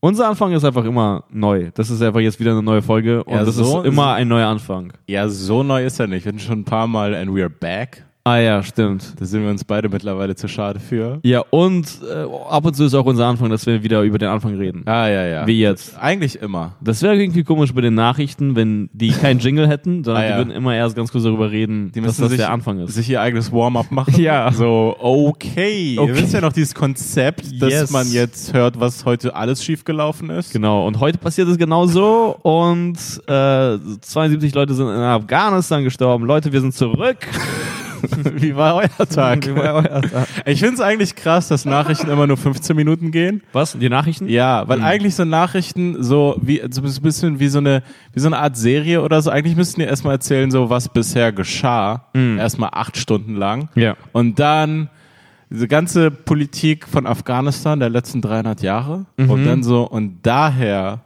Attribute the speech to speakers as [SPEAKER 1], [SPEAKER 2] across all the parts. [SPEAKER 1] Unser Anfang ist einfach immer neu. Das ist einfach jetzt wieder eine neue Folge und
[SPEAKER 2] Ja,
[SPEAKER 1] das
[SPEAKER 2] so-
[SPEAKER 1] ist immer ein neuer Anfang.
[SPEAKER 2] Ja, so neu ist er nicht. Wir hatten schon ein paar Mal and we are back.
[SPEAKER 1] Ah ja, stimmt.
[SPEAKER 2] Da sind wir uns beide mittlerweile zu schade für.
[SPEAKER 1] Ja, und äh, ab und zu ist auch unser Anfang, dass wir wieder über den Anfang reden.
[SPEAKER 2] Ah, ja, ja.
[SPEAKER 1] Wie jetzt.
[SPEAKER 2] Eigentlich immer.
[SPEAKER 1] Das wäre irgendwie komisch bei den Nachrichten, wenn die keinen Jingle hätten, sondern
[SPEAKER 2] Ah, ja.
[SPEAKER 1] die würden immer erst ganz kurz darüber reden,
[SPEAKER 2] Die
[SPEAKER 1] dass
[SPEAKER 2] müssen
[SPEAKER 1] das
[SPEAKER 2] sich,
[SPEAKER 1] der Anfang ist.
[SPEAKER 2] sich ihr eigenes Warm-up machen.
[SPEAKER 1] Ja.
[SPEAKER 2] So, okay.
[SPEAKER 1] Okay.
[SPEAKER 2] Ihr wisst ja noch dieses Konzept, dass
[SPEAKER 1] Yes.
[SPEAKER 2] man jetzt hört, was heute alles schiefgelaufen ist.
[SPEAKER 1] Genau, und heute passiert es genauso und äh, 72 Leute sind in Afghanistan gestorben. Leute, wir sind zurück.
[SPEAKER 2] Wie war euer Tag?
[SPEAKER 1] Wie war euer Tag?
[SPEAKER 2] Ich finde es eigentlich krass, dass Nachrichten immer nur 15 Minuten gehen.
[SPEAKER 1] Was? Die Nachrichten?
[SPEAKER 2] Ja, weil eigentlich so Nachrichten so wie so ein bisschen wie so eine wie so eine Art Serie oder so. Eigentlich müssten die erstmal erzählen, so was bisher geschah, erstmal acht Stunden lang.
[SPEAKER 1] Hm. Ja.
[SPEAKER 2] Und dann diese ganze Politik von Afghanistan der letzten 300 Jahre
[SPEAKER 1] Mhm.
[SPEAKER 2] und dann so und daher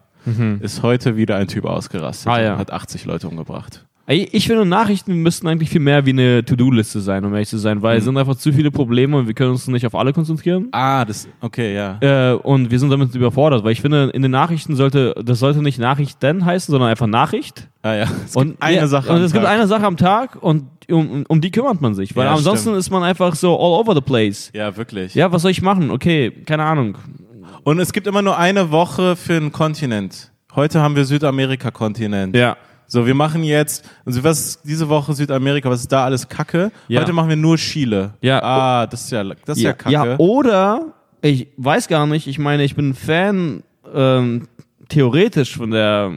[SPEAKER 2] ist heute wieder ein Typ ausgerastet
[SPEAKER 1] Ah, ja.
[SPEAKER 2] und hat 80 Leute umgebracht.
[SPEAKER 1] Ey, Ich finde, Nachrichten müssten eigentlich viel mehr wie eine To-Do-Liste sein, um ehrlich zu sein,
[SPEAKER 2] Mhm.
[SPEAKER 1] weil es sind einfach zu viele Probleme und wir können uns nicht auf alle konzentrieren.
[SPEAKER 2] Ah, das okay, ja.
[SPEAKER 1] Äh, und wir sind damit überfordert, weil ich finde, in den Nachrichten sollte, das sollte nicht Nachrichten heißen, sondern einfach Nachricht.
[SPEAKER 2] Ah, ja. Es
[SPEAKER 1] Und
[SPEAKER 2] gibt eine
[SPEAKER 1] ja,
[SPEAKER 2] Sache.
[SPEAKER 1] Und
[SPEAKER 2] am
[SPEAKER 1] es gibt
[SPEAKER 2] Tag.
[SPEAKER 1] eine Sache am Tag und um, um die kümmert man sich, weil
[SPEAKER 2] Ja,
[SPEAKER 1] ansonsten
[SPEAKER 2] stimmt.
[SPEAKER 1] ist man einfach so all over the place.
[SPEAKER 2] ja, wirklich.
[SPEAKER 1] Ja, was soll ich machen? Okay, keine Ahnung.
[SPEAKER 2] Und es gibt immer nur eine Woche für einen Kontinent. Heute haben wir Südamerika-Kontinent.
[SPEAKER 1] Ja.
[SPEAKER 2] So, wir machen jetzt, also was ist diese Woche Südamerika, was ist da alles Kacke?
[SPEAKER 1] Ja.
[SPEAKER 2] Heute machen wir nur Chile.
[SPEAKER 1] Ja.
[SPEAKER 2] Ah, das ist ja, das ist ja,
[SPEAKER 1] Ja, oh.
[SPEAKER 2] Kacke.
[SPEAKER 1] ja, oder ich weiß gar nicht, ich meine, ich bin Fan ähm, theoretisch von der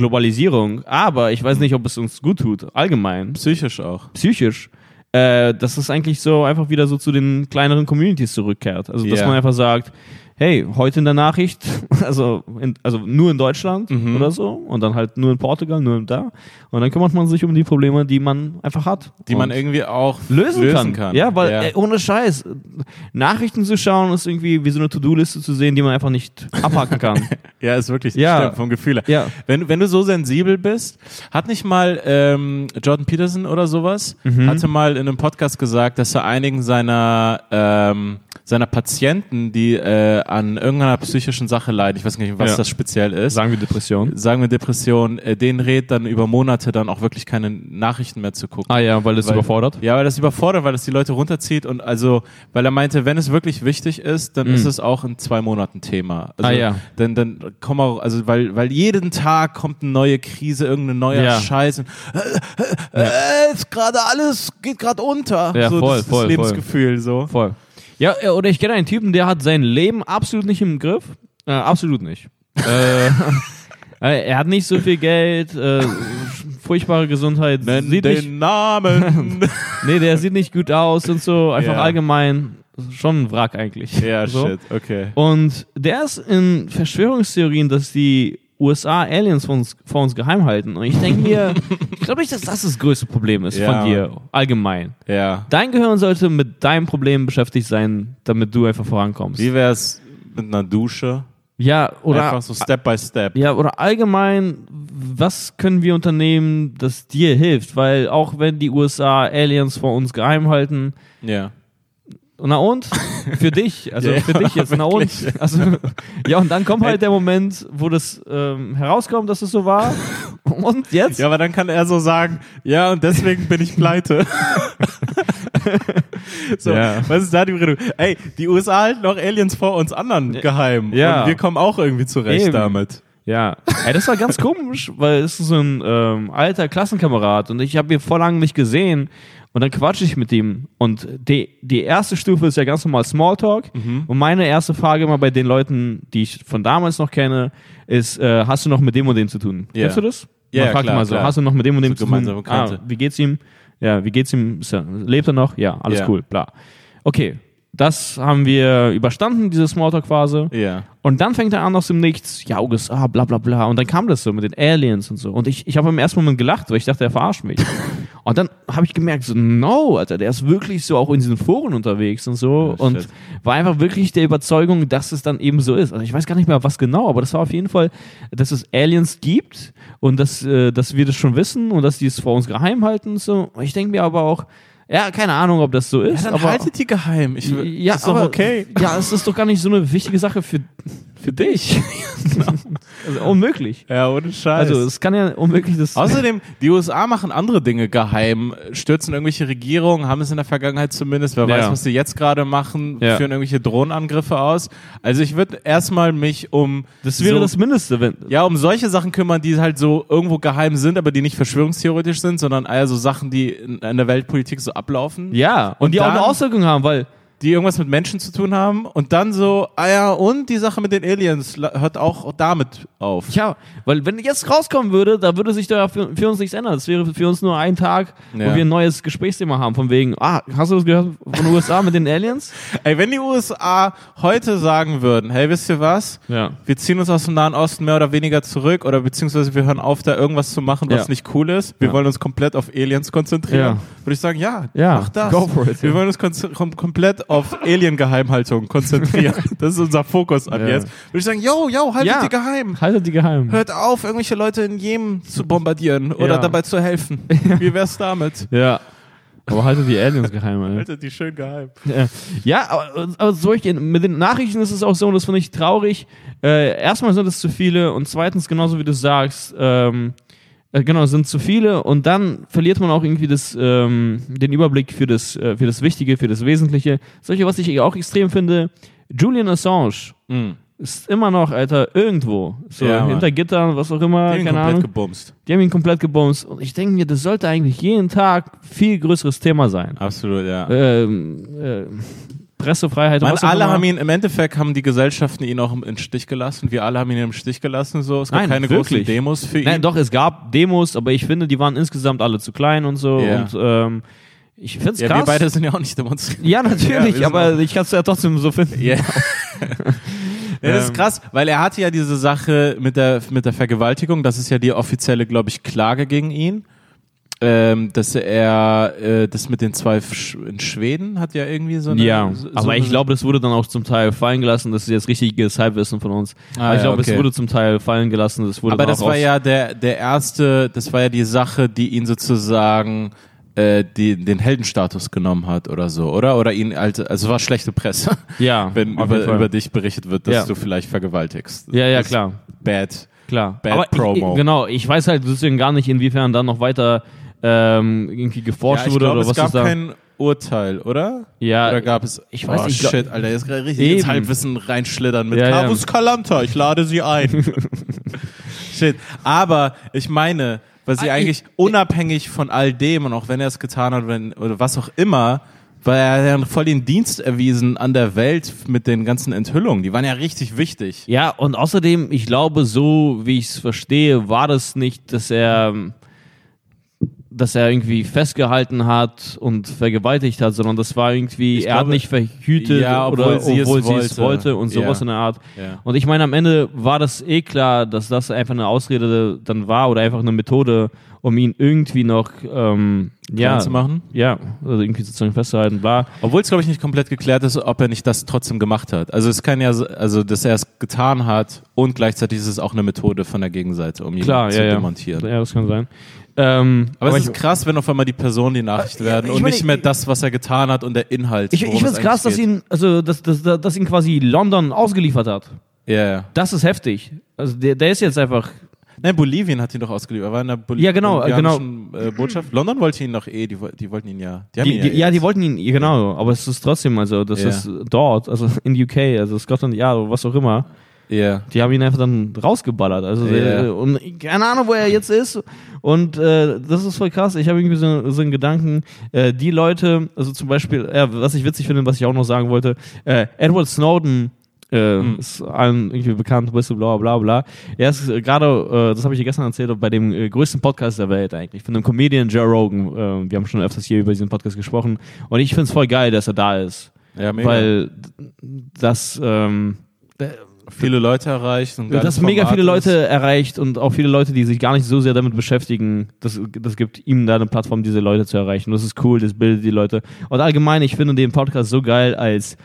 [SPEAKER 1] Globalisierung, aber ich weiß nicht, ob es uns gut tut, allgemein,
[SPEAKER 2] Psychisch auch.
[SPEAKER 1] psychisch. Äh, dass es eigentlich so einfach wieder so zu den kleineren Communities zurückkehrt. Also, dass
[SPEAKER 2] Ja.
[SPEAKER 1] man einfach sagt, hey, heute in der Nachricht, also, in, also nur in Deutschland
[SPEAKER 2] Mhm.
[SPEAKER 1] oder so und dann halt nur in Portugal, nur da. Und dann kümmert man sich um die Probleme, die man einfach hat.
[SPEAKER 2] Die man
[SPEAKER 1] Und-
[SPEAKER 2] irgendwie auch
[SPEAKER 1] lösen, kann. Ja, weil
[SPEAKER 2] ja.
[SPEAKER 1] Ey, ohne Scheiß. Nachrichten zu schauen ist irgendwie wie so eine To-Do-Liste zu sehen, die man einfach nicht abhaken kann.
[SPEAKER 2] Ja, ist wirklich
[SPEAKER 1] Ja.
[SPEAKER 2] stimmt, vom Gefühl her.
[SPEAKER 1] Ja.
[SPEAKER 2] Wenn, wenn du so sensibel bist, hat nicht mal ähm, Jordan Peterson oder sowas,
[SPEAKER 1] Mhm.
[SPEAKER 2] hatte mal in einem Podcast gesagt, dass er einigen seiner, ähm, seiner Patienten, die äh, an irgendeiner psychischen Sache leiden, ich weiß nicht, was
[SPEAKER 1] Ja.
[SPEAKER 2] das speziell ist,
[SPEAKER 1] wir Depression.
[SPEAKER 2] sagen wir Depression, äh, denen rät dann über Monate dann auch wirklich keine Nachrichten mehr zu gucken.
[SPEAKER 1] Ah ja, weil es
[SPEAKER 2] Weil-
[SPEAKER 1] überfordert.
[SPEAKER 2] Ja, weil das überfordert, weil das die Leute runterzieht und also, weil er meinte, wenn es wirklich wichtig ist, dann ist es auch in zwei Monaten Thema. Also,
[SPEAKER 1] Mhm. Ah, ja.
[SPEAKER 2] Dann, dann komm auch, also weil, weil jeden Tag kommt eine neue Krise, irgendein neuer
[SPEAKER 1] Ja.
[SPEAKER 2] Scheiß. Und, äh, äh, äh, ist gerade alles geht gerade unter.
[SPEAKER 1] Ja,
[SPEAKER 2] so,
[SPEAKER 1] voll,
[SPEAKER 2] das,
[SPEAKER 1] voll,
[SPEAKER 2] das
[SPEAKER 1] voll.
[SPEAKER 2] Lebensgefühl so.
[SPEAKER 1] Voll. Ja, äh, oder ich kenne einen Typen, der hat sein Leben absolut nicht im Griff. Äh, absolut nicht. äh, äh, er hat nicht so viel Geld, äh, furchtbare Gesundheit. sieht
[SPEAKER 2] den
[SPEAKER 1] nicht,
[SPEAKER 2] Namen.
[SPEAKER 1] nee, der sieht nicht gut aus und so. Einfach
[SPEAKER 2] Ja.
[SPEAKER 1] allgemein schon ein Wrack eigentlich.
[SPEAKER 2] ja,
[SPEAKER 1] so.
[SPEAKER 2] shit, okay.
[SPEAKER 1] Und der ist in Verschwörungstheorien, dass die USA Aliens von uns, vor uns geheim halten. Und ich denke mir, ich glaube nicht, dass das das größte Problem ist
[SPEAKER 2] Ja.
[SPEAKER 1] von dir allgemein.
[SPEAKER 2] Ja.
[SPEAKER 1] Dein Gehirn sollte mit deinem Problem beschäftigt sein, damit du einfach vorankommst.
[SPEAKER 2] Wie wär's mit einer Dusche?
[SPEAKER 1] Ja, oder,
[SPEAKER 2] Einfach so Step by Step.
[SPEAKER 1] ja, oder allgemein, was können wir unternehmen, das dir hilft? Weil auch wenn die USA Aliens vor uns geheim halten,
[SPEAKER 2] Ja.
[SPEAKER 1] Na und? Für dich, also
[SPEAKER 2] Ja, ja,
[SPEAKER 1] für dich jetzt, na und?
[SPEAKER 2] wirklich.
[SPEAKER 1] Also, ja, und dann kommt halt der Moment, wo das ähm, herauskommt, dass es so war. Und jetzt?
[SPEAKER 2] Ja, aber dann kann er so sagen, ja, und deswegen bin ich pleite. so,
[SPEAKER 1] Ja.
[SPEAKER 2] was ist da die Begründung? Ey, die USA halten auch Aliens vor uns anderen geheim.
[SPEAKER 1] Ja.
[SPEAKER 2] Und wir kommen auch irgendwie zurecht
[SPEAKER 1] Eben.
[SPEAKER 2] damit.
[SPEAKER 1] Ja. Ey, das war ganz komisch, weil es ist so ein ähm, alter Klassenkamerad und ich habe ihn vor langem nicht gesehen. Und dann quatsche ich mit ihm. Und die, die erste Stufe ist ja ganz normal Smalltalk.
[SPEAKER 2] Mhm.
[SPEAKER 1] Und meine erste Frage immer bei den Leuten, die ich von damals noch kenne, ist, äh, hast du noch mit dem und dem zu tun?
[SPEAKER 2] Ja.
[SPEAKER 1] Kennst du das?
[SPEAKER 2] Ja,
[SPEAKER 1] Man fragt
[SPEAKER 2] klar,
[SPEAKER 1] immer so,
[SPEAKER 2] klar.
[SPEAKER 1] hast du noch mit dem und dem zu
[SPEAKER 2] So
[SPEAKER 1] tun?
[SPEAKER 2] gemeinsame
[SPEAKER 1] Ah,
[SPEAKER 2] Bekannte.
[SPEAKER 1] wie geht's ihm? Ja, wie geht's ihm? Ist er, lebt er noch? Ja, alles
[SPEAKER 2] Ja.
[SPEAKER 1] cool, bla. Okay, das haben wir überstanden, diese Smalltalk-Phase.
[SPEAKER 2] Ja.
[SPEAKER 1] Und dann fängt er an aus dem Nichts, ja, USA, bla bla bla. Und dann kam das so mit den Aliens und so. Und ich, ich habe im ersten Moment gelacht, weil ich dachte, er verarscht mich. und dann habe ich gemerkt, so, no, Alter, der ist wirklich so auch in diesen Foren unterwegs und so.
[SPEAKER 2] Ja,
[SPEAKER 1] und
[SPEAKER 2] Ah, shit.
[SPEAKER 1] war einfach wirklich der Überzeugung, dass es dann eben so ist. Also ich weiß gar nicht mehr, was genau, aber das war auf jeden Fall, dass es Aliens gibt und dass, äh, dass wir das schon wissen und dass die es vor uns geheim halten und so. Und ich denke mir aber auch, Ja, keine Ahnung, ob das so ist.
[SPEAKER 2] Ja, dann
[SPEAKER 1] aber
[SPEAKER 2] haltet die geheim. Ich,
[SPEAKER 1] ja,
[SPEAKER 2] ist doch
[SPEAKER 1] aber-
[SPEAKER 2] okay.
[SPEAKER 1] Ja, es ist doch gar nicht so eine wichtige Sache für, für dich.
[SPEAKER 2] Genau.
[SPEAKER 1] also, unmöglich.
[SPEAKER 2] Ja, ohne Scheiß.
[SPEAKER 1] Also es kann ja unmöglich das.
[SPEAKER 2] Außerdem, die USA machen andere Dinge geheim, stürzen irgendwelche Regierungen, haben es in der Vergangenheit zumindest, wer
[SPEAKER 1] Ja.
[SPEAKER 2] weiß, was sie jetzt gerade machen,
[SPEAKER 1] Ja.
[SPEAKER 2] führen irgendwelche Drohnenangriffe aus. Also ich würde erstmal mich um
[SPEAKER 1] das wäre
[SPEAKER 2] so,
[SPEAKER 1] das Mindeste, wenn.
[SPEAKER 2] ja, um solche Sachen kümmern, die halt so irgendwo geheim sind, aber die nicht verschwörungstheoretisch sind, sondern eher so Sachen, die in, in der Weltpolitik so ablaufen,
[SPEAKER 1] Ja, und,
[SPEAKER 2] Und
[SPEAKER 1] die auch eine
[SPEAKER 2] dann-
[SPEAKER 1] Auswirkung haben, weil
[SPEAKER 2] die irgendwas mit Menschen zu tun haben und dann so, ah ja, und die Sache mit den Aliens la- hört auch damit auf.
[SPEAKER 1] Ja, weil wenn jetzt rauskommen würde, da würde sich da für, für uns nichts ändern. Es wäre für uns nur ein Tag,
[SPEAKER 2] Ja.
[SPEAKER 1] wo wir ein neues Gesprächsthema haben. Von wegen, ah, hast du das gehört von den USA mit den Aliens?
[SPEAKER 2] Ey, wenn die USA heute sagen würden, hey, wisst ihr was?
[SPEAKER 1] Ja.
[SPEAKER 2] wir ziehen uns aus dem Nahen Osten mehr oder weniger zurück oder beziehungsweise wir hören auf, da irgendwas zu machen, was
[SPEAKER 1] Ja.
[SPEAKER 2] nicht cool ist. Wir
[SPEAKER 1] Ja.
[SPEAKER 2] wollen uns komplett auf Aliens konzentrieren.
[SPEAKER 1] Ja.
[SPEAKER 2] Würde ich sagen, ja,
[SPEAKER 1] Ja,
[SPEAKER 2] mach das.
[SPEAKER 1] go for it,
[SPEAKER 2] wir
[SPEAKER 1] ja.
[SPEAKER 2] wollen uns konz- kom komplett auf Alien-Geheimhaltung konzentrieren. das ist unser Fokus ab
[SPEAKER 1] Ja.
[SPEAKER 2] jetzt. Würde ich sagen, yo, yo, haltet
[SPEAKER 1] Ja.
[SPEAKER 2] die geheim.
[SPEAKER 1] Haltet die geheim.
[SPEAKER 2] Hört auf, irgendwelche Leute in Jemen zu bombardieren oder
[SPEAKER 1] Ja.
[SPEAKER 2] dabei zu helfen. Wie wär's damit?
[SPEAKER 1] Ja. Aber haltet die Aliens geheim, Alter.
[SPEAKER 2] Haltet die schön geheim.
[SPEAKER 1] Ja. Ja, aber, aber solche, mit den Nachrichten ist es auch so, und das finde ich traurig. Äh, erstmal sind es zu viele und zweitens, genauso wie du sagst, ähm, äh, genau, es sind zu viele und dann verliert man auch irgendwie das, ähm, den Überblick für das, äh, für das Wichtige, für das Wesentliche. Solche, was ich auch extrem finde, Julian Assange ist immer noch, Alter, irgendwo. So
[SPEAKER 2] Ja, Mann.
[SPEAKER 1] hinter Gittern, was auch immer,
[SPEAKER 2] Alien
[SPEAKER 1] keine
[SPEAKER 2] komplett
[SPEAKER 1] Ahnung.
[SPEAKER 2] gebumst.
[SPEAKER 1] Die haben ihn komplett gebumst und ich denke mir, das sollte eigentlich jeden Tag viel größeres Thema sein
[SPEAKER 2] Absolut, ja.
[SPEAKER 1] ähm, äh, Pressefreiheit. und
[SPEAKER 2] Man,
[SPEAKER 1] was auch
[SPEAKER 2] alle
[SPEAKER 1] immer.
[SPEAKER 2] haben ihn, im Endeffekt haben die Gesellschaften ihn auch im, im Stich gelassen. Wir alle haben ihn im Stich gelassen, so. Es gab
[SPEAKER 1] Nein,
[SPEAKER 2] keine großen
[SPEAKER 1] wirklich.
[SPEAKER 2] Demos für ihn.
[SPEAKER 1] Nein, doch, es gab Demos, aber ich finde, die waren insgesamt alle zu klein und so.
[SPEAKER 2] Ja.
[SPEAKER 1] Und ähm, ich finde es
[SPEAKER 2] ja,
[SPEAKER 1] krass.
[SPEAKER 2] wir beide sind ja auch nicht demonstriert.
[SPEAKER 1] ja,
[SPEAKER 2] Ja, wir
[SPEAKER 1] natürlich,
[SPEAKER 2] sind
[SPEAKER 1] aber ich kann es ja trotzdem so finden.
[SPEAKER 2] Ja. Ähm. Ja, das ist krass, weil er hatte ja diese Sache mit der, mit der Vergewaltigung, das ist ja die offizielle, glaube ich, Klage gegen ihn. Ähm, dass er äh, das mit den zwei Sch in Schweden hat ja irgendwie so eine
[SPEAKER 1] Ja,
[SPEAKER 2] so, so
[SPEAKER 1] aber ich
[SPEAKER 2] eine-
[SPEAKER 1] glaube, das wurde dann auch zum Teil fallen gelassen. Das ist jetzt richtiges Halbwissen von uns.
[SPEAKER 2] Ah,
[SPEAKER 1] aber ich
[SPEAKER 2] ja,
[SPEAKER 1] glaube,
[SPEAKER 2] okay.
[SPEAKER 1] es wurde zum Teil fallen gelassen. Das wurde
[SPEAKER 2] Aber
[SPEAKER 1] dann
[SPEAKER 2] das
[SPEAKER 1] auch
[SPEAKER 2] war
[SPEAKER 1] raus-
[SPEAKER 2] ja der, der erste, das war ja die Sache, die ihn sozusagen äh, die, den Heldenstatus genommen hat oder so, oder? Oder ihn als, also es war schlechte Presse,
[SPEAKER 1] ja,
[SPEAKER 2] wenn
[SPEAKER 1] auf jeden
[SPEAKER 2] über,
[SPEAKER 1] Fall.
[SPEAKER 2] über dich berichtet wird, dass
[SPEAKER 1] Ja.
[SPEAKER 2] du vielleicht vergewaltigst.
[SPEAKER 1] ja, ja,
[SPEAKER 2] Das ist
[SPEAKER 1] klar.
[SPEAKER 2] Bad.
[SPEAKER 1] Klar.
[SPEAKER 2] Bad
[SPEAKER 1] aber ich-
[SPEAKER 2] Promo.
[SPEAKER 1] Ich, genau, ich weiß halt deswegen gar nicht, inwiefern dann noch weiter ähm, irgendwie geforscht
[SPEAKER 2] Ja, ich
[SPEAKER 1] wurde oder
[SPEAKER 2] glaube, es
[SPEAKER 1] was
[SPEAKER 2] gab
[SPEAKER 1] ist da.
[SPEAKER 2] kein Urteil, oder?
[SPEAKER 1] Ja,
[SPEAKER 2] Oder gab es.
[SPEAKER 1] ich weiß
[SPEAKER 2] oh,
[SPEAKER 1] nicht, ich glaub-
[SPEAKER 2] Shit, Alter, jetzt gerade richtig ins
[SPEAKER 1] Eben.
[SPEAKER 2] Halbwissen reinschlittern mit
[SPEAKER 1] Ja, ja.
[SPEAKER 2] Carvus Kalanta, ich lade sie ein. Shit. Aber ich meine, was sie
[SPEAKER 1] Ah, ich-
[SPEAKER 2] eigentlich unabhängig von all dem und auch wenn er es getan hat wenn, oder was auch immer, war er ja voll den Dienst erwiesen an der Welt mit den ganzen Enthüllungen. Die waren ja richtig wichtig.
[SPEAKER 1] Ja, und außerdem, ich glaube, so wie ich es verstehe, war das nicht, dass er, ähm, dass er irgendwie festgehalten hat und vergewaltigt hat, sondern das war irgendwie,
[SPEAKER 2] Ich
[SPEAKER 1] er
[SPEAKER 2] glaube-
[SPEAKER 1] hat nicht verhütet
[SPEAKER 2] Ja, obwohl
[SPEAKER 1] oder
[SPEAKER 2] sie es
[SPEAKER 1] obwohl sie es
[SPEAKER 2] wollte.
[SPEAKER 1] wollte und sowas
[SPEAKER 2] Ja.
[SPEAKER 1] in der Art.
[SPEAKER 2] Ja.
[SPEAKER 1] Und ich meine, am Ende war das eh klar, dass das einfach eine Ausrede dann war oder einfach eine Methode, um ihn irgendwie noch ähm, ja,
[SPEAKER 2] zu machen?
[SPEAKER 1] Ja, also irgendwie sozusagen festzuhalten, bla.
[SPEAKER 2] Obwohl es, glaube ich, nicht komplett geklärt ist, ob er nicht das trotzdem gemacht hat. Also es kann ja, se- also dass er es getan hat und gleichzeitig ist es auch eine Methode von der Gegenseite, um
[SPEAKER 1] Klar,
[SPEAKER 2] jemanden zu
[SPEAKER 1] ja, ja.
[SPEAKER 2] demontieren.
[SPEAKER 1] Ja, das kann sein. Ähm,
[SPEAKER 2] Aber, es
[SPEAKER 1] ich-
[SPEAKER 2] ist krass, wenn auf einmal die Personen die Nachricht werden
[SPEAKER 1] ich
[SPEAKER 2] und
[SPEAKER 1] meine,
[SPEAKER 2] nicht mehr
[SPEAKER 1] ich-
[SPEAKER 2] das, was er getan hat und der Inhalt.
[SPEAKER 1] Ich, ich
[SPEAKER 2] worum
[SPEAKER 1] finde es krass, dass
[SPEAKER 2] eigentlich
[SPEAKER 1] ihn, also, dass, dass, dass dass ihn quasi London ausgeliefert hat.
[SPEAKER 2] geht. Ja, ja.
[SPEAKER 1] Das ist heftig. Also der, der ist jetzt einfach.
[SPEAKER 2] Nein, Bolivien hat ihn doch ausgeliefert. Er war in der Boli
[SPEAKER 1] Ja, genau, äh, genau.
[SPEAKER 2] bolivianischen, Äh, Botschaft. London wollte ihn doch eh, die, wo- die wollten ihn ja. Die haben
[SPEAKER 1] Die,
[SPEAKER 2] ihn
[SPEAKER 1] die,
[SPEAKER 2] ja,
[SPEAKER 1] ja, die wollten ihn, ja, genau, aber es ist trotzdem, also das
[SPEAKER 2] Ja.
[SPEAKER 1] ist dort, also in UK, also Scotland Yard oder was auch immer,
[SPEAKER 2] eh. ja.
[SPEAKER 1] die haben ihn einfach dann rausgeballert. Also
[SPEAKER 2] Ja.
[SPEAKER 1] der, und keine Ahnung, wo er jetzt ist. Und äh, das ist voll krass. Ich habe irgendwie so, so einen Gedanken, äh, die Leute, also zum Beispiel, ja, was ich witzig finde, was ich auch noch sagen wollte, äh, Edward Snowden äh,
[SPEAKER 2] Hm.
[SPEAKER 1] ist allen irgendwie bekannt, bist du bla bla bla. Er ist äh, gerade, äh, das habe ich dir gestern erzählt, bei dem äh, größten Podcast der Welt eigentlich, von dem Comedian Joe Rogan. Äh, wir haben schon öfters hier über diesen Podcast gesprochen. Und ich finde es voll geil, dass er da ist.
[SPEAKER 2] ja mega.
[SPEAKER 1] Weil das, ähm,
[SPEAKER 2] viele Leute erreicht. und
[SPEAKER 1] das mega viele Leute erreicht und auch viele Leute, die sich gar nicht so sehr damit beschäftigen, das, das gibt ihm da eine Plattform, diese Leute zu erreichen. Das ist cool, das bildet die Leute. Und allgemein, ich finde den Podcast so geil als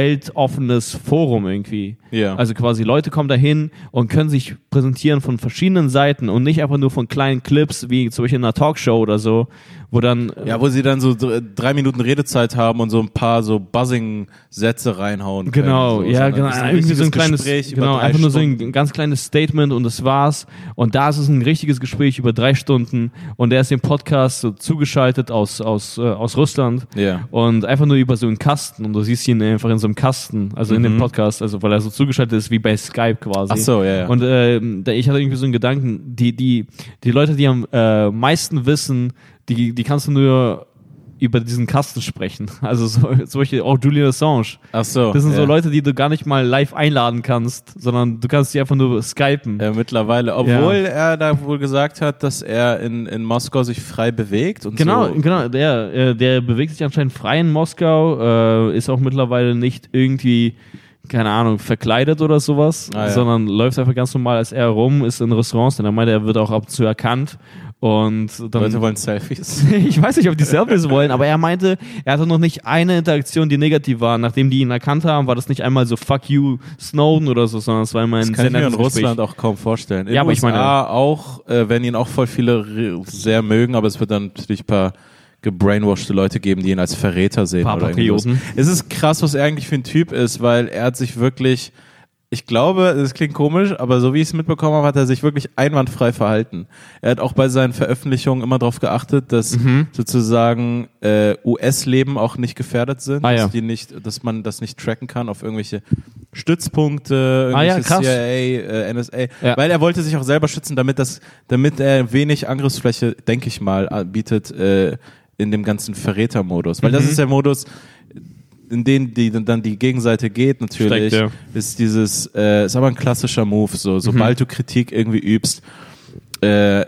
[SPEAKER 1] weltoffenes Forum irgendwie.
[SPEAKER 2] Ja.
[SPEAKER 1] Also quasi Leute kommen dahin und können sich präsentieren von verschiedenen Seiten und nicht einfach nur von kleinen Clips, wie zum Beispiel in einer Talkshow oder so, wo dann äh,
[SPEAKER 2] Ja, wo sie dann so dr- drei Minuten Redezeit haben und so ein paar so Buzzing-Sätze reinhauen. können.
[SPEAKER 1] Genau,
[SPEAKER 2] so,
[SPEAKER 1] ja,
[SPEAKER 2] sondern
[SPEAKER 1] genau.
[SPEAKER 2] es ist ein
[SPEAKER 1] irgendwie so ein
[SPEAKER 2] richtiges
[SPEAKER 1] kleines,
[SPEAKER 2] Gespräch über
[SPEAKER 1] genau,
[SPEAKER 2] drei
[SPEAKER 1] einfach nur so
[SPEAKER 2] Stunden.
[SPEAKER 1] ein ganz kleines Statement und das war's. Und da ist es ein richtiges Gespräch über drei Stunden und er ist dem Podcast so zugeschaltet aus, aus, äh, aus Russland.
[SPEAKER 2] Ja.
[SPEAKER 1] Und einfach nur über so einen Kasten und du siehst ihn einfach in so einem Kasten, also in dem Podcast, also weil er so zugeschaltet ist wie bei Skype quasi.
[SPEAKER 2] Mhm. Ach so, ja, ja.
[SPEAKER 1] Und ähm, da- ich hatte irgendwie so einen Gedanken, die, die, die Leute, die am äh, meisten wissen, die, die kannst du nur über diesen Kasten sprechen. Also so, solche, auch Julian Assange.
[SPEAKER 2] Ach so.
[SPEAKER 1] Das sind so
[SPEAKER 2] ja.
[SPEAKER 1] Leute, die du gar nicht mal live einladen kannst, sondern du kannst die einfach nur skypen.
[SPEAKER 2] Ja, Äh, mittlerweile. Obwohl er da wohl gesagt hat, dass er in, in Moskau sich frei bewegt und
[SPEAKER 1] Genau,
[SPEAKER 2] so.
[SPEAKER 1] genau. Der, äh, der bewegt sich anscheinend frei in Moskau, äh, ist auch mittlerweile nicht irgendwie, keine Ahnung, verkleidet oder sowas,
[SPEAKER 2] Ah, ja.
[SPEAKER 1] sondern läuft einfach ganz normal als er rum, ist in Restaurants, denn er meinte, er wird auch ab und zu erkannt. Und dann
[SPEAKER 2] Leute wollen Selfies.
[SPEAKER 1] ich weiß nicht, ob die Selfies wollen, aber er meinte, er hatte noch nicht eine Interaktion, die negativ war. Nachdem die ihn erkannt haben, war das nicht einmal so fuck you Snowden oder so, sondern es war immer ein
[SPEAKER 2] Das kann ich mir in
[SPEAKER 1] nettes Gespräch.
[SPEAKER 2] Russland auch kaum vorstellen. In
[SPEAKER 1] Ja, aber ich meine-
[SPEAKER 2] USA auch, äh, wenn ihn auch voll viele re- sehr mögen, aber es wird dann natürlich ein paar gebrainwashed Leute geben, die ihn als Verräter sehen.
[SPEAKER 1] Paar
[SPEAKER 2] oder irgendwas.
[SPEAKER 1] Patrioten.
[SPEAKER 2] Es ist krass, was er eigentlich für ein Typ ist, weil er hat sich wirklich, ich glaube, das klingt komisch, aber so wie ich es mitbekommen habe, hat er sich wirklich einwandfrei verhalten. Er hat auch bei seinen Veröffentlichungen immer darauf geachtet, dass
[SPEAKER 1] Mhm.
[SPEAKER 2] sozusagen äh, US-Leben auch nicht gefährdet sind,
[SPEAKER 1] Ah, ja.
[SPEAKER 2] dass, die nicht, dass man das nicht tracken kann auf irgendwelche Stützpunkte,
[SPEAKER 1] Ah ja,
[SPEAKER 2] irgendwelche
[SPEAKER 1] krass.
[SPEAKER 2] CIA, äh, NSA,
[SPEAKER 1] Ja.
[SPEAKER 2] weil er wollte sich auch selber schützen, damit das, damit er wenig Angriffsfläche, denke ich mal, a- bietet äh, in dem ganzen Verrätermodus, weil das
[SPEAKER 1] Mhm.
[SPEAKER 2] ist der Modus, in den die dann die Gegenseite geht natürlich,
[SPEAKER 1] Steckt, ja. Mhm.
[SPEAKER 2] ist dieses, äh, ist aber ein klassischer Move, so sobald du Kritik irgendwie übst. Äh, in,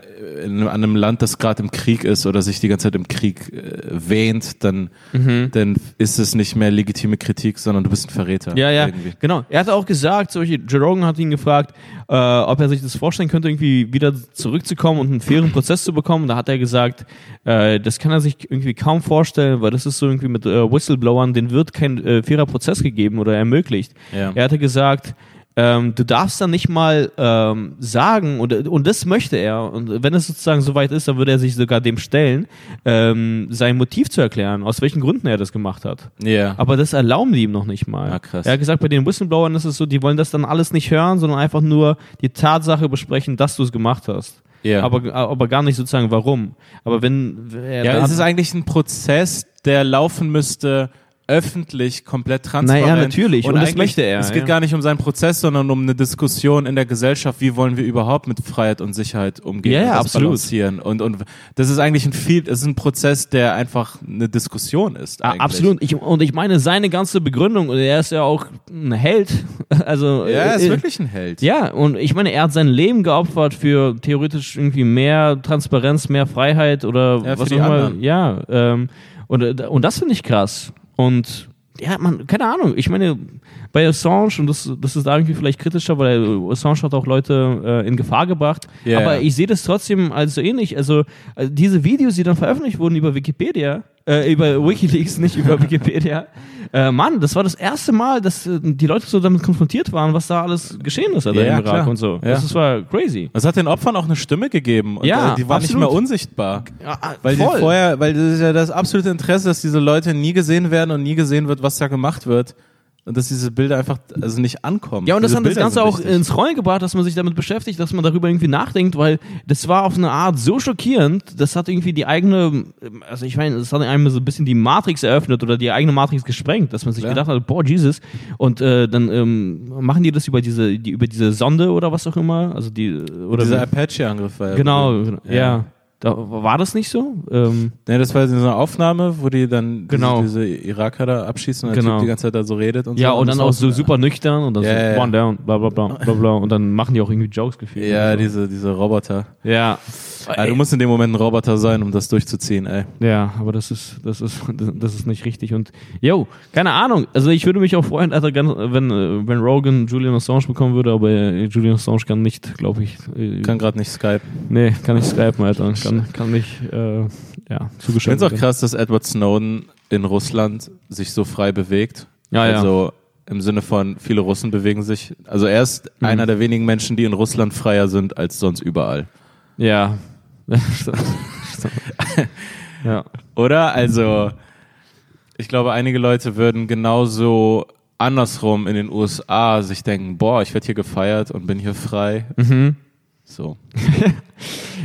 [SPEAKER 2] einem- an einem Land, das gerade im Krieg ist oder sich die ganze Zeit im Krieg äh, wähnt, dann,
[SPEAKER 1] Mhm.
[SPEAKER 2] dann ist es nicht mehr legitime Kritik, sondern du bist ein Verräter.
[SPEAKER 1] Ja, ja,
[SPEAKER 2] irgendwie.
[SPEAKER 1] genau. Er hat auch gesagt, solche, Joe Rogan hat ihn gefragt, äh, ob er sich das vorstellen könnte, irgendwie wieder zurückzukommen und einen fairen Prozess zu bekommen. Da hat er gesagt, äh, das kann er sich irgendwie kaum vorstellen, weil das ist so irgendwie mit äh, Whistleblowern, denen wird kein äh, fairer Prozess gegeben oder ermöglicht.
[SPEAKER 2] Ja.
[SPEAKER 1] Er hatte gesagt, ähm, du darfst dann nicht mal ähm, sagen, und, und das möchte er, und wenn es sozusagen soweit ist, dann würde er sich sogar dem stellen, ähm, sein Motiv zu erklären, aus welchen Gründen er das gemacht hat.
[SPEAKER 2] Ja.
[SPEAKER 1] Aber das erlauben die ihm noch nicht mal.
[SPEAKER 2] Ah, krass.
[SPEAKER 1] Er hat gesagt, bei den Whistleblowern ist es so, die wollen das dann alles nicht hören, sondern einfach nur die Tatsache besprechen, dass du es gemacht hast.
[SPEAKER 2] Ja.
[SPEAKER 1] Aber, aber gar nicht sozusagen warum. Aber wenn. er
[SPEAKER 2] Ja,
[SPEAKER 1] da-
[SPEAKER 2] es ist eigentlich ein Prozess, der laufen müsste öffentlich, komplett transparent.
[SPEAKER 1] Naja, natürlich. Und das
[SPEAKER 2] eigentlich-
[SPEAKER 1] möchte er,
[SPEAKER 2] Es geht
[SPEAKER 1] ja.
[SPEAKER 2] gar nicht um seinen Prozess, sondern um eine Diskussion in der Gesellschaft, wie wollen wir überhaupt mit Freiheit und Sicherheit umgehen
[SPEAKER 1] Ja,
[SPEAKER 2] und
[SPEAKER 1] ja,
[SPEAKER 2] das
[SPEAKER 1] absolut.
[SPEAKER 2] balancieren. Und, und das ist eigentlich ein viel, es ist ein Prozess, der einfach eine Diskussion ist.
[SPEAKER 1] Ah,
[SPEAKER 2] Eigentlich.
[SPEAKER 1] absolut. Ich, und ich meine, seine ganze Begründung, und er ist ja auch ein Held. Also,
[SPEAKER 2] Ja, er
[SPEAKER 1] äh,
[SPEAKER 2] ist wirklich ein Held.
[SPEAKER 1] Ja, und ich meine, er hat sein Leben geopfert für theoretisch irgendwie mehr Transparenz, mehr Freiheit oder
[SPEAKER 2] Ja, für
[SPEAKER 1] was auch
[SPEAKER 2] die
[SPEAKER 1] immer.
[SPEAKER 2] anderen.
[SPEAKER 1] Ja, ähm, und, äh, und das finde ich krass. Und ja, man, keine Ahnung. Ich meine, bei Assange, und das, das ist da irgendwie vielleicht kritischer, weil Assange hat auch Leute äh, in Gefahr gebracht.
[SPEAKER 2] Ja,
[SPEAKER 1] aber
[SPEAKER 2] ja.
[SPEAKER 1] ich sehe das trotzdem als so ähnlich. Also, äh, diese Videos, die dann veröffentlicht wurden über Wikipedia, äh, über Wikileaks, nicht über Wikipedia. Äh, Mann, das war das erste Mal, dass äh, die Leute so damit konfrontiert waren, was da alles geschehen ist, also
[SPEAKER 2] Ja,
[SPEAKER 1] im
[SPEAKER 2] ja,
[SPEAKER 1] Irak
[SPEAKER 2] klar.
[SPEAKER 1] und so.
[SPEAKER 2] Ja.
[SPEAKER 1] Das ist, war crazy.
[SPEAKER 2] Es hat den Opfern auch eine Stimme gegeben. Und
[SPEAKER 1] Ja,
[SPEAKER 2] äh, die waren nicht
[SPEAKER 1] absolut.
[SPEAKER 2] mehr unsichtbar.
[SPEAKER 1] Ja,
[SPEAKER 2] Weil die vorher, weil das ist ja das absolute Interesse, dass diese Leute nie gesehen werden und nie gesehen wird, was da gemacht wird. Und dass diese Bilder einfach also nicht ankommen.
[SPEAKER 1] ja, und das
[SPEAKER 2] diese
[SPEAKER 1] hat das
[SPEAKER 2] Bilder
[SPEAKER 1] Ganze
[SPEAKER 2] sind
[SPEAKER 1] auch
[SPEAKER 2] wichtig.
[SPEAKER 1] ins Rollen gebracht, dass man sich damit beschäftigt, dass man darüber irgendwie nachdenkt, weil das war auf eine Art so schockierend, das hat irgendwie die eigene, also ich meine, das hat einem so ein bisschen die Matrix eröffnet oder die eigene Matrix gesprengt, dass man sich
[SPEAKER 2] Ja.
[SPEAKER 1] gedacht hat, boah, Jesus, und äh, dann ähm, machen die das über diese, die, über diese Sonde oder was auch immer, also die, oder
[SPEAKER 2] Dieser Apache-Angriff war ja.
[SPEAKER 1] Genau, genau, ja.
[SPEAKER 2] Ja.
[SPEAKER 1] Da, war das nicht so? Ähm,
[SPEAKER 2] Nee, das war so eine Aufnahme, wo die dann
[SPEAKER 1] Genau.
[SPEAKER 2] diese, diese Iraker da abschießen und der
[SPEAKER 1] Genau.
[SPEAKER 2] Typ die ganze Zeit da so redet und
[SPEAKER 1] ja,
[SPEAKER 2] so.
[SPEAKER 1] und dann auch so
[SPEAKER 2] das-
[SPEAKER 1] super nüchtern und dann
[SPEAKER 2] Ja,
[SPEAKER 1] so
[SPEAKER 2] ja, ja.
[SPEAKER 1] one down, bla bla bla bla bla. Und dann machen die auch irgendwie Jokes gefühlt.
[SPEAKER 2] Ja,
[SPEAKER 1] und so.
[SPEAKER 2] diese, diese Roboter.
[SPEAKER 1] ja.
[SPEAKER 2] Ah, du musst in dem Moment ein Roboter sein, um das durchzuziehen, ey.
[SPEAKER 1] ja, aber das ist, das ist, das ist nicht richtig. Und yo, keine Ahnung. Also ich würde mich auch freuen, Alter, ganz- wenn, äh, wenn Rogan Julian Assange bekommen würde, aber äh, Julian Assange kann nicht, glaube ich. äh,
[SPEAKER 2] Kann gerade nicht Skype.
[SPEAKER 1] nee, kann nicht skypen, Alter. Kann, kann nicht, äh, ja,
[SPEAKER 2] Ich finde
[SPEAKER 1] zugeschaltet.
[SPEAKER 2] es auch krass, dass Edward Snowden in Russland sich so frei bewegt.
[SPEAKER 1] Ja, ja.
[SPEAKER 2] also im Sinne von, viele Russen bewegen sich. Also er ist einer der wenigen Menschen, die in Russland freier sind als sonst überall.
[SPEAKER 1] Ja. Ja.
[SPEAKER 2] Oder? Also, ich glaube, einige Leute würden genauso andersrum in den USA sich denken, boah, ich werde hier gefeiert und bin hier frei. So.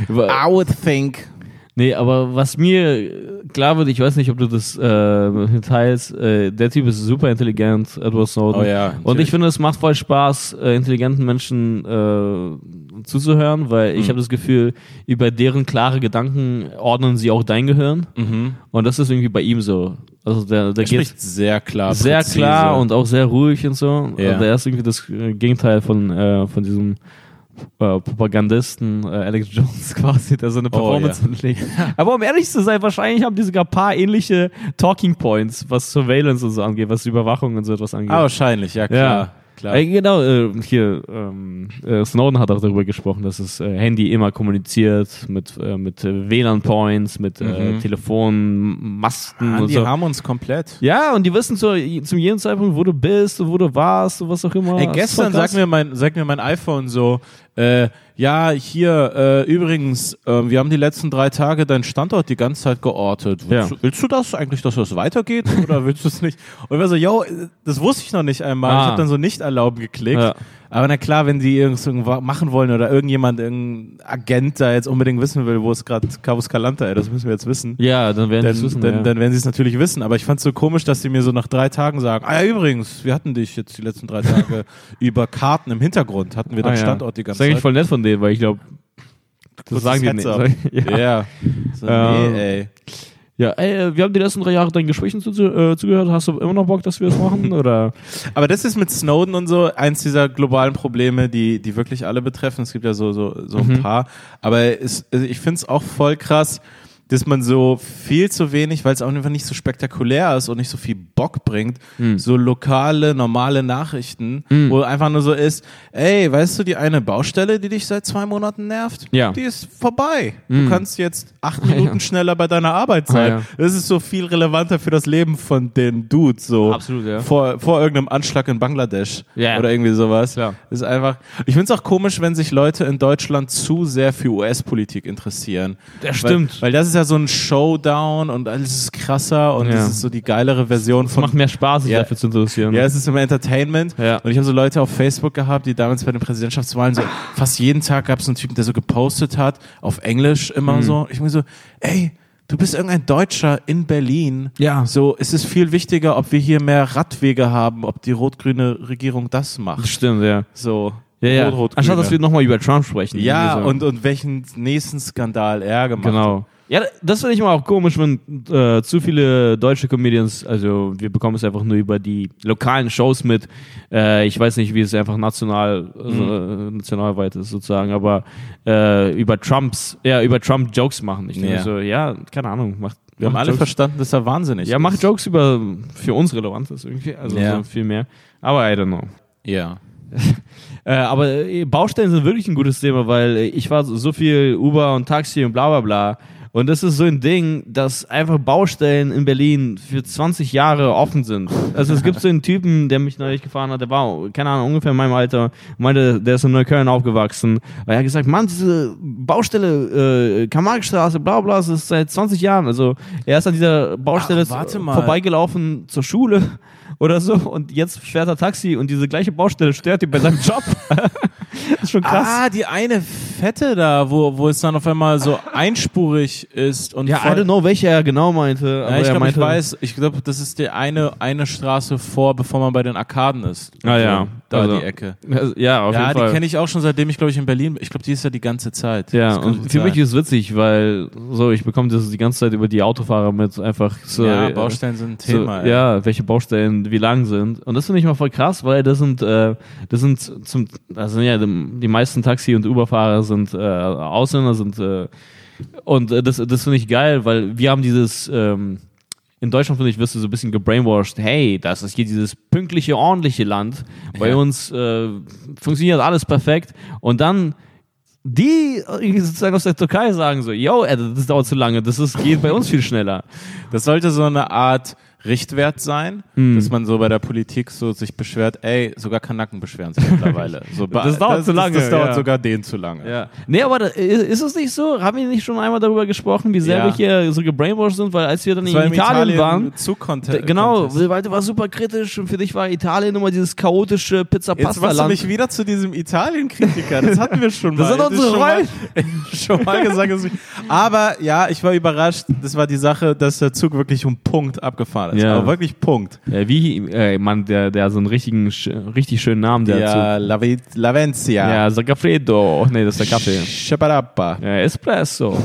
[SPEAKER 1] Aber-
[SPEAKER 2] would think.
[SPEAKER 1] Nee, aber was mir äh, klar wird, ich weiß nicht, ob du das äh, teilst, äh, der Typ ist super intelligent, Edward Snowden.
[SPEAKER 2] Oh ja,
[SPEAKER 1] Und
[SPEAKER 2] natürlich.
[SPEAKER 1] ich finde, es macht voll Spaß, äh, intelligenten Menschen äh, zuzuhören, weil
[SPEAKER 2] Mhm.
[SPEAKER 1] ich habe das Gefühl, über deren klare Gedanken ordnen sie auch dein Gehirn. Und das ist irgendwie bei ihm so. Also der, der
[SPEAKER 2] Mhm. Er
[SPEAKER 1] geht
[SPEAKER 2] spricht sehr klar.
[SPEAKER 1] sehr
[SPEAKER 2] präzise.
[SPEAKER 1] klar und auch sehr ruhig und so.
[SPEAKER 2] Ja.
[SPEAKER 1] Und er ist irgendwie das äh, Gegenteil von, äh, von diesem äh, Propagandisten äh, Alex Jones quasi, der so eine Performance
[SPEAKER 2] Oh, ja.
[SPEAKER 1] hinlegt. Aber um ehrlich zu sein, wahrscheinlich haben die sogar ein paar ähnliche Talking Points, was Surveillance und so angeht, was Überwachung und so etwas angeht.
[SPEAKER 2] Ah, wahrscheinlich, ja, klar.
[SPEAKER 1] ja.
[SPEAKER 2] klar.
[SPEAKER 1] Äh, genau, äh, hier, ähm, äh, Snowden hat auch darüber gesprochen, dass das äh, Handy immer kommuniziert mit, äh, mit äh, WLAN-Points, mit äh,
[SPEAKER 2] Mhm.
[SPEAKER 1] Telefonmasten
[SPEAKER 2] Mann,
[SPEAKER 1] und
[SPEAKER 2] die
[SPEAKER 1] so.
[SPEAKER 2] haben uns komplett.
[SPEAKER 1] Ja, und die wissen zu, zum jeden Zeitpunkt, wo du bist, und wo du warst und was auch immer.
[SPEAKER 2] Ey,
[SPEAKER 1] Das ist
[SPEAKER 2] gestern
[SPEAKER 1] voll krass.
[SPEAKER 2] sagt mir, mein, sagt mir mein iPhone so, äh, ja, hier, äh, übrigens, äh, wir haben die letzten drei Tage deinen Standort die ganze Zeit geortet. Willst,
[SPEAKER 1] Ja.
[SPEAKER 2] du, willst du das eigentlich, dass das weitergeht oder willst du es nicht? Und ich war so, yo, äh, das wusste ich noch nicht einmal.
[SPEAKER 1] Ah.
[SPEAKER 2] Ich habe dann so nicht erlauben geklickt.
[SPEAKER 1] Ja.
[SPEAKER 2] Aber na klar, wenn die irgendwas irgendwo machen wollen oder irgendjemand, irgendein Agent da jetzt unbedingt wissen will, wo es gerade Cabus Calanta, ey, das müssen wir jetzt wissen.
[SPEAKER 1] Ja, dann werden
[SPEAKER 2] dann,
[SPEAKER 1] sie wissen.
[SPEAKER 2] dann,
[SPEAKER 1] ja.
[SPEAKER 2] dann werden sie es natürlich wissen. Aber ich fand es so komisch, dass sie mir so nach drei Tagen sagen, ah ja, übrigens, wir hatten dich jetzt die letzten drei Tage über Karten im Hintergrund, hatten wir
[SPEAKER 1] Ah,
[SPEAKER 2] deinen
[SPEAKER 1] ja.
[SPEAKER 2] Standort die
[SPEAKER 1] Das ist
[SPEAKER 2] ganze
[SPEAKER 1] eigentlich
[SPEAKER 2] Zeit.
[SPEAKER 1] voll nett von denen, weil ich glaube, das sagen die nicht. Ja.
[SPEAKER 2] Ja. ja. So,
[SPEAKER 1] Ähm,
[SPEAKER 2] nee, ey.
[SPEAKER 1] ja, ey, wir haben die letzten drei Jahre deinen Gesprächen zu, äh, zugehört. Hast du immer noch Bock, dass wir das machen? Oder?
[SPEAKER 2] Aber das ist mit Snowden und so eins dieser globalen Probleme, die, die wirklich alle betreffen. Es gibt ja so, so, so
[SPEAKER 1] Mhm.
[SPEAKER 2] ein paar. Aber es, also ich finde es auch voll krass, dass man so viel zu wenig, weil es auch einfach nicht so spektakulär ist und nicht so viel Bock bringt,
[SPEAKER 1] Mhm.
[SPEAKER 2] so lokale, normale Nachrichten, wo einfach nur so ist, ey, weißt du, die eine Baustelle, die dich seit zwei Monaten nervt,
[SPEAKER 1] Ja. Mhm.
[SPEAKER 2] die ist vorbei. Du kannst jetzt acht Minuten schneller bei deiner Arbeit sein.
[SPEAKER 1] Ah, ja.
[SPEAKER 2] Das ist so viel relevanter für das Leben von den Dudes. So
[SPEAKER 1] Absolut, ja.
[SPEAKER 2] vor, vor irgendeinem Anschlag in Bangladesch
[SPEAKER 1] Ja.
[SPEAKER 2] oder irgendwie sowas.
[SPEAKER 1] Klar.
[SPEAKER 2] Ist einfach. Ich finde es auch komisch, wenn sich Leute in Deutschland zu sehr für US-Politik interessieren.
[SPEAKER 1] Das stimmt.
[SPEAKER 2] Weil, weil das ist ja so ein Showdown und alles ist krasser und
[SPEAKER 1] Ja.
[SPEAKER 2] das ist so die geilere Version
[SPEAKER 1] Es
[SPEAKER 2] von.
[SPEAKER 1] macht mehr Spaß, sich
[SPEAKER 2] Ja.
[SPEAKER 1] dafür zu interessieren.
[SPEAKER 2] Ja, es ist immer Entertainment.
[SPEAKER 1] Ja.
[SPEAKER 2] Und ich habe so Leute auf Facebook gehabt, die damals bei den Präsidentschaftswahlen so fast jeden Tag gab es einen Typen, der so gepostet hat, auf Englisch immer
[SPEAKER 1] Mhm.
[SPEAKER 2] so. Ich mir so, ey, du bist irgendein Deutscher in Berlin.
[SPEAKER 1] Ja.
[SPEAKER 2] So, es ist viel wichtiger, ob wir hier mehr Radwege haben, ob die rot-grüne Regierung das macht.
[SPEAKER 1] Stimmt, ja.
[SPEAKER 2] So.
[SPEAKER 1] ja, ja.
[SPEAKER 2] Rot-Rot-Grüne.
[SPEAKER 1] Anstatt, dass wir nochmal über Trump sprechen.
[SPEAKER 2] ja,
[SPEAKER 1] Irgendwie so.
[SPEAKER 2] und, und welchen nächsten Skandal er gemacht hat.
[SPEAKER 1] Genau. Ja, das finde ich mal auch komisch, wenn äh, zu viele deutsche Comedians, also wir bekommen es einfach nur über die lokalen Shows mit. Äh, ich weiß nicht, wie es einfach national,
[SPEAKER 2] Mhm.
[SPEAKER 1] also, äh, nationalweit ist sozusagen, aber äh, über Trumps, ja, über Trump Jokes machen. Ich denke
[SPEAKER 2] Ja.
[SPEAKER 1] so, ja, keine Ahnung, macht.
[SPEAKER 2] Wir haben
[SPEAKER 1] macht
[SPEAKER 2] alle
[SPEAKER 1] Jokes.
[SPEAKER 2] verstanden, dass er wahnsinnig
[SPEAKER 1] Ja,
[SPEAKER 2] ist.
[SPEAKER 1] macht Jokes über für uns relevant ist irgendwie, also
[SPEAKER 2] Ja.
[SPEAKER 1] so viel mehr. Aber I don't know.
[SPEAKER 2] Ja.
[SPEAKER 1] Äh, aber äh, Baustellen sind wirklich ein gutes Thema, weil äh, ich war so- so viel Uber und Taxi und bla bla bla. Und das ist so ein Ding, dass einfach Baustellen in Berlin für 20 Jahre offen sind. Also es gibt so einen Typen, der mich neulich gefahren hat, der war, keine Ahnung, ungefähr in meinem Alter, meinte, der ist in Neukölln aufgewachsen. Und er hat gesagt, Mann, diese Baustelle, äh, Kamarkstraße, bla bla, das ist seit 20 Jahren. Also er ist an dieser Baustelle
[SPEAKER 2] Ach, warte
[SPEAKER 1] z-
[SPEAKER 2] mal.
[SPEAKER 1] vorbeigelaufen zur Schule oder so und jetzt fährt er Taxi und diese gleiche Baustelle stört ihn bei seinem Job. Das ist schon krass.
[SPEAKER 2] Ah, die eine Fette da, wo, wo es dann auf einmal so einspurig ist und
[SPEAKER 1] ja, I
[SPEAKER 2] voll-
[SPEAKER 1] don't know, welche er genau meinte. Aber
[SPEAKER 2] Ja, ich
[SPEAKER 1] er
[SPEAKER 2] glaube, ich
[SPEAKER 1] meinte,
[SPEAKER 2] weiß, ich glaube, das ist die eine, eine Straße vor, bevor man bei den Arkaden ist.
[SPEAKER 1] Ah,
[SPEAKER 2] Also,
[SPEAKER 1] ja.
[SPEAKER 2] Da
[SPEAKER 1] Also,
[SPEAKER 2] die Ecke.
[SPEAKER 1] Ja, auf
[SPEAKER 2] Ja,
[SPEAKER 1] jeden
[SPEAKER 2] die
[SPEAKER 1] Fall.
[SPEAKER 2] kenne ich auch schon, seitdem ich, glaube ich, in Berlin bin. Ich glaube, die ist ja die ganze Zeit.
[SPEAKER 1] Ja,
[SPEAKER 2] Das kann
[SPEAKER 1] und
[SPEAKER 2] gut
[SPEAKER 1] für mich
[SPEAKER 2] sein.
[SPEAKER 1] ist es witzig, weil so, ich bekomme das die ganze Zeit über die Autofahrer mit, einfach so.
[SPEAKER 2] Ja,
[SPEAKER 1] äh,
[SPEAKER 2] Baustellen sind ein
[SPEAKER 1] so,
[SPEAKER 2] Thema. ey.
[SPEAKER 1] ja, welche Baustellen wie lang sind. Und das finde ich mal voll krass, weil das sind, äh, das sind zum, also ja, die die meisten Taxi- und Uber-Fahrer sind äh, Ausländer, sind äh, und äh, das, das finde ich geil, weil wir haben dieses ähm, in Deutschland finde ich, wirst du so ein bisschen gebrainwashed. Hey, das ist hier dieses pünktliche, ordentliche Land. Bei
[SPEAKER 2] Ja.
[SPEAKER 1] uns äh, funktioniert alles perfekt. Und dann die irgendwie sozusagen aus der Türkei sagen so, yo, äh, das dauert zu lange, das ist, geht bei uns viel schneller.
[SPEAKER 2] Das sollte so eine Art Richtwert sein, dass man so bei der Politik so sich beschwert, ey, sogar Kanaken beschweren sich mittlerweile. So, bei-
[SPEAKER 1] Das dauert zu lange,
[SPEAKER 2] Das, das dauert
[SPEAKER 1] ja.
[SPEAKER 2] sogar denen zu lange.
[SPEAKER 1] Ja. Nee, aber da, i- ist es nicht so? Haben wir nicht schon einmal darüber gesprochen, wie sehr
[SPEAKER 2] Ja.
[SPEAKER 1] wir hier so gebrainwashed sind, weil als wir dann in
[SPEAKER 2] Das war
[SPEAKER 1] Italien, waren, d-
[SPEAKER 2] Zugcontest.
[SPEAKER 1] genau, weil du warst super kritisch und für dich war Italien immer dieses chaotische
[SPEAKER 2] Jetzt machst du
[SPEAKER 1] Pizza-Pasta-Land.
[SPEAKER 2] mich wieder zu diesem Italien-Kritiker. Das hatten wir schon mal.
[SPEAKER 1] Das sind unsere
[SPEAKER 2] schon mal, schon mal gesagt. Dass ich, aber ja, ich war überrascht. Das war die Sache, dass der Zug wirklich um Punkt abgefahren ist.
[SPEAKER 1] Ja.
[SPEAKER 2] Aber wirklich Punkt.
[SPEAKER 1] Äh, wie, äh, Mann, der, der hat so einen richtigen, sch- richtig schönen Namen, der Zug.
[SPEAKER 2] Lavi- Lavenzia.
[SPEAKER 1] Ja, Sagafredo. Nee, das ist der Kaffee.
[SPEAKER 2] Scheparappa.
[SPEAKER 1] Äh, Espresso.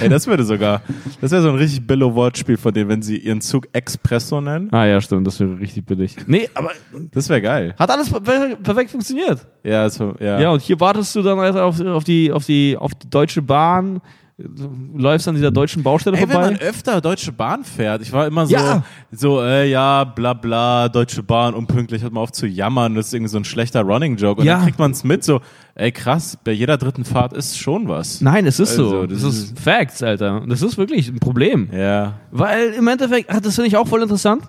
[SPEAKER 2] Ey, das würde sogar. Das wäre so ein richtig Billo-Wortspiel von denen, wenn sie ihren Zug Expresso nennen.
[SPEAKER 1] Ah ja, stimmt, das wäre richtig billig. Nee, aber
[SPEAKER 2] Das wäre geil.
[SPEAKER 1] hat alles per- perfekt funktioniert.
[SPEAKER 2] Ja, so, ja.
[SPEAKER 1] Ja, und hier wartest du dann Alter, auf, auf, die, auf, die, auf die Deutsche Bahn, läufst an dieser deutschen Baustelle
[SPEAKER 2] Ey, wenn
[SPEAKER 1] vorbei.
[SPEAKER 2] man öfter Deutsche Bahn fährt, ich war immer so,
[SPEAKER 1] Ja.
[SPEAKER 2] so, äh, ja, bla bla, Deutsche Bahn, unpünktlich, hört mal auf zu jammern, das ist irgendwie so ein schlechter Running-Joke. Und
[SPEAKER 1] Ja.
[SPEAKER 2] dann kriegt man es mit, so, ey krass, bei jeder dritten Fahrt ist schon was.
[SPEAKER 1] Nein, es ist so.
[SPEAKER 2] Also,
[SPEAKER 1] Das,
[SPEAKER 2] das
[SPEAKER 1] ist Facts, Alter. Das ist wirklich ein Problem.
[SPEAKER 2] Ja.
[SPEAKER 1] Weil im Endeffekt, ach, das finde ich auch voll interessant.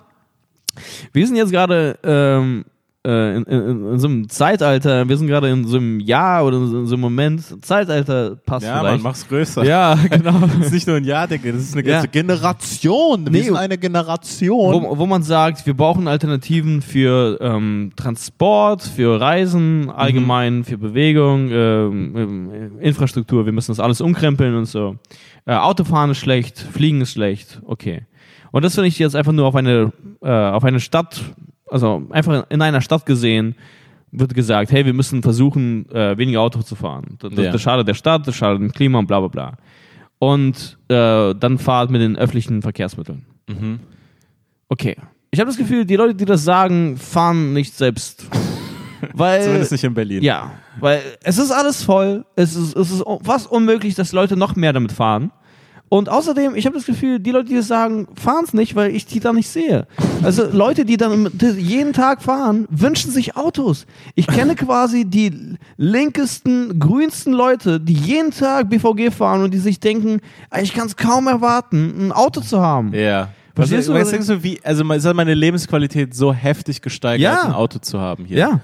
[SPEAKER 1] Wir sind jetzt gerade ähm, äh, in, in, in so einem Zeitalter, wir sind gerade in so einem Jahr oder in so- in so einem Moment. Zeitalter passt
[SPEAKER 2] Ja, man,
[SPEAKER 1] vielleicht.
[SPEAKER 2] mach's größer.
[SPEAKER 1] ja, genau.
[SPEAKER 2] Das ist nicht nur ein Jahr, Digga, das ist eine
[SPEAKER 1] Ja.
[SPEAKER 2] ganze Generation. Wir
[SPEAKER 1] Nee.
[SPEAKER 2] sind eine Generation.
[SPEAKER 1] Wo, wo man sagt, wir brauchen Alternativen für ähm, Transport, für Reisen, allgemein für Bewegung, ähm, ähm, Infrastruktur, wir müssen das alles umkrempeln und so. Äh, Autofahren ist schlecht, Fliegen ist schlecht, okay. Und das finde ich jetzt einfach nur auf eine, äh, auf eine Stadt, also einfach in einer Stadt gesehen, wird gesagt, hey, wir müssen versuchen, äh, weniger Auto zu fahren. Das, das,
[SPEAKER 2] Ja.
[SPEAKER 1] das schadet der Stadt, das schadet dem Klima und bla bla bla. Und äh, dann fahrt mit den öffentlichen Verkehrsmitteln. Okay. Ich habe das Gefühl, die Leute, die das sagen, fahren nicht selbst. weil,
[SPEAKER 2] Zumindest nicht in Berlin.
[SPEAKER 1] Ja, weil es ist alles voll. Es ist, es ist un- fast unmöglich, dass Leute noch mehr damit fahren. Und außerdem, ich habe das Gefühl, die Leute, die das sagen, fahren es nicht, weil ich die da nicht sehe. Also Leute, die dann mit- die jeden Tag fahren, wünschen sich Autos. Ich kenne quasi die linkesten, grünsten Leute, die jeden Tag BVG fahren und die sich denken, "Ey, ich kann es kaum erwarten, ein Auto zu haben.
[SPEAKER 2] Ja.
[SPEAKER 1] Verstehst
[SPEAKER 2] Weißt
[SPEAKER 1] du,
[SPEAKER 2] du,
[SPEAKER 1] was ich-
[SPEAKER 2] weißt du, wie, also es hat meine Lebensqualität so heftig gesteigert,
[SPEAKER 1] Ja.
[SPEAKER 2] ein Auto zu haben hier.
[SPEAKER 1] Ja.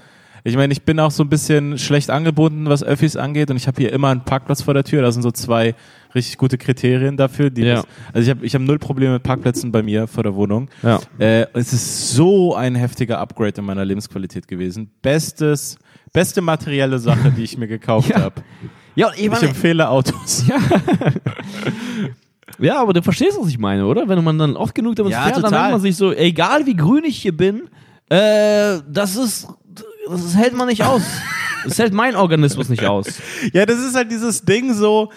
[SPEAKER 2] Ich meine, ich bin auch so ein bisschen schlecht angebunden, was Öffis angeht und ich habe hier immer einen Parkplatz vor der Tür. Da sind so zwei richtig gute Kriterien dafür. Die
[SPEAKER 1] Ja.
[SPEAKER 2] das- also ich habe ich hab null Probleme mit Parkplätzen bei mir vor der Wohnung.
[SPEAKER 1] Ja.
[SPEAKER 2] Äh, es ist so ein heftiger Upgrade in meiner Lebensqualität gewesen. Bestes, beste materielle Sache, die ich mir gekauft
[SPEAKER 1] Ja.
[SPEAKER 2] habe.
[SPEAKER 1] Ja, und ich
[SPEAKER 2] Ich
[SPEAKER 1] meine-
[SPEAKER 2] empfehle Autos.
[SPEAKER 1] Ja, aber du verstehst, was ich meine, oder? Wenn man dann oft genug damit
[SPEAKER 2] Ja,
[SPEAKER 1] fährt, dann
[SPEAKER 2] total.
[SPEAKER 1] denkt man sich so, egal wie grün ich hier bin, äh, das ist, das hält man nicht aus. Das hält mein Organismus nicht aus.
[SPEAKER 2] Ja, das ist halt dieses Ding so,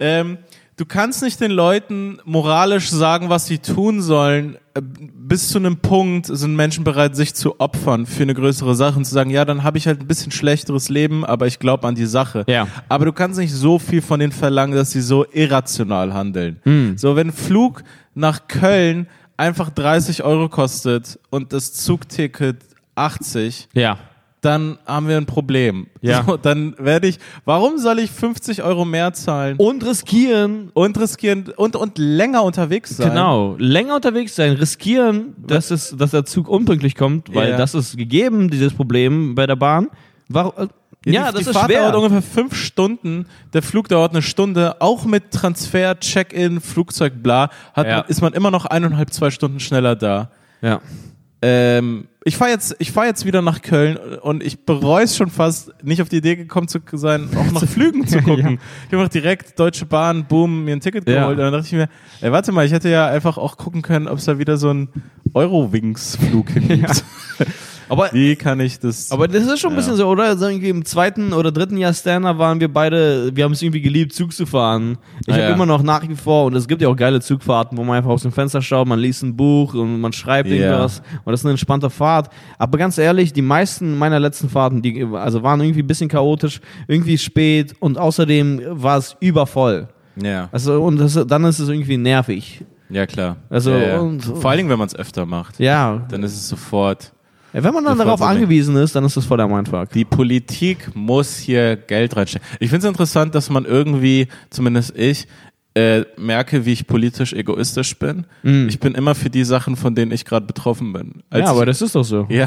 [SPEAKER 2] ähm, du kannst nicht den Leuten moralisch sagen, was sie tun sollen. Äh, Bis zu einem Punkt sind Menschen bereit, sich zu opfern für eine größere Sache und zu sagen, ja, dann habe ich halt ein bisschen schlechteres Leben, aber ich glaube an die Sache.
[SPEAKER 1] Ja.
[SPEAKER 2] Aber du kannst nicht so viel von denen verlangen, dass sie so irrational handeln. So, wenn ein Flug nach Köln einfach 30 Euro kostet und das Zugticket 80,
[SPEAKER 1] Ja.
[SPEAKER 2] dann haben wir ein Problem.
[SPEAKER 1] Ja.
[SPEAKER 2] So, dann werde ich, warum soll ich 50 Euro mehr zahlen
[SPEAKER 1] Und riskieren,
[SPEAKER 2] und riskieren und, und länger unterwegs sein?
[SPEAKER 1] genau, länger unterwegs sein, riskieren, dass, es, dass der Zug unpünktlich kommt, weil
[SPEAKER 2] Ja.
[SPEAKER 1] das ist gegeben, dieses Problem bei der Bahn. Warum, äh,
[SPEAKER 2] Ja,
[SPEAKER 1] ja,
[SPEAKER 2] die,
[SPEAKER 1] das
[SPEAKER 2] die
[SPEAKER 1] ist
[SPEAKER 2] Fahrt
[SPEAKER 1] schwer.
[SPEAKER 2] dauert ungefähr fünf Stunden, der Flug dauert eine Stunde, auch mit Transfer, Check-in, Flugzeug, bla, hat
[SPEAKER 1] Ja.
[SPEAKER 2] man, ist man immer noch eineinhalb, zwei Stunden schneller da.
[SPEAKER 1] Ja.
[SPEAKER 2] Ähm, ich fahre jetzt, ich fahr jetzt wieder nach Köln und ich bereue es schon fast, nicht auf die Idee gekommen zu sein, auch nach Flügen zu gucken. Ich habe direkt Deutsche Bahn, boom, mir ein Ticket geholt
[SPEAKER 1] Ja.
[SPEAKER 2] und dann dachte ich mir, ey, warte mal, ich hätte ja einfach auch gucken können, ob es da wieder so einen Eurowings-Flug gibt.
[SPEAKER 1] Aber
[SPEAKER 2] Wie kann ich das?
[SPEAKER 1] Aber das ist schon ein bisschen so, oder? So irgendwie Im zweiten oder dritten Jahr Stand-Up waren wir beide, wir haben es irgendwie geliebt, Zug zu fahren. Ich
[SPEAKER 2] Ah,
[SPEAKER 1] habe
[SPEAKER 2] ja.
[SPEAKER 1] immer noch nach wie vor, und es gibt ja auch geile Zugfahrten, wo man einfach aus dem Fenster schaut, man liest ein Buch und man schreibt
[SPEAKER 2] Ja.
[SPEAKER 1] irgendwas und das ist eine entspannte Fahrt. Aber ganz ehrlich, die meisten meiner letzten Fahrten, die also waren irgendwie ein bisschen chaotisch, irgendwie spät und außerdem war es übervoll.
[SPEAKER 2] ja,
[SPEAKER 1] Also und das, dann ist es irgendwie nervig.
[SPEAKER 2] ja klar.
[SPEAKER 1] Also,
[SPEAKER 2] ja, ja.
[SPEAKER 1] und-
[SPEAKER 2] vor allen Dingen, wenn man es öfter macht,
[SPEAKER 1] Ja.
[SPEAKER 2] dann ist es sofort.
[SPEAKER 1] ja wenn man dann
[SPEAKER 2] Das war
[SPEAKER 1] darauf
[SPEAKER 2] so ein Ding.
[SPEAKER 1] angewiesen ist, dann ist das voll der Mindfuck.
[SPEAKER 2] Die Politik muss hier Geld reinstecken. Ich finde es interessant, dass man irgendwie, zumindest ich, äh, merke, wie ich politisch egoistisch bin. Ich bin immer für die Sachen, von denen ich gerade betroffen bin. Als
[SPEAKER 1] Mhm. Ja, aber
[SPEAKER 2] ich,
[SPEAKER 1] das ist doch so.
[SPEAKER 2] ja,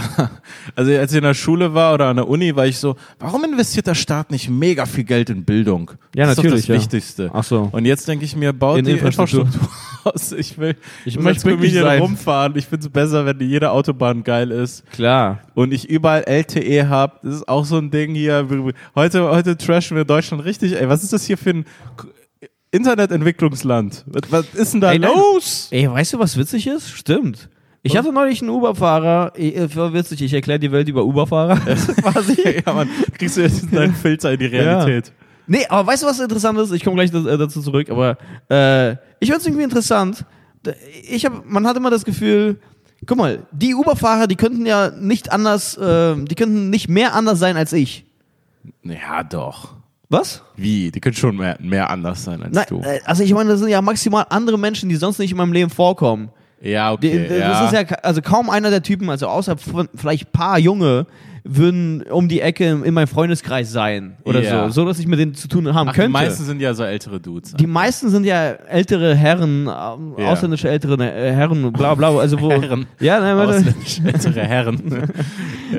[SPEAKER 2] also als ich in der Schule war oder an der Uni, war ich so, warum investiert der Staat nicht mega viel Geld in Bildung?
[SPEAKER 1] Ja,
[SPEAKER 2] das
[SPEAKER 1] natürlich,
[SPEAKER 2] ist doch
[SPEAKER 1] ja.
[SPEAKER 2] das Wichtigste.
[SPEAKER 1] Ach so.
[SPEAKER 2] Und jetzt denke ich mir, baut
[SPEAKER 1] In
[SPEAKER 2] die
[SPEAKER 1] Infrastruktur.
[SPEAKER 2] Infrastruktur, aus. Ich will,
[SPEAKER 1] Ich
[SPEAKER 2] ich
[SPEAKER 1] muss
[SPEAKER 2] will als
[SPEAKER 1] als glücklich
[SPEAKER 2] Comedian
[SPEAKER 1] sein.
[SPEAKER 2] rumfahren. Ich finde es besser, wenn jede Autobahn geil ist
[SPEAKER 1] Klar.
[SPEAKER 2] und ich überall LTE habe. Das ist auch so ein Ding hier. Heute, heute trashen wir Deutschland richtig. Ey, was ist das hier für ein K- Internetentwicklungsland? Was, was ist denn da
[SPEAKER 1] Ey, nein.
[SPEAKER 2] los?
[SPEAKER 1] Ey, weißt du, was witzig ist? Stimmt. Ich hatte neulich einen Uberfahrer. Äh, War witzig, ich erkläre die Welt über Uberfahrer. quasi.
[SPEAKER 2] ja, Mann, kriegst du jetzt deinen Filter in die Realität.
[SPEAKER 1] Nee, aber weißt du, was interessant ist? Ich komme gleich das, äh, dazu zurück, aber äh, ich find's irgendwie interessant. D- Ich hab, man hat immer das Gefühl, guck mal, die Uberfahrer, die könnten ja nicht anders, äh, die könnten nicht mehr anders sein als ich.
[SPEAKER 2] Ja, doch.
[SPEAKER 1] Was?
[SPEAKER 2] Wie? Die können schon mehr, mehr anders sein als
[SPEAKER 1] Nein,
[SPEAKER 2] du.
[SPEAKER 1] äh, also ich meine, das sind ja maximal andere Menschen, die sonst nicht in meinem Leben vorkommen.
[SPEAKER 2] ja,
[SPEAKER 1] Die,
[SPEAKER 2] okay.
[SPEAKER 1] das
[SPEAKER 2] ja.
[SPEAKER 1] ist ja ka- also kaum einer der Typen, also außer von vielleicht paar Junge, würden um die Ecke in meinem Freundeskreis sein oder
[SPEAKER 2] Ja.
[SPEAKER 1] so, so dass ich mit denen zu tun haben
[SPEAKER 2] Ach,
[SPEAKER 1] könnte.
[SPEAKER 2] die meisten sind ja so ältere Dudes.
[SPEAKER 1] Die meisten sind ja ältere Herren, ähm,
[SPEAKER 2] Ja.
[SPEAKER 1] ausländische ältere äh, Herren, bla bla, also wo.
[SPEAKER 2] Herren.
[SPEAKER 1] Ja, nein, warte.
[SPEAKER 2] Ausländische ältere Herren.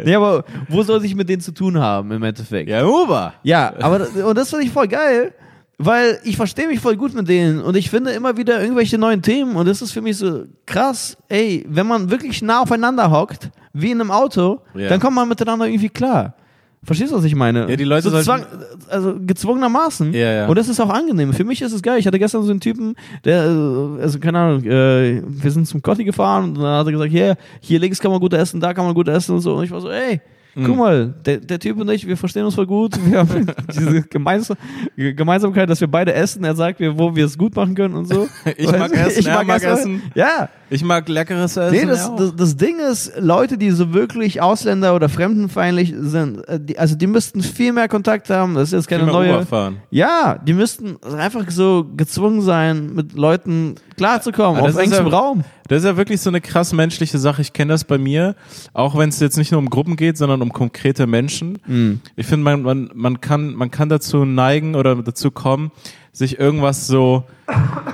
[SPEAKER 1] Nee, aber wo soll ich mit denen zu tun haben im Endeffekt?
[SPEAKER 2] ja, Uber.
[SPEAKER 1] Ja, aber das- und das finde ich voll geil, weil ich verstehe mich voll gut mit denen und ich finde immer wieder irgendwelche neuen Themen und das ist für mich so krass, ey, wenn man wirklich nah aufeinander hockt, wie in einem Auto,
[SPEAKER 2] Ja.
[SPEAKER 1] dann kommt man miteinander irgendwie klar. Verstehst du, was ich meine?
[SPEAKER 2] Ja, die Leute
[SPEAKER 1] so
[SPEAKER 2] sollten-
[SPEAKER 1] also gezwungenermaßen.
[SPEAKER 2] Ja, ja.
[SPEAKER 1] Und das ist auch angenehm. Für mich ist es geil. Ich hatte gestern so einen Typen, der, äh, also keine Ahnung, äh, wir sind zum Kotti gefahren und dann hat er gesagt, yeah, hier links kann man gut essen, da kann man gut essen und so. Und ich war so, ey,
[SPEAKER 2] Hm.
[SPEAKER 1] guck mal, der, der Typ und ich, wir verstehen uns voll gut. Wir haben diese Gemeins Ge- Gemeinsamkeit, dass wir beide essen. Er sagt mir, wo wir es gut machen können und so.
[SPEAKER 2] Ich mag essen, er mag essen.
[SPEAKER 1] Ja,
[SPEAKER 2] Ich mag leckeres Essen.
[SPEAKER 1] nee, das,
[SPEAKER 2] ja.
[SPEAKER 1] das, das Ding ist, Leute, die so wirklich Ausländer oder fremdenfeindlich sind, äh, die, also die müssten viel mehr Kontakt haben. Das ist jetzt keine
[SPEAKER 2] Immer
[SPEAKER 1] neue...
[SPEAKER 2] Uber fahren.
[SPEAKER 1] Ja, die müssten einfach so gezwungen sein, mit Leuten klarzukommen,
[SPEAKER 2] Aber
[SPEAKER 1] auf
[SPEAKER 2] das ist
[SPEAKER 1] engstem
[SPEAKER 2] ja-
[SPEAKER 1] Raum.
[SPEAKER 2] Das ist ja wirklich so eine krass menschliche Sache. Ich kenne das bei mir, auch wenn es jetzt nicht nur um Gruppen geht, sondern um konkrete Menschen.
[SPEAKER 1] Mhm.
[SPEAKER 2] Ich finde, man, man, man, kann, man kann dazu neigen oder dazu kommen, sich irgendwas so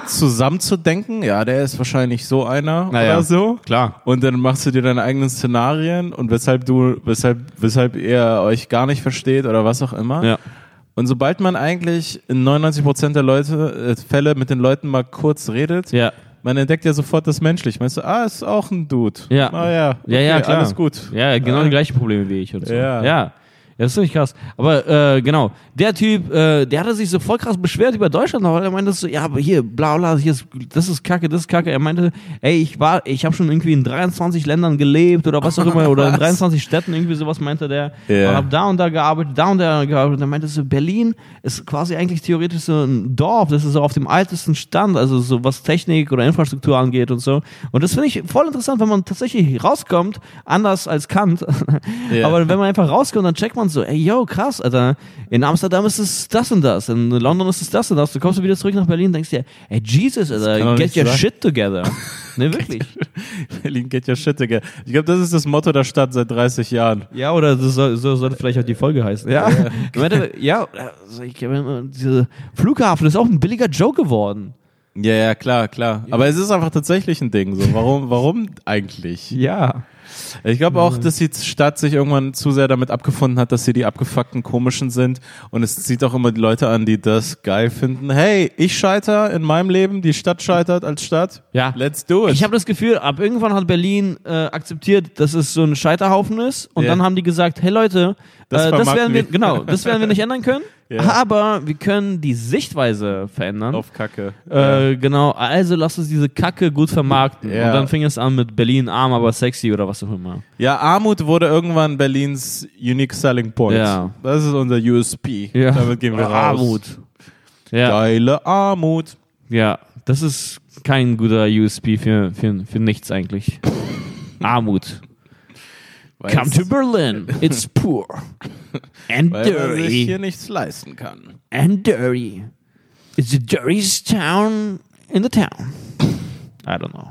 [SPEAKER 2] zusammenzudenken. Ja, der ist wahrscheinlich so einer
[SPEAKER 1] Naja,
[SPEAKER 2] oder so.
[SPEAKER 1] klar.
[SPEAKER 2] Und dann machst du dir deine eigenen Szenarien und weshalb du, weshalb, weshalb ihr euch gar nicht versteht oder was auch immer. Und sobald man eigentlich in 99% der Leute, äh, Fälle mit den Leuten mal kurz redet,
[SPEAKER 1] Ja.
[SPEAKER 2] man entdeckt ja sofort das Menschliche. Meinst du, ah, ist auch ein Dude.
[SPEAKER 1] Ja.
[SPEAKER 2] Ah, ja.
[SPEAKER 1] Ja, ja,
[SPEAKER 2] Okay,
[SPEAKER 1] klar.
[SPEAKER 2] Alles gut.
[SPEAKER 1] Ja, genau
[SPEAKER 2] Ah.
[SPEAKER 1] die gleichen Probleme wie ich und so.
[SPEAKER 2] Ja.
[SPEAKER 1] ja. Ja, das ist nicht krass. Aber äh, genau, der Typ, äh, der hatte sich so voll krass beschwert über Deutschland, weil er meinte so, ja, aber hier, bla bla, hier ist, das ist Kacke, das ist Kacke. Er meinte, ey, ich war, ich habe schon irgendwie in 23 Ländern gelebt oder was auch immer, oder in
[SPEAKER 2] Was?
[SPEAKER 1] 23 Städten, irgendwie sowas meinte der.
[SPEAKER 2] Ja.
[SPEAKER 1] Und hab da und da gearbeitet, da und da gearbeitet. Er meinte so, Berlin ist quasi eigentlich theoretisch so ein Dorf, das ist so auf dem ältesten Stand, also so was Technik oder Infrastruktur angeht und so. Und das finde ich voll interessant, wenn man tatsächlich rauskommt, anders als Kant.
[SPEAKER 2] Ja.
[SPEAKER 1] Aber wenn man einfach rauskommt, dann checkt man so, ey, yo, krass, Alter, in Amsterdam ist es das und das, in London ist es das und das. Du kommst wieder zurück nach Berlin und denkst dir, ey, Jesus,
[SPEAKER 2] kann
[SPEAKER 1] Alter,
[SPEAKER 2] doch
[SPEAKER 1] get
[SPEAKER 2] nicht
[SPEAKER 1] your
[SPEAKER 2] sein.
[SPEAKER 1] shit together. ne, wirklich.
[SPEAKER 2] Berlin geht ja shit, Digga. Ich glaube, das ist das Motto der Stadt seit 30 Jahren.
[SPEAKER 1] Ja, oder so, soll- so sollte vielleicht auch die Folge heißen. Ja, Ich meinte, ja also ich, diese Flughafen ist auch ein billiger Joke geworden.
[SPEAKER 2] Ja, ja, klar, klar. Aber es ist einfach tatsächlich ein Ding. So. Warum, warum eigentlich?
[SPEAKER 1] Ja.
[SPEAKER 2] Ich glaube auch, dass die Stadt sich irgendwann zu sehr damit abgefunden hat, dass sie die abgefuckten Komischen sind. Und es zieht auch immer die Leute an, die das geil finden. Hey, ich scheiter in meinem Leben, die Stadt scheitert als Stadt.
[SPEAKER 1] Ja.
[SPEAKER 2] Let's do it.
[SPEAKER 1] Ich habe das Gefühl, ab irgendwann hat Berlin äh, akzeptiert, dass es so ein Scheiterhaufen ist und
[SPEAKER 2] Ja.
[SPEAKER 1] dann haben die gesagt, hey Leute,
[SPEAKER 2] Das
[SPEAKER 1] äh, das
[SPEAKER 2] vermarkten
[SPEAKER 1] werden wir
[SPEAKER 2] wir.
[SPEAKER 1] genau, das werden wir nicht ändern können,
[SPEAKER 2] Ja.
[SPEAKER 1] aber wir können die Sichtweise verändern.
[SPEAKER 2] auf Kacke.
[SPEAKER 1] äh, genau, also lasst uns diese Kacke gut vermarkten.
[SPEAKER 2] Ja.
[SPEAKER 1] Und dann fing es an mit Berlin arm, aber sexy oder was auch immer.
[SPEAKER 2] Ja, Armut wurde irgendwann Berlins Unique Selling Point.
[SPEAKER 1] Ja.
[SPEAKER 2] Das ist unser USP.
[SPEAKER 1] Ja.
[SPEAKER 2] Damit gehen wir raus.
[SPEAKER 1] Armut. Ja.
[SPEAKER 2] Geile Armut.
[SPEAKER 1] Ja, das ist kein guter USP für, für, für nichts eigentlich. Armut.
[SPEAKER 2] Weil
[SPEAKER 1] Come to Berlin. It's poor. And
[SPEAKER 2] weil man sich hier
[SPEAKER 1] dirty.
[SPEAKER 2] nichts leisten kann.
[SPEAKER 1] And dirty. It's the dirtiest town in the town. I don't know.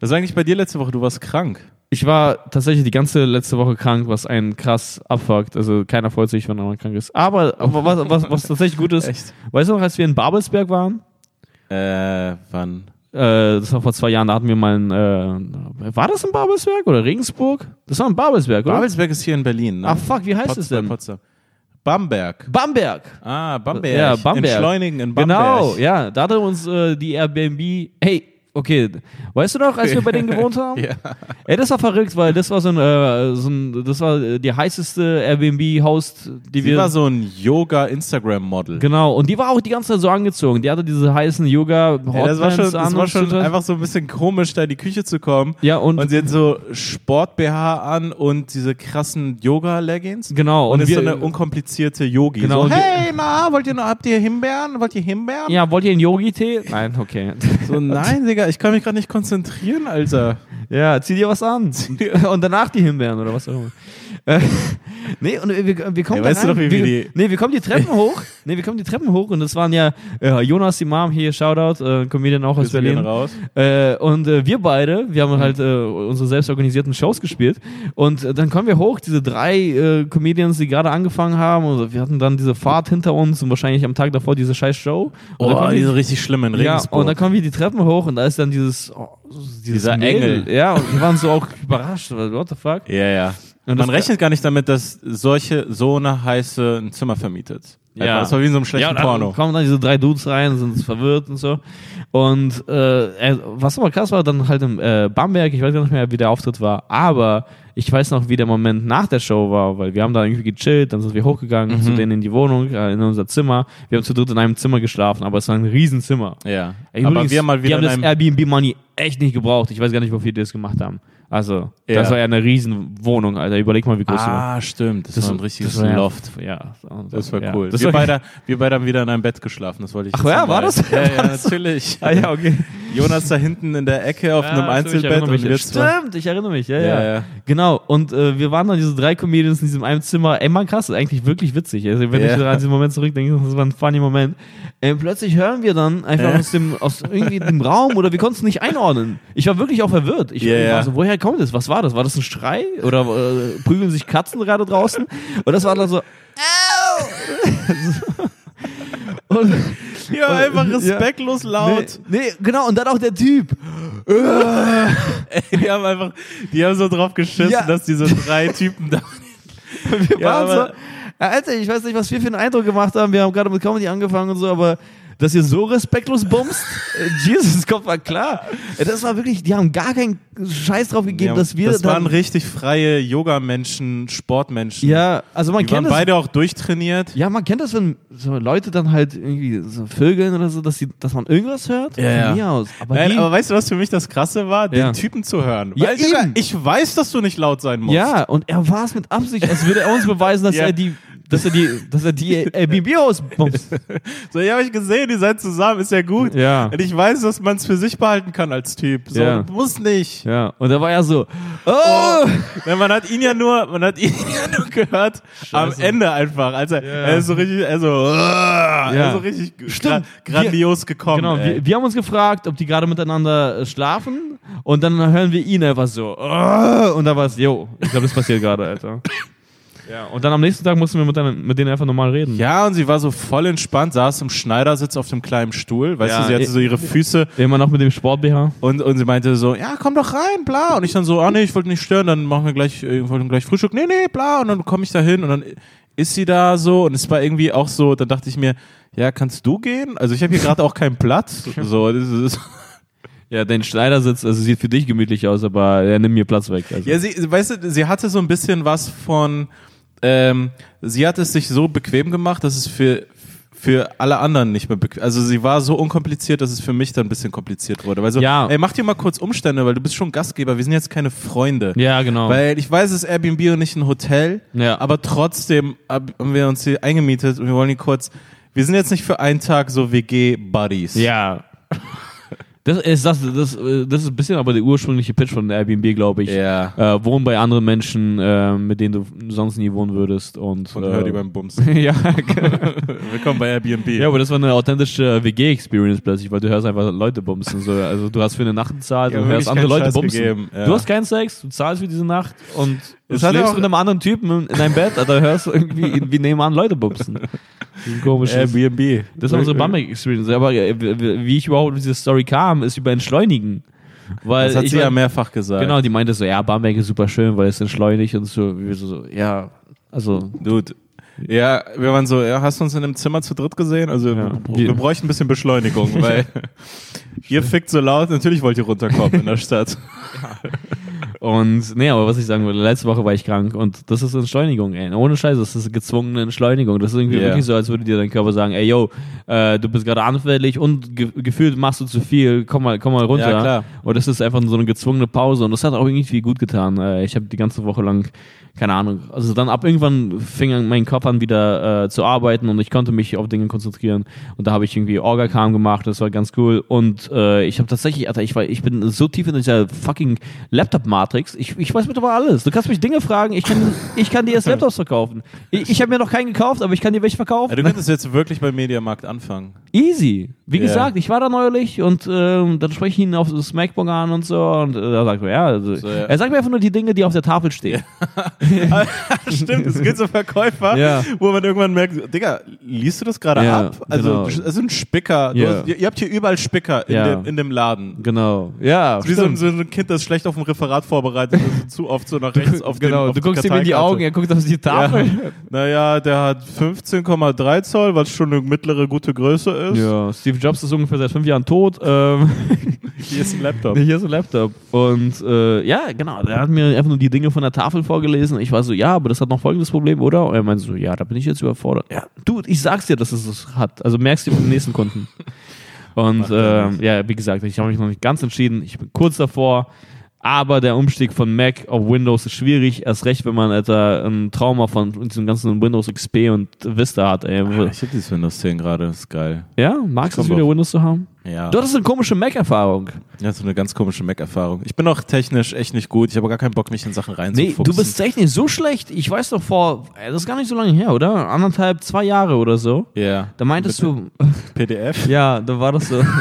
[SPEAKER 2] Was war eigentlich bei dir letzte Woche? Du warst krank.
[SPEAKER 1] Ich war tatsächlich die ganze letzte Woche krank, was einen krass abfuckt. Also keiner freut sich, wenn man krank ist. Aber, aber was, was, was tatsächlich gut ist,
[SPEAKER 2] Echt?
[SPEAKER 1] weißt du noch, als wir in Babelsberg waren?
[SPEAKER 2] Äh, wann?
[SPEAKER 1] Äh, das war vor zwei Jahren, da hatten wir mal ein, äh, war das in Babelsberg oder Regensburg? Das war in Babelsberg, oder?
[SPEAKER 2] Babelsberg ist hier in Berlin. Ne?
[SPEAKER 1] Ach fuck, wie heißt
[SPEAKER 2] Potsdam,
[SPEAKER 1] es denn?
[SPEAKER 2] Potsdam. Bamberg.
[SPEAKER 1] Bamberg.
[SPEAKER 2] Ah, Bamberg.
[SPEAKER 1] Ja, Bamberg.
[SPEAKER 2] In Schleunigen in Bamberg.
[SPEAKER 1] Genau, ja, da hatte uns äh, die Airbnb, hey, okay, weißt du noch, als wir bei denen gewohnt haben?
[SPEAKER 2] Ja.
[SPEAKER 1] Ey, das war verrückt, weil das war so ein, äh, so ein das war äh, die heißeste Airbnb-Host, die
[SPEAKER 2] Sie
[SPEAKER 1] wir
[SPEAKER 2] war so ein Yoga-Instagram-Model.
[SPEAKER 1] Genau, und die war auch die ganze Zeit so angezogen. Die hatte diese heißen yoga
[SPEAKER 2] Ey, das war schon, das
[SPEAKER 1] an
[SPEAKER 2] war
[SPEAKER 1] und
[SPEAKER 2] schon
[SPEAKER 1] so.
[SPEAKER 2] einfach so ein bisschen komisch, da in die Küche zu kommen.
[SPEAKER 1] Ja, und,
[SPEAKER 2] Und sie hat so Sport-BH an und diese krassen Yoga-Leggings.
[SPEAKER 1] genau.
[SPEAKER 2] Und, ist so
[SPEAKER 1] wir-
[SPEAKER 2] eine unkomplizierte Yogi.
[SPEAKER 1] Genau,
[SPEAKER 2] so,
[SPEAKER 1] und wir-
[SPEAKER 2] hey, ma, wollt ihr noch, habt ihr Himbeeren? Wollt ihr Himbeeren?
[SPEAKER 1] ja, wollt ihr einen Yogi-Tee? Nein, okay.
[SPEAKER 2] So, nein, Digga, ich kann mich gerade nicht konzentrieren, Alter.
[SPEAKER 1] ja, zieh dir was an. und danach die Himbeeren oder was auch immer. Äh, nee, und wir, wir kommen
[SPEAKER 2] Ja,
[SPEAKER 1] da
[SPEAKER 2] weißt du
[SPEAKER 1] rein,
[SPEAKER 2] doch, wie wir die-
[SPEAKER 1] Nee, wir kommen die Treppen hoch. Nee, wir kommen die Treppen hoch und das waren ja äh, Jonas, die Mom hier, Shoutout, äh, Comedian auch aus
[SPEAKER 2] Grüße gehen
[SPEAKER 1] Berlin.
[SPEAKER 2] raus. Mhm.
[SPEAKER 1] Äh, und äh, wir beide, wir haben halt äh, unsere selbst organisierten Shows gespielt. Und äh, dann kommen wir hoch, diese drei äh, Comedians, die gerade angefangen haben. Und wir hatten dann diese Fahrt hinter uns und wahrscheinlich am Tag davor diese scheiß Show. Und dann
[SPEAKER 2] Oh,
[SPEAKER 1] kommen
[SPEAKER 2] die
[SPEAKER 1] wir-
[SPEAKER 2] sind richtig schlimm in
[SPEAKER 1] ja,
[SPEAKER 2] Regensburg.
[SPEAKER 1] und dann kommen wir die Treppen hoch und da ist dann dieses, oh, dieses
[SPEAKER 2] Dieser
[SPEAKER 1] Mädel.
[SPEAKER 2] Engel.
[SPEAKER 1] Ja, und wir waren so auch überrascht, weil, what the fuck?
[SPEAKER 2] Ja, ja.
[SPEAKER 1] Und
[SPEAKER 2] Man
[SPEAKER 1] das-
[SPEAKER 2] rechnet gar nicht damit, dass solche so eine heiße ein Zimmer vermietet.
[SPEAKER 1] Ja.
[SPEAKER 2] Das war wie in so einem schlechten
[SPEAKER 1] und dann
[SPEAKER 2] Porno.
[SPEAKER 1] kommen dann diese drei Dudes rein, sind verwirrt und so. Und äh, äh, was aber krass war, dann halt im äh, Bamberg, ich weiß gar nicht mehr, wie der Auftritt war, aber ich weiß noch, wie der Moment nach der Show war, weil wir haben da irgendwie gechillt, dann sind wir hochgegangen
[SPEAKER 2] Mhm.
[SPEAKER 1] zu denen in die Wohnung, äh, in unser Zimmer. Wir haben zu dritt in einem Zimmer geschlafen, aber es war ein Riesenzimmer.
[SPEAKER 2] Ja.
[SPEAKER 1] Ey,
[SPEAKER 2] Aber
[SPEAKER 1] übrigens,
[SPEAKER 2] wir haben mal
[SPEAKER 1] die
[SPEAKER 2] wieder
[SPEAKER 1] haben
[SPEAKER 2] in
[SPEAKER 1] das
[SPEAKER 2] einem,
[SPEAKER 1] Airbnb-Money echt nicht gebraucht. Ich weiß gar nicht, wofür die das gemacht haben. Also,
[SPEAKER 2] Ja.
[SPEAKER 1] das war ja eine Riesenwohnung, Alter. Überleg mal, wie groß die war.
[SPEAKER 2] Ah, stimmt. Das, war ein richtiges
[SPEAKER 1] das war ja-
[SPEAKER 2] Loft.
[SPEAKER 1] Ja, so-
[SPEAKER 2] Das war
[SPEAKER 1] ja.
[SPEAKER 2] cool.
[SPEAKER 1] Das
[SPEAKER 2] wir,
[SPEAKER 1] war
[SPEAKER 2] beide, wir beide haben wieder in einem Bett geschlafen. Das wollte ich
[SPEAKER 1] Ach
[SPEAKER 2] jetzt
[SPEAKER 1] ja,
[SPEAKER 2] nochmal-
[SPEAKER 1] war das?
[SPEAKER 2] Ja, ja,
[SPEAKER 1] War das so?
[SPEAKER 2] natürlich.
[SPEAKER 1] Ah ja, okay.
[SPEAKER 2] Jonas da hinten in der Ecke auf einem
[SPEAKER 1] Ja, stimmt, ich
[SPEAKER 2] Einzelbett
[SPEAKER 1] erinnere
[SPEAKER 2] und
[SPEAKER 1] mich.
[SPEAKER 2] wir zwei.
[SPEAKER 1] Stimmt, ich erinnere mich, ja,
[SPEAKER 2] Ja,
[SPEAKER 1] ja.
[SPEAKER 2] ja.
[SPEAKER 1] Genau, und äh, wir waren dann diese drei Comedians in diesem einen Zimmer. Ey, man, krass, das ist eigentlich wirklich witzig. Also, wenn
[SPEAKER 2] Ja.
[SPEAKER 1] ich an diesen Moment zurückdenke, das war ein funny Moment. Äh, plötzlich hören wir dann einfach
[SPEAKER 2] Ja.
[SPEAKER 1] aus dem, aus irgendwie dem Raum oder wir konnten es nicht einordnen. Ich war wirklich auch verwirrt. Ich,
[SPEAKER 2] Ja,
[SPEAKER 1] ich
[SPEAKER 2] ja.
[SPEAKER 1] war so, woher kommt das? Was war das? War das ein Schrei? Oder äh, prügeln sich Katzen gerade draußen? Und das war dann so, au! und,
[SPEAKER 2] Ja, einfach
[SPEAKER 1] Ja.
[SPEAKER 2] respektlos laut.
[SPEAKER 1] Nee, nee, genau, und dann auch der Typ.
[SPEAKER 2] Die haben einfach, die haben so drauf geschissen,
[SPEAKER 1] Ja.
[SPEAKER 2] dass diese drei Typen da.
[SPEAKER 1] Wir
[SPEAKER 2] Ja,
[SPEAKER 1] waren
[SPEAKER 2] aber-
[SPEAKER 1] so, Ja, Alter, ich weiß nicht, was wir für einen Eindruck gemacht haben. Wir haben gerade mit Comedy angefangen und so, aber dass ihr so respektlos bumst, äh, Jesus, kommt mal klar. Äh, Das war wirklich, die haben gar keinen Scheiß drauf gegeben,
[SPEAKER 2] Ja,
[SPEAKER 1] dass wir
[SPEAKER 2] das
[SPEAKER 1] dann-
[SPEAKER 2] waren richtig freie Yoga-Menschen, Sportmenschen.
[SPEAKER 1] ja, also man
[SPEAKER 2] die waren
[SPEAKER 1] kennt das.
[SPEAKER 2] beide auch durchtrainiert.
[SPEAKER 1] Ja, man kennt das, wenn so Leute dann halt irgendwie so vögeln oder so, dass, sie, dass man irgendwas hört.
[SPEAKER 2] Ja, ja.
[SPEAKER 1] Von mir aus. Aber,
[SPEAKER 2] Nein,
[SPEAKER 1] die,
[SPEAKER 2] aber weißt du, was für mich das Krasse war? Den
[SPEAKER 1] Ja.
[SPEAKER 2] Typen zu hören.
[SPEAKER 1] Ja,
[SPEAKER 2] Weil, Digga,
[SPEAKER 1] eben.
[SPEAKER 2] ich weiß, dass du nicht laut sein musst.
[SPEAKER 1] ja, und er war es mit Absicht, als würde er uns beweisen, dass
[SPEAKER 2] Ja.
[SPEAKER 1] er die, dass er die, dass er die LBB ausbumst.
[SPEAKER 2] So, ja, hab ich gesehen, die seid zusammen, ist ja gut.
[SPEAKER 1] Ja.
[SPEAKER 2] Und ich weiß, dass man es für sich behalten kann als Typ. So,
[SPEAKER 1] Ja.
[SPEAKER 2] muss nicht.
[SPEAKER 1] Ja, und da war er so, oh!
[SPEAKER 2] Ja, man hat ihn ja nur, man hat ihn ja nur gehört am Ende einfach. Also er ist so richtig, er ist so, er ist so richtig gra
[SPEAKER 1] Stimmt.
[SPEAKER 2] grandios gekommen.
[SPEAKER 1] Genau,
[SPEAKER 2] ey.
[SPEAKER 1] wir, wir haben uns gefragt, ob die gerade miteinander äh, schlafen und dann hören wir ihn einfach so "Ah", und da war es, yo, ich glaube, das passiert gerade, Alter. Ja, und dann am nächsten Tag mussten wir mit, denen- mit denen einfach normal reden.
[SPEAKER 2] ja, und sie war so voll entspannt, saß im Schneidersitz auf dem kleinen Stuhl, weißt
[SPEAKER 1] Ja,
[SPEAKER 2] du, sie hatte
[SPEAKER 1] ich-
[SPEAKER 2] so ihre Füße
[SPEAKER 1] Immer noch mit dem Sport-BH.
[SPEAKER 2] und, und sie meinte so, ja, komm doch rein, bla. Und ich dann so, ah nee, ich wollte nicht stören, dann machen wir gleich, äh, wollen gleich Frühstück. Nee, nee, bla. Und dann komme ich da hin und dann ist sie da so und es war irgendwie auch so, dann dachte ich mir, ja, kannst du gehen? Also ich habe hier gerade auch keinen Platz. So, das ist
[SPEAKER 1] Ja, den Schneidersitz, also sieht für dich gemütlich aus, aber er nimmt mir Platz weg. Also.
[SPEAKER 2] Ja, sie, weißt du, sie hatte so ein bisschen was von, ähm, sie hat es sich so bequem gemacht, dass es für, für alle anderen nicht mehr bequem, also sie war so unkompliziert, dass es für mich dann ein bisschen kompliziert wurde. Weil so,
[SPEAKER 1] Ja.
[SPEAKER 2] ey, mach dir mal kurz Umstände, weil du bist schon Gastgeber, wir sind jetzt keine Freunde.
[SPEAKER 1] Ja, genau.
[SPEAKER 2] Weil ich weiß, es ist Airbnb und nicht ein Hotel,
[SPEAKER 1] Ja.
[SPEAKER 2] aber trotzdem hab- haben wir uns hier eingemietet und wir wollen hier kurz, wir sind jetzt nicht für einen Tag so WG-Buddies.
[SPEAKER 1] ja. Das ist, das, das, äh, das ist ein bisschen aber der ursprüngliche Pitch von Airbnb, glaube ich.
[SPEAKER 2] Ja.
[SPEAKER 1] Äh, wohn bei anderen Menschen, äh, mit denen du sonst nie wohnen würdest. Und,
[SPEAKER 2] Und
[SPEAKER 1] äh,
[SPEAKER 2] hör die beim Bums.
[SPEAKER 1] ja,
[SPEAKER 2] Willkommen bei Airbnb.
[SPEAKER 1] Ja, aber das war eine authentische WG-Experience plötzlich, weil du hörst einfach Leute bumsen. So. Also du hast für eine Nacht gezahlt
[SPEAKER 2] Ja,
[SPEAKER 1] und
[SPEAKER 2] wirklich
[SPEAKER 1] hörst andere
[SPEAKER 2] keinen
[SPEAKER 1] Leute
[SPEAKER 2] Scheiß
[SPEAKER 1] bumsen.
[SPEAKER 2] gegeben, ja.
[SPEAKER 1] Du hast keinen Sex, du zahlst für diese Nacht und Das
[SPEAKER 2] Jetzt
[SPEAKER 1] hat er
[SPEAKER 2] lebst
[SPEAKER 1] auch mit einem anderen Typen in einem Bett, da hörst du irgendwie, wie nebenan Leute bumsen. Das ist ein komisches-
[SPEAKER 2] Äh, Airbnb.
[SPEAKER 1] Das war unsere Bumming-Experience. Aber äh, wie wie ich überhaupt auf diese Story kam, ist über Entschleunigen. Weil
[SPEAKER 2] Das hat
[SPEAKER 1] ich
[SPEAKER 2] sie
[SPEAKER 1] war-
[SPEAKER 2] ja mehrfach gesagt.
[SPEAKER 1] Genau, die meinte so, ja, Bamberg ist super schön, weil es entschleunigt und so. Wir so, so, ja, also,
[SPEAKER 2] Dude. Ja, wir waren so, ja, hast du uns in einem Zimmer zu dritt gesehen? Also
[SPEAKER 1] Ja.
[SPEAKER 2] wir, wir bräuchten ein bisschen Beschleunigung, weil ihr fickt so laut, natürlich wollt ihr runterkommen in der Stadt.
[SPEAKER 1] und, nee, aber was ich sagen wollte, letzte Woche war ich krank und das ist Entschleunigung, ey. Ohne Scheiße, das ist gezwungene Entschleunigung. Das ist irgendwie
[SPEAKER 2] Ja.
[SPEAKER 1] wirklich so, als würde dir dein Körper sagen, ey, yo, äh, du bist gerade anfällig und ge gefühlt machst du zu viel, komm mal, komm mal runter.
[SPEAKER 2] Ja, klar.
[SPEAKER 1] Und das ist einfach so eine gezwungene Pause und das hat auch irgendwie gut getan. Äh, ich habe die ganze Woche lang, keine Ahnung, also dann ab irgendwann fing an- mein Kopf an wieder äh, zu arbeiten und ich konnte mich auf Dinge konzentrieren und da habe ich irgendwie Orga-Kram gemacht, das war ganz cool und äh, ich habe tatsächlich, Alter, ich, war, ich bin so tief in dieser fucking Laptop-Matrix, ich, ich weiß mittlerweile alles. Du kannst mich Dinge fragen, ich kann, ich kann dir jetzt Laptops verkaufen. Ich, ich habe mir noch keinen gekauft, aber ich kann dir welche verkaufen.
[SPEAKER 2] Ja, Also, du könntest jetzt wirklich beim Mediamarkt anfangen.
[SPEAKER 1] Easy. Wie
[SPEAKER 2] Ja.
[SPEAKER 1] gesagt, ich war da neulich und ähm, dann spreche ich ihn auf das MacBook an und so und äh, er sagt mir, ja, also,
[SPEAKER 2] So, ja.
[SPEAKER 1] er sagt mir einfach nur die Dinge, die auf der Tafel stehen.
[SPEAKER 2] Stimmt, es gibt so Verkäufer,
[SPEAKER 1] Ja.
[SPEAKER 2] wo man irgendwann merkt, Digga, liest du das gerade
[SPEAKER 1] Ja,
[SPEAKER 2] ab? Also
[SPEAKER 1] genau.
[SPEAKER 2] das ist ein Spicker. Du
[SPEAKER 1] Ja.
[SPEAKER 2] hast, ihr, ihr habt hier überall Spicker in,
[SPEAKER 1] Ja.
[SPEAKER 2] dem, in dem Laden.
[SPEAKER 1] Genau. Ja.
[SPEAKER 2] Wie so ein,
[SPEAKER 1] stimmt.
[SPEAKER 2] so ein Kind, das schlecht auf dem Referat vorbereitet ist, also zu oft so nach rechts auf den-
[SPEAKER 1] genau,
[SPEAKER 2] auf
[SPEAKER 1] du
[SPEAKER 2] die
[SPEAKER 1] guckst ihm in die
[SPEAKER 2] Karteikarte.
[SPEAKER 1] Augen, er guckt auf die Tafel.
[SPEAKER 2] Ja. Naja, der hat 15,3 Zoll, was schon eine mittlere gute Größe ist.
[SPEAKER 1] Ja. Steve Jobs ist ungefähr seit fünf Jahren tot. Ähm,
[SPEAKER 2] Hier ist ein Laptop.
[SPEAKER 1] hier ist ein Laptop. Und äh, ja, genau, der hat mir einfach nur die Dinge von der Tafel vorgelesen. Ich war so, ja, aber das hat noch folgendes Problem, oder? Und er meinte so, ja, da bin ich jetzt überfordert. Ja, du, ich sag's dir, dass es das hat. Also merkst du beim nächsten Kunden. Und ähm, ja, wie gesagt, ich habe mich noch nicht ganz entschieden. Ich bin kurz davor. Aber der Umstieg von Mac auf Windows ist schwierig. Erst recht, wenn man etwa ein Trauma von diesem ganzen Windows XP und Vista hat. Ey.
[SPEAKER 2] Ah, Ich hätte dieses Windows 10 gerade, ist geil.
[SPEAKER 1] Ja, magst du es
[SPEAKER 2] Komm
[SPEAKER 1] wieder
[SPEAKER 2] auf.
[SPEAKER 1] Windows zu haben?
[SPEAKER 2] Ja.
[SPEAKER 1] Du hattest eine komische Mac-Erfahrung.
[SPEAKER 2] ja, so eine ganz komische Mac-Erfahrung. Ich bin auch technisch echt nicht gut. Ich habe gar keinen Bock, mich in Sachen
[SPEAKER 1] Nee,
[SPEAKER 2] reinzufuchsen.
[SPEAKER 1] du bist technisch so schlecht. Ich weiß noch vor, ey, das ist gar nicht so lange her, oder? Anderthalb, zwei Jahre oder so.
[SPEAKER 2] Ja.
[SPEAKER 1] Da meintest du,
[SPEAKER 2] PDF?
[SPEAKER 1] ja, da war das so.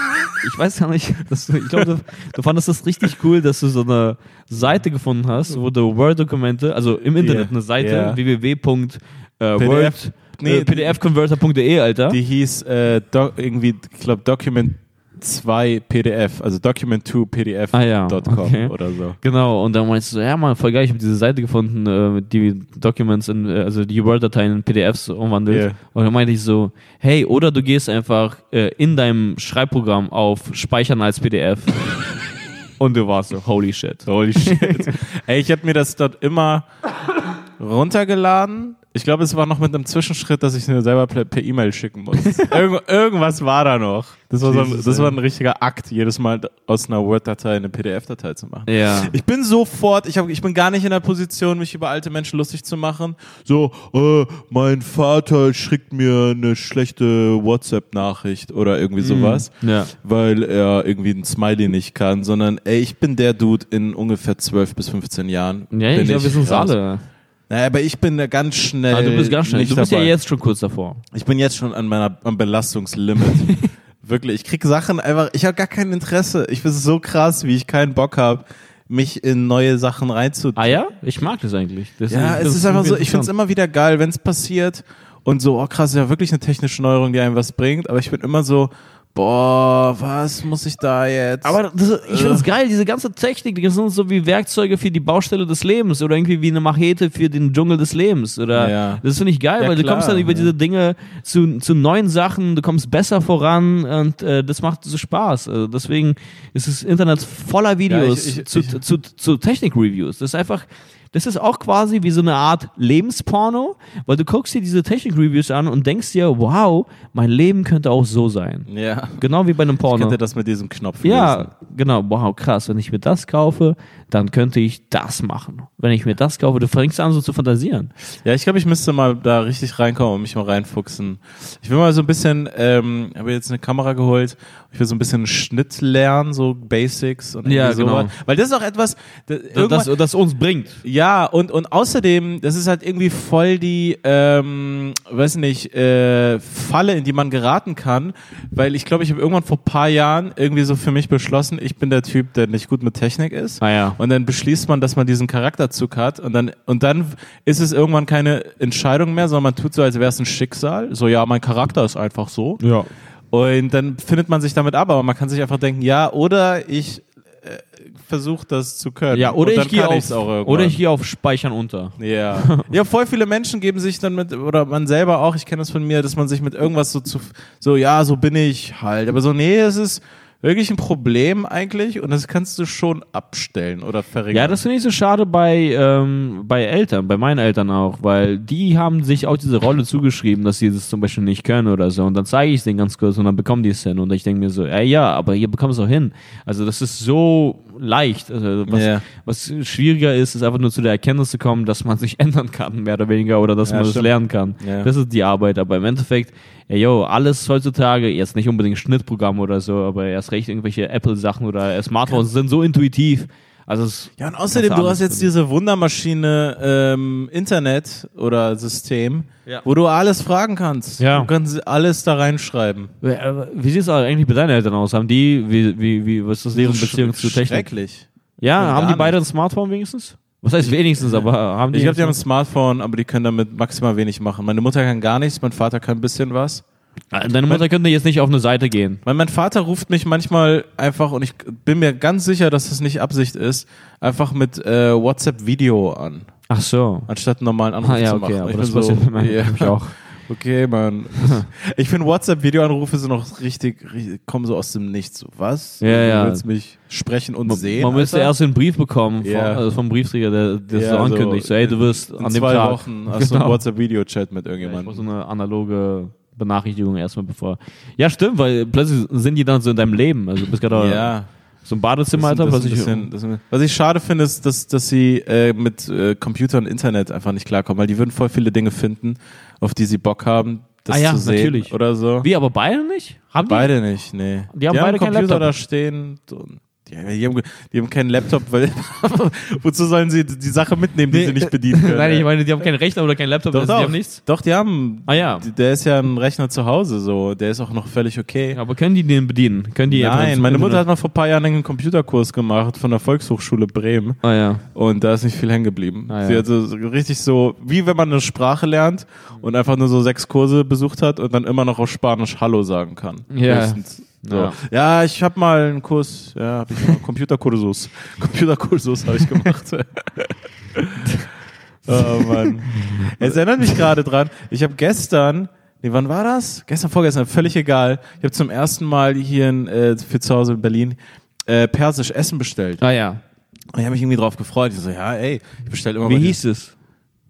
[SPEAKER 1] Ich weiß gar nicht, dass du, ich glaube, du, du fandest das richtig cool, dass du so eine Seite gefunden hast, wo du Word-Dokumente, also im Internet
[SPEAKER 2] Ja,
[SPEAKER 1] eine Seite,
[SPEAKER 2] ja.
[SPEAKER 1] www.word,
[SPEAKER 2] nee,
[SPEAKER 1] äh, pdfconverter.de, E, Alter.
[SPEAKER 2] Die hieß äh, Do irgendwie, ich glaube, Document 2 PDF, also Document 2 PDF.com
[SPEAKER 1] Ah ja, okay.
[SPEAKER 2] oder so.
[SPEAKER 1] Genau, und dann meinst du so, ja man, voll geil, ich habe diese Seite gefunden, äh, die Documents in, äh, also die Word-Dateien in PDFs umwandelt.
[SPEAKER 2] Yeah.
[SPEAKER 1] Und dann meinte ich so, hey, oder du gehst einfach äh, in deinem Schreibprogramm auf Speichern als PDF. und du warst so, holy shit.
[SPEAKER 2] Holy shit. Ey, ich habe mir das dort immer runtergeladen. Ich glaube, es war noch mit einem Zwischenschritt, dass ich es mir selber per per E-Mail schicken muss. Irgend, irgendwas war da noch. Das war, so ein,
[SPEAKER 1] Jesus,
[SPEAKER 2] das
[SPEAKER 1] ey.
[SPEAKER 2] war ein richtiger Akt, jedes Mal aus einer Word-Datei eine PDF-Datei zu machen.
[SPEAKER 1] Ja.
[SPEAKER 2] Ich bin sofort, ich, hab, ich bin gar nicht in der Position, mich über alte Menschen lustig zu machen. So, äh, mein Vater schickt mir eine schlechte WhatsApp-Nachricht oder irgendwie
[SPEAKER 1] Mhm.
[SPEAKER 2] sowas
[SPEAKER 1] Ja.
[SPEAKER 2] weil er irgendwie ein Smiley nicht kann, sondern ey, ich bin der Dude in ungefähr 12 bis 15 Jahren.
[SPEAKER 1] Ja, ich
[SPEAKER 2] bin
[SPEAKER 1] glaube, wir sind
[SPEAKER 2] raus.
[SPEAKER 1] alle.
[SPEAKER 2] Naja, aber ich bin da ganz schnell.
[SPEAKER 1] Ah, du bist ganz schnell.
[SPEAKER 2] nicht
[SPEAKER 1] Du bist ja
[SPEAKER 2] dabei.
[SPEAKER 1] jetzt schon kurz davor.
[SPEAKER 2] Ich bin jetzt schon an meiner am Belastungslimit. Wirklich, ich krieg Sachen einfach, ich habe gar kein Interesse. Ich finde es so krass, wie ich keinen Bock habe, mich in neue Sachen reinzutun.
[SPEAKER 1] Ah ja? Ich mag das eigentlich. Das
[SPEAKER 2] Ja,
[SPEAKER 1] das
[SPEAKER 2] es ist einfach so,
[SPEAKER 1] irgendwie
[SPEAKER 2] ich find's
[SPEAKER 1] interessant.
[SPEAKER 2] immer wieder geil, wenn's passiert und so, oh krass, ja wirklich eine technische Neuerung, die einem was bringt, aber ich bin immer so, boah, was muss ich da jetzt?
[SPEAKER 1] Aber das, ich finde es
[SPEAKER 2] Äh.
[SPEAKER 1] geil, diese ganze Technik, die sind so wie Werkzeuge für die Baustelle des Lebens oder irgendwie wie eine Machete für den Dschungel des Lebens. Oder
[SPEAKER 2] Ja.
[SPEAKER 1] das finde ich geil,
[SPEAKER 2] Ja,
[SPEAKER 1] weil du
[SPEAKER 2] klar,
[SPEAKER 1] kommst dann über
[SPEAKER 2] ja.
[SPEAKER 1] diese Dinge zu, zu neuen Sachen, du kommst besser voran und äh, das macht so Spaß. Also deswegen ist das Internet voller Videos
[SPEAKER 2] ich- ich-
[SPEAKER 1] zu,
[SPEAKER 2] ich-
[SPEAKER 1] zu, zu Technik-Reviews. Das ist einfach. Das ist auch quasi wie so eine Art Lebensporno, weil du guckst dir diese Technik-Reviews an und denkst dir, wow, mein Leben könnte auch so sein.
[SPEAKER 2] ja,
[SPEAKER 1] Genau wie bei einem Porno.
[SPEAKER 2] kennt ihr das mit diesem Knopf? lösen?
[SPEAKER 1] Ja, genau. Wow, krass. Wenn ich mir das kaufe, dann könnte ich das machen. Wenn ich mir das kaufe, du fängst an, so zu fantasieren.
[SPEAKER 2] Ja, ich glaube, ich müsste mal da richtig reinkommen und mich mal reinfuchsen. Ich will mal so ein bisschen, ähm, habe jetzt eine Kamera geholt. Ich will so ein bisschen Schnitt lernen, so Basics und irgendwie
[SPEAKER 1] Ja, genau.
[SPEAKER 2] sowas. Weil das ist auch etwas, das,
[SPEAKER 1] uns bringt.
[SPEAKER 2] Ja, und, und außerdem, das ist halt irgendwie voll die, ähm, weiß nicht, äh, Falle, in die man geraten kann, weil ich glaube, ich habe irgendwann vor paar Jahren irgendwie so für mich beschlossen, ich bin der Typ, der nicht gut mit Technik ist.
[SPEAKER 1] Ah ja.
[SPEAKER 2] Und dann beschließt man, dass man diesen Charakterzug hat und dann, und dann ist es irgendwann keine Entscheidung mehr, sondern man tut so, als wäre es ein Schicksal. So, ja, mein Charakter ist einfach so.
[SPEAKER 1] Ja.
[SPEAKER 2] Und dann findet man sich damit ab, aber man kann sich einfach denken, ja, oder ich äh, versuche das zu können.
[SPEAKER 1] Ja, oder
[SPEAKER 2] Und
[SPEAKER 1] ich
[SPEAKER 2] dann
[SPEAKER 1] gehe
[SPEAKER 2] kann ich's
[SPEAKER 1] auf,
[SPEAKER 2] auch irgendwann.
[SPEAKER 1] oder ich gehe auf Speichern unter.
[SPEAKER 2] Ja. ja, voll viele Menschen geben sich dann mit, oder man selber auch, ich kenne das von mir, dass man sich mit irgendwas so zu, so, ja, so bin ich halt. Aber so, nee, es ist wirklich ein Problem eigentlich und das kannst du schon abstellen oder verringern.
[SPEAKER 1] Ja, das finde ich so schade bei, ähm, bei Eltern, bei meinen Eltern auch, weil die haben sich auch diese Rolle zugeschrieben, dass sie das zum Beispiel nicht können oder so. Und dann zeige ich es denen ganz kurz und dann bekommen die es hin. Und ich denke mir so, ja, ja, aber ihr bekommt es auch hin. Also das ist so leicht. Also, was,
[SPEAKER 2] Ja.
[SPEAKER 1] was schwieriger ist, ist einfach nur zu der Erkenntnis zu kommen, dass man sich ändern kann, mehr oder weniger, oder dass
[SPEAKER 2] Ja,
[SPEAKER 1] man es
[SPEAKER 2] stimmt.
[SPEAKER 1] lernen kann.
[SPEAKER 2] Ja.
[SPEAKER 1] Das ist die Arbeit. Aber im Endeffekt, ey, yo, alles heutzutage, jetzt nicht unbedingt Schnittprogramm oder so, aber erst recht irgendwelche Apple-Sachen oder Smartphones sind so intuitiv. Also es
[SPEAKER 2] Ja, und außerdem,
[SPEAKER 1] Kannst
[SPEAKER 2] du hast
[SPEAKER 1] alles
[SPEAKER 2] jetzt diese Wundermaschine ähm, Internet oder System,
[SPEAKER 1] Ja.
[SPEAKER 2] wo du alles fragen kannst.
[SPEAKER 1] Ja.
[SPEAKER 2] Du kannst alles da reinschreiben.
[SPEAKER 1] äh, Wie sieht es eigentlich mit deinen Eltern aus? Haben die, wie, wie, wie, was ist deren Beziehung zu Technik?
[SPEAKER 2] Schrecklich. Äh,
[SPEAKER 1] Ja,
[SPEAKER 2] Gar
[SPEAKER 1] haben die
[SPEAKER 2] nicht.
[SPEAKER 1] beide ein Smartphone wenigstens? Was heißt wenigstens, aber haben die.
[SPEAKER 2] Ich glaube, die haben ein
[SPEAKER 1] wenigstens-
[SPEAKER 2] Smartphone, aber die können damit maximal wenig machen. Meine Mutter kann gar nichts, mein Vater kann ein bisschen was.
[SPEAKER 1] Äh, Deine Mutter könnte jetzt nicht auf eine Seite gehen.
[SPEAKER 2] Weil mein Vater ruft mich manchmal einfach, und ich bin mir ganz sicher, dass das nicht Absicht ist, einfach mit äh, WhatsApp-Video an,
[SPEAKER 1] Ach so.
[SPEAKER 2] anstatt einen normalen Anruf
[SPEAKER 1] Ah, ja,
[SPEAKER 2] zu
[SPEAKER 1] okay,
[SPEAKER 2] machen.
[SPEAKER 1] aber
[SPEAKER 2] ich
[SPEAKER 1] das
[SPEAKER 2] bin
[SPEAKER 1] passiert bei meinem
[SPEAKER 2] ja.
[SPEAKER 1] nämlich auch.
[SPEAKER 2] Okay, Mann. Ich finde WhatsApp-Videoanrufe sind noch richtig, richtig, kommen so aus dem Nichts. So, was?
[SPEAKER 1] Ja, ja.
[SPEAKER 2] Du willst mich sprechen und
[SPEAKER 1] Man,
[SPEAKER 2] sehen?
[SPEAKER 1] man müsste
[SPEAKER 2] Alter?
[SPEAKER 1] erst einen Brief bekommen vom,
[SPEAKER 2] Ja.
[SPEAKER 1] also vom Briefträger, der der das
[SPEAKER 2] Ja,
[SPEAKER 1] so
[SPEAKER 2] so
[SPEAKER 1] ankündigt. So, hey, du wirst
[SPEAKER 2] in
[SPEAKER 1] an dem
[SPEAKER 2] zwei
[SPEAKER 1] Tag.
[SPEAKER 2] Wochen hast du
[SPEAKER 1] Genau.
[SPEAKER 2] einen WhatsApp-Video-Chat mit
[SPEAKER 1] Ja, ich muss
[SPEAKER 2] irgendjemandem.
[SPEAKER 1] so eine analoge Benachrichtigung erstmal bevor. Ja, stimmt, weil plötzlich sind die dann so in deinem Leben. Also du bist gerade so im Badezimmer,
[SPEAKER 2] Das-
[SPEAKER 1] Alter,
[SPEAKER 2] das-
[SPEAKER 1] was ich.
[SPEAKER 2] das- das- was ich schade finde, ist, dass, dass sie äh, mit äh, Computer und Internet einfach nicht klarkommen, weil die würden voll viele Dinge finden, auf die sie Bock haben, das
[SPEAKER 1] Ah ja,
[SPEAKER 2] zu sehen
[SPEAKER 1] natürlich.
[SPEAKER 2] oder so.
[SPEAKER 1] Wie, aber beide nicht? Haben die?
[SPEAKER 2] Beide nicht, nee.
[SPEAKER 1] Die haben beide
[SPEAKER 2] einen
[SPEAKER 1] keinen Laptop.
[SPEAKER 2] Computer da stehen. und- Die, die, haben, die haben keinen Laptop, weil wozu sollen sie die Sache mitnehmen, die
[SPEAKER 1] Nee,
[SPEAKER 2] sie nicht bedienen können?
[SPEAKER 1] Nein, ich meine, die haben keinen Rechner oder keinen Laptop,
[SPEAKER 2] doch,
[SPEAKER 1] also
[SPEAKER 2] doch,
[SPEAKER 1] die haben nichts.
[SPEAKER 2] doch, die haben.
[SPEAKER 1] Ah ja.
[SPEAKER 2] die- Der ist ja ein Rechner zu Hause, so. Der ist auch noch völlig okay.
[SPEAKER 1] Aber können die den bedienen? Können die einfach ins
[SPEAKER 2] Nein, meine Mutter hat
[SPEAKER 1] Internet-
[SPEAKER 2] mal vor ein paar Jahren einen Computerkurs gemacht von der Volkshochschule Bremen.
[SPEAKER 1] Ah ja.
[SPEAKER 2] Und da ist nicht viel hängen geblieben.
[SPEAKER 1] Ah, ja.
[SPEAKER 2] Sie hat so, so richtig so, wie wenn man eine Sprache lernt und einfach nur so sechs Kurse besucht hat und dann immer noch auf Spanisch Hallo sagen kann.
[SPEAKER 1] Ja.
[SPEAKER 2] Höchstens. So.
[SPEAKER 1] Ja.
[SPEAKER 2] Ja. ich habe mal einen Kurs, ja, hab ich mal Computerkursus. Computerkursus habe ich gemacht. oh Mann. Es erinnert mich gerade dran, ich habe gestern, nee, wann war das? Gestern, vorgestern, völlig egal. Ich habe zum ersten Mal hier in, äh, für zu Hause in Berlin äh, persisch Essen bestellt.
[SPEAKER 1] Ah ja.
[SPEAKER 2] Und ich habe mich irgendwie drauf gefreut. Ich so, ja, ey, ich bestelle immer
[SPEAKER 1] Wie
[SPEAKER 2] bei
[SPEAKER 1] hieß es?
[SPEAKER 2] den-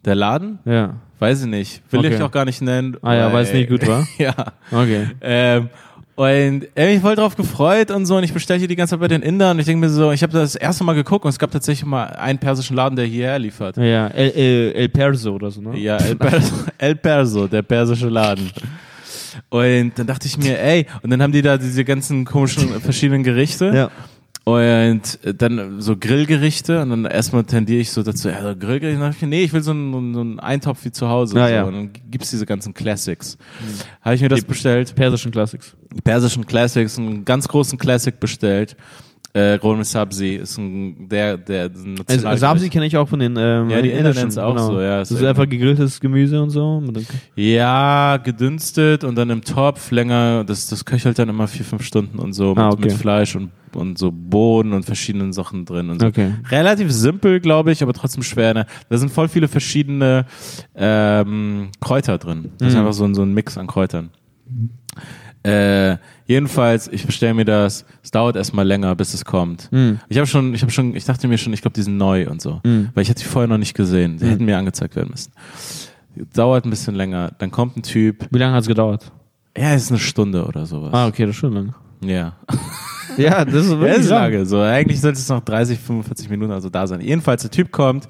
[SPEAKER 2] Der Laden?
[SPEAKER 1] Ja.
[SPEAKER 2] Weiß ich nicht. Will
[SPEAKER 1] Okay.
[SPEAKER 2] ich auch gar nicht nennen.
[SPEAKER 1] Ah ja, weil es nicht gut war?
[SPEAKER 2] ja.
[SPEAKER 1] Okay.
[SPEAKER 2] Ähm, und ey, ich voll drauf gefreut und so. Und ich bestelle hier die ganze Zeit bei den Indern. Und ich denke mir so, ich habe das erste Mal geguckt und es gab tatsächlich mal einen persischen Laden, der hierher liefert.
[SPEAKER 1] Ah, Ja, El, El, El Perso oder so, ne?
[SPEAKER 2] Ja, El Perso, El Perso, der persische Laden. Und dann dachte ich mir, ey, und dann haben die da diese ganzen komischen verschiedenen Gerichte.
[SPEAKER 1] Ja.
[SPEAKER 2] Und äh, dann so Grillgerichte und dann erstmal tendiere ich so dazu, ja, so Grillgerichte, dann hab ich mir, nee, ich will so einen, so einen Eintopf wie zu Hause.
[SPEAKER 1] Ja,
[SPEAKER 2] so.
[SPEAKER 1] ja.
[SPEAKER 2] Und dann gibt's diese ganzen Classics. Habe ich mir das bestellt,
[SPEAKER 1] Persischen Classics.
[SPEAKER 2] die persischen Classics, einen ganz großen Classic bestellt. Äh, Golden Sabzi ist ein, der, der
[SPEAKER 1] Also,
[SPEAKER 2] Nationalgericht.
[SPEAKER 1] Sabsi kenne ich auch von den ähm,
[SPEAKER 2] Ja, die
[SPEAKER 1] indischen,
[SPEAKER 2] Internets auch so, ja,
[SPEAKER 1] Das
[SPEAKER 2] ist
[SPEAKER 1] ist einfach gegrilltes Gemüse und so. mit dem-
[SPEAKER 2] Ja, gedünstet und dann im Topf länger, das, das köchelt dann immer vier, fünf Stunden und so mit,
[SPEAKER 1] Ah, okay.
[SPEAKER 2] mit Fleisch und, und so Bohnen und verschiedenen Sachen drin und so.
[SPEAKER 1] Okay.
[SPEAKER 2] Relativ simpel, glaube ich, aber trotzdem schwer. Ne? Da sind voll viele verschiedene ähm, Kräuter drin. Das ist
[SPEAKER 1] Mhm.
[SPEAKER 2] einfach so ein, so ein Mix an Kräutern. Äh, jedenfalls, ich bestelle mir das. Es dauert erstmal länger, bis es kommt.
[SPEAKER 1] Mhm.
[SPEAKER 2] Ich habe schon, ich habe schon, ich dachte mir schon, ich glaube, die sind neu und so.
[SPEAKER 1] Mhm.
[SPEAKER 2] Weil ich hatte die vorher noch nicht gesehen. Die hätten mir angezeigt werden müssen. Dauert ein bisschen länger. Dann kommt ein Typ.
[SPEAKER 1] Wie lange hat es gedauert?
[SPEAKER 2] Ja, ist eine Stunde oder sowas.
[SPEAKER 1] Ah, okay, das ist schon lang.
[SPEAKER 2] Ja.
[SPEAKER 1] Ja, das ist wirklich
[SPEAKER 2] Ja, ist
[SPEAKER 1] lang.
[SPEAKER 2] lange. So, eigentlich sollte es noch 30, 45 Minuten also da sein. Jedenfalls, der Typ kommt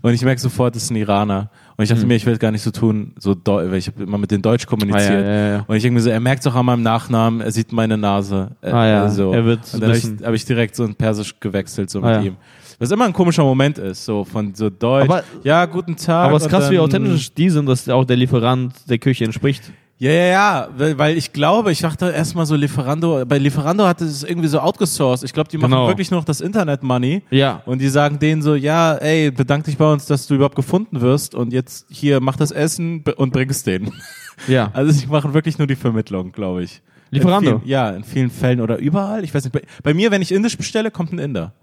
[SPEAKER 2] und ich merke sofort, das ist ein Iraner. Und ich dachte
[SPEAKER 1] Mhm.
[SPEAKER 2] mir, ich will gar nicht so tun, so Deu weil ich habe immer mit den Deutsch kommuniziert.
[SPEAKER 1] Ah, ja, ja, ja.
[SPEAKER 2] Und ich irgendwie so, er merkt es auch an meinem Nachnamen, er sieht meine Nase. Äh,
[SPEAKER 1] Ah, ja.
[SPEAKER 2] äh, so.
[SPEAKER 1] Er wird
[SPEAKER 2] und dann habe ich,
[SPEAKER 1] wissen.
[SPEAKER 2] hab ich direkt so in Persisch gewechselt, so mit
[SPEAKER 1] Ah, ja.
[SPEAKER 2] ihm. Was immer ein komischer Moment ist, so von so Deutsch.
[SPEAKER 1] Aber-
[SPEAKER 2] ja, guten Tag.
[SPEAKER 1] Aber es ist
[SPEAKER 2] und
[SPEAKER 1] krass, wie
[SPEAKER 2] dann-
[SPEAKER 1] authentisch die sind, dass auch der Lieferant der Küche entspricht.
[SPEAKER 2] Ja, ja, ja, weil- weil ich glaube, ich dachte erstmal so Lieferando, bei Lieferando hat es irgendwie so outgesourced. Ich glaube, die machen
[SPEAKER 1] Genau.
[SPEAKER 2] wirklich noch das Internet-Money.
[SPEAKER 1] Ja.
[SPEAKER 2] Und die sagen denen so, ja, ey, bedank dich bei uns, dass du überhaupt gefunden wirst und jetzt hier mach das Essen be- und bring es denen.
[SPEAKER 1] Ja.
[SPEAKER 2] Also sie machen wirklich nur die Vermittlung, glaube ich.
[SPEAKER 1] Lieferando?
[SPEAKER 2] In vielen, ja, in vielen Fällen oder überall. Ich weiß nicht, bei, bei mir, wenn ich Indisch bestelle, kommt ein Inder.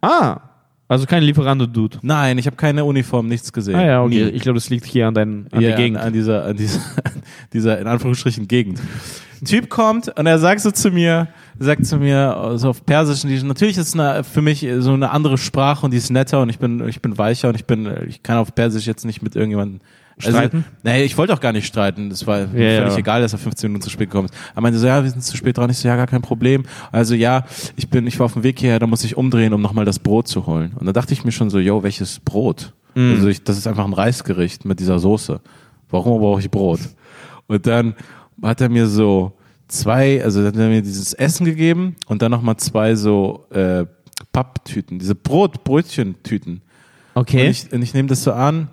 [SPEAKER 1] ah. Also kein Lieferando-Dude.
[SPEAKER 2] Nein, ich habe keine Uniform, nichts gesehen.
[SPEAKER 1] Ah ja, okay.
[SPEAKER 2] Nie.
[SPEAKER 1] Ich glaube, das liegt hier an, deinen, an
[SPEAKER 2] Ja,
[SPEAKER 1] der Gegend.
[SPEAKER 2] An, an dieser, an dieser, an dieser, in Anführungsstrichen, Gegend. typ kommt und er sagt so zu mir, sagt zu mir, also auf Persisch, und die, natürlich ist es eine, für mich so eine andere Sprache und die ist netter und ich bin, ich bin weicher und ich bin, ich kann auf Persisch jetzt nicht mit irgendjemandem
[SPEAKER 1] Streiten?
[SPEAKER 2] Also, nee, ich wollte auch gar nicht streiten. Es war
[SPEAKER 1] Ja,
[SPEAKER 2] völlig
[SPEAKER 1] ja.
[SPEAKER 2] egal, dass er 15 Minuten zu spät gekommen ist. Er meinte so, ja, wir sind zu spät dran. Ich so, ja, gar kein Problem. Also ja, ich bin, ich war auf dem Weg hierher, da muss ich umdrehen, um nochmal das Brot zu holen. Und da dachte ich mir schon so, yo, welches Brot?
[SPEAKER 1] Mhm.
[SPEAKER 2] Also ich, das ist einfach ein Reisgericht mit dieser Soße. Warum brauche ich Brot? Und dann hat er mir so zwei, also hat er mir dieses Essen gegeben und dann nochmal zwei so äh, Papptüten, diese Brot, Brötchentüten.
[SPEAKER 1] okay.
[SPEAKER 2] Und ich, und ich nehme das so an,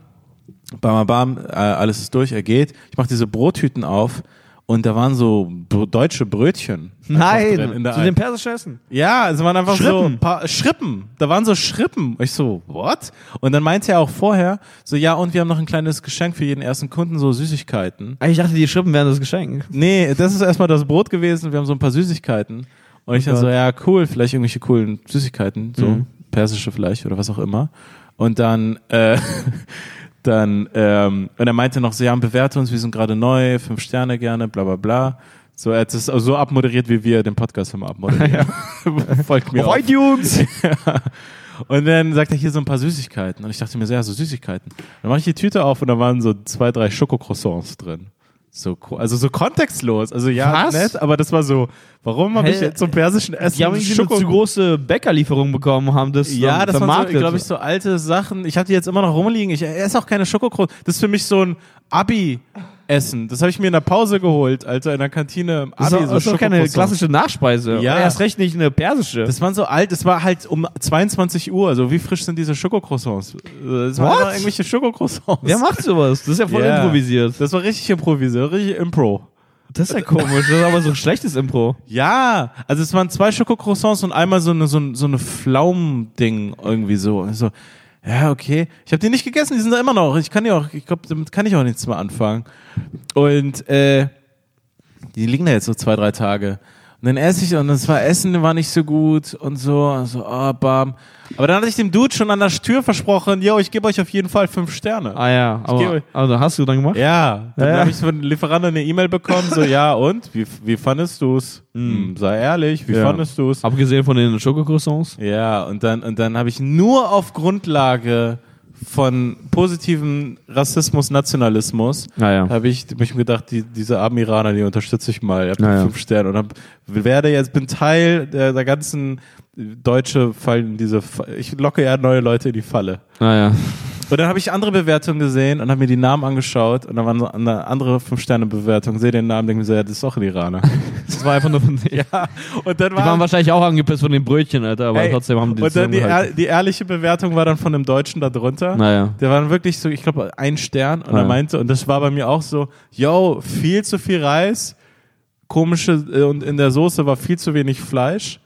[SPEAKER 2] bam, bam, bam, äh, alles ist durch, er geht. Ich mache diese Brottüten auf und da waren so br- deutsche Brötchen. einfach drin In
[SPEAKER 1] Nein.
[SPEAKER 2] der
[SPEAKER 1] Zu
[SPEAKER 2] Ei.
[SPEAKER 1] dem persischen Essen.
[SPEAKER 2] ja, es waren einfach so
[SPEAKER 1] Schrippen.
[SPEAKER 2] ein paar Schrippen. Da waren so Schrippen. Und Ich so, what? Und dann meinte er auch vorher, so ja, und wir haben noch ein kleines Geschenk für jeden ersten Kunden, so Süßigkeiten.
[SPEAKER 1] Ah, Ich dachte, die Schrippen wären das Geschenk.
[SPEAKER 2] Nee, das ist erstmal das Brot gewesen. Wir haben so ein paar Süßigkeiten. Und ich dann so, ja, cool, vielleicht irgendwelche coolen Süßigkeiten, so persische vielleicht oder was auch immer. Und dann, äh, dann, ähm, und er meinte noch so, ja, bewerte uns, wir sind gerade neu, fünf Sterne gerne, bla bla bla. So, er hat es so abmoderiert, wie wir den Podcast immer abmoderieren. Folgt mir auf.
[SPEAKER 1] iTunes.
[SPEAKER 2] Und dann sagt er hier so ein paar Süßigkeiten. Und ich dachte mir so, ja, so Süßigkeiten. Dann mache ich die Tüte auf und da waren so zwei, drei Schokocroissants drin. So, co- also so kontextlos. Also ja,
[SPEAKER 1] Was?
[SPEAKER 2] nett, aber das war so, warum habe ich
[SPEAKER 1] Hä?
[SPEAKER 2] jetzt zum persischen Essen
[SPEAKER 1] Die haben irgendwie eine zu große Bäckerlieferung bekommen, und haben das dann
[SPEAKER 2] ja, das waren so,
[SPEAKER 1] vermarktet.
[SPEAKER 2] glaube ich, so alte Sachen. Ich habe die jetzt immer noch rumliegen. Ich esse auch keine Schokokross. Das ist für mich so ein Abi-Essen. Das habe ich mir in der Pause geholt, Alter, in der Kantine. im
[SPEAKER 1] das
[SPEAKER 2] Abi,
[SPEAKER 1] ist, auch- das ist auch keine
[SPEAKER 2] Schokocroissants.
[SPEAKER 1] klassische Nachspeise.
[SPEAKER 2] Ja.
[SPEAKER 1] Oder Erst recht nicht eine persische.
[SPEAKER 2] Das waren so alt, es war halt um 22 Uhr, also wie frisch sind diese Schokocroissants? Es waren
[SPEAKER 1] What?
[SPEAKER 2] einfach irgendwelche Schokocroissants.
[SPEAKER 1] Wer macht sowas? Das ist ja voll
[SPEAKER 2] Ja.
[SPEAKER 1] improvisiert.
[SPEAKER 2] Das war richtig improvisiert, richtig Impro.
[SPEAKER 1] Das ist ja komisch. Das ist aber so ein schlechtes Impro.
[SPEAKER 2] Ja, also es waren zwei Schokocroissants und einmal so eine, so, ein- so eine Pflaumending irgendwie so. Und ich so, ja, okay. Ich habe die nicht gegessen, die sind da immer noch. Ich kann die auch, ich glaube, damit kann ich auch nichts mehr anfangen. Und äh, die liegen da jetzt so zwei, drei Tage. Und dann esse ich und das war Essen war nicht so gut und so. Und so, ah, bam. Aber dann hatte ich dem Dude schon an der Tür versprochen, yo, ich gebe euch auf jeden Fall fünf Sterne.
[SPEAKER 1] Ah ja, aber
[SPEAKER 2] gebe-
[SPEAKER 1] also hast du dann gemacht?
[SPEAKER 2] Ja, dann
[SPEAKER 1] Ja, ja.
[SPEAKER 2] habe ich von Lieferanten eine E-Mail bekommen, so ja und wie, wie fandest du's? Hm, sei ehrlich, wie
[SPEAKER 1] Ja.
[SPEAKER 2] fandest du's?
[SPEAKER 1] Abgesehen von den Schokocroissants.
[SPEAKER 2] Ja, und dann und dann habe ich nur auf Grundlage von positiven Rassismus, Nationalismus,
[SPEAKER 1] Naja.
[SPEAKER 2] habe ich mich gedacht, die, diese armen Iraner, die unterstütze ich mal. Ich habe
[SPEAKER 1] Ja, ja.
[SPEAKER 2] fünf Sterne und hab, werde jetzt bin Teil der, der ganzen Deutsche fallen in diese Fa- ich locke ja neue Leute in die Falle.
[SPEAKER 1] Naja.
[SPEAKER 2] Und dann habe ich andere Bewertungen gesehen und habe mir die Namen angeschaut und dann waren so eine andere Fünf-Sterne-Bewertung. Sehe den Namen, denke mir so, ja, das ist doch ein Iraner.
[SPEAKER 1] Das war einfach nur von denen.
[SPEAKER 2] und dann
[SPEAKER 1] Die
[SPEAKER 2] war,
[SPEAKER 1] waren wahrscheinlich auch angepisst von den Brötchen, Alter, aber
[SPEAKER 2] ey,
[SPEAKER 1] trotzdem haben die halt-
[SPEAKER 2] Und dann die,
[SPEAKER 1] zusammengehalten.
[SPEAKER 2] ehr- die ehrliche Bewertung war dann von einem Deutschen da drunter.
[SPEAKER 1] Naja.
[SPEAKER 2] Der war dann wirklich so, ich glaube, ein Stern. Und er
[SPEAKER 1] Ja.
[SPEAKER 2] meinte, und das war bei mir auch so, yo, viel zu viel Reis, komische, äh, und in der Soße war viel zu wenig Fleisch.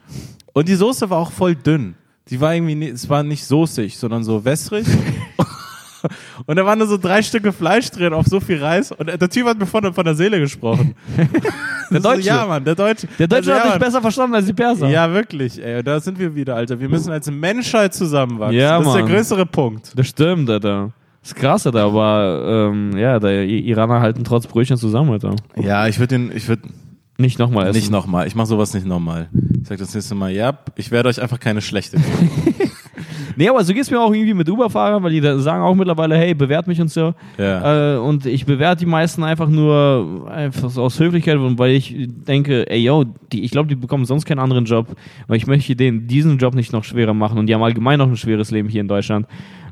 [SPEAKER 2] Und die Soße war auch voll dünn. Die war irgendwie, ni- es war nicht soßig, sondern so wässrig. Und da waren nur so drei Stücke Fleisch drin auf so viel Reis. Und der Typ hat mir von, von der Seele gesprochen. der
[SPEAKER 1] Deutsche.
[SPEAKER 2] So, ja, Mann, der Deutsche.
[SPEAKER 1] Der Deutsche
[SPEAKER 2] Also,
[SPEAKER 1] hat
[SPEAKER 2] ja,
[SPEAKER 1] dich
[SPEAKER 2] Mann.
[SPEAKER 1] besser verstanden als die Perser.
[SPEAKER 2] Ja, wirklich, ey. Und Da sind wir wieder, Alter. Wir müssen als Menschheit zusammenwachsen.
[SPEAKER 1] Ja,
[SPEAKER 2] das ist
[SPEAKER 1] Mann.
[SPEAKER 2] der größere Punkt.
[SPEAKER 1] Das stimmt, Alter. Das ist krass, Alter, aber ähm, ja, der I- Iraner halten trotz Brötchen zusammen, Alter.
[SPEAKER 2] Ja, ich würde den, ich würde
[SPEAKER 1] Nicht nochmal essen.
[SPEAKER 2] nicht nochmal. Ich mache sowas nicht nochmal. Ich sag das nächste Mal, ja, ich werde euch einfach keine schlechte. geben.
[SPEAKER 1] Nee, aber so geht's mir auch irgendwie mit Uber-Fahrern, weil die da sagen auch mittlerweile, hey, bewährt mich und so.
[SPEAKER 2] Ja.
[SPEAKER 1] Äh, und ich bewerte die meisten einfach nur einfach so aus Höflichkeit und weil ich denke, ey, yo, die, ich glaube, die bekommen sonst keinen anderen Job, weil ich möchte denen diesen Job nicht noch schwerer machen und die haben allgemein noch ein schweres Leben hier in Deutschland.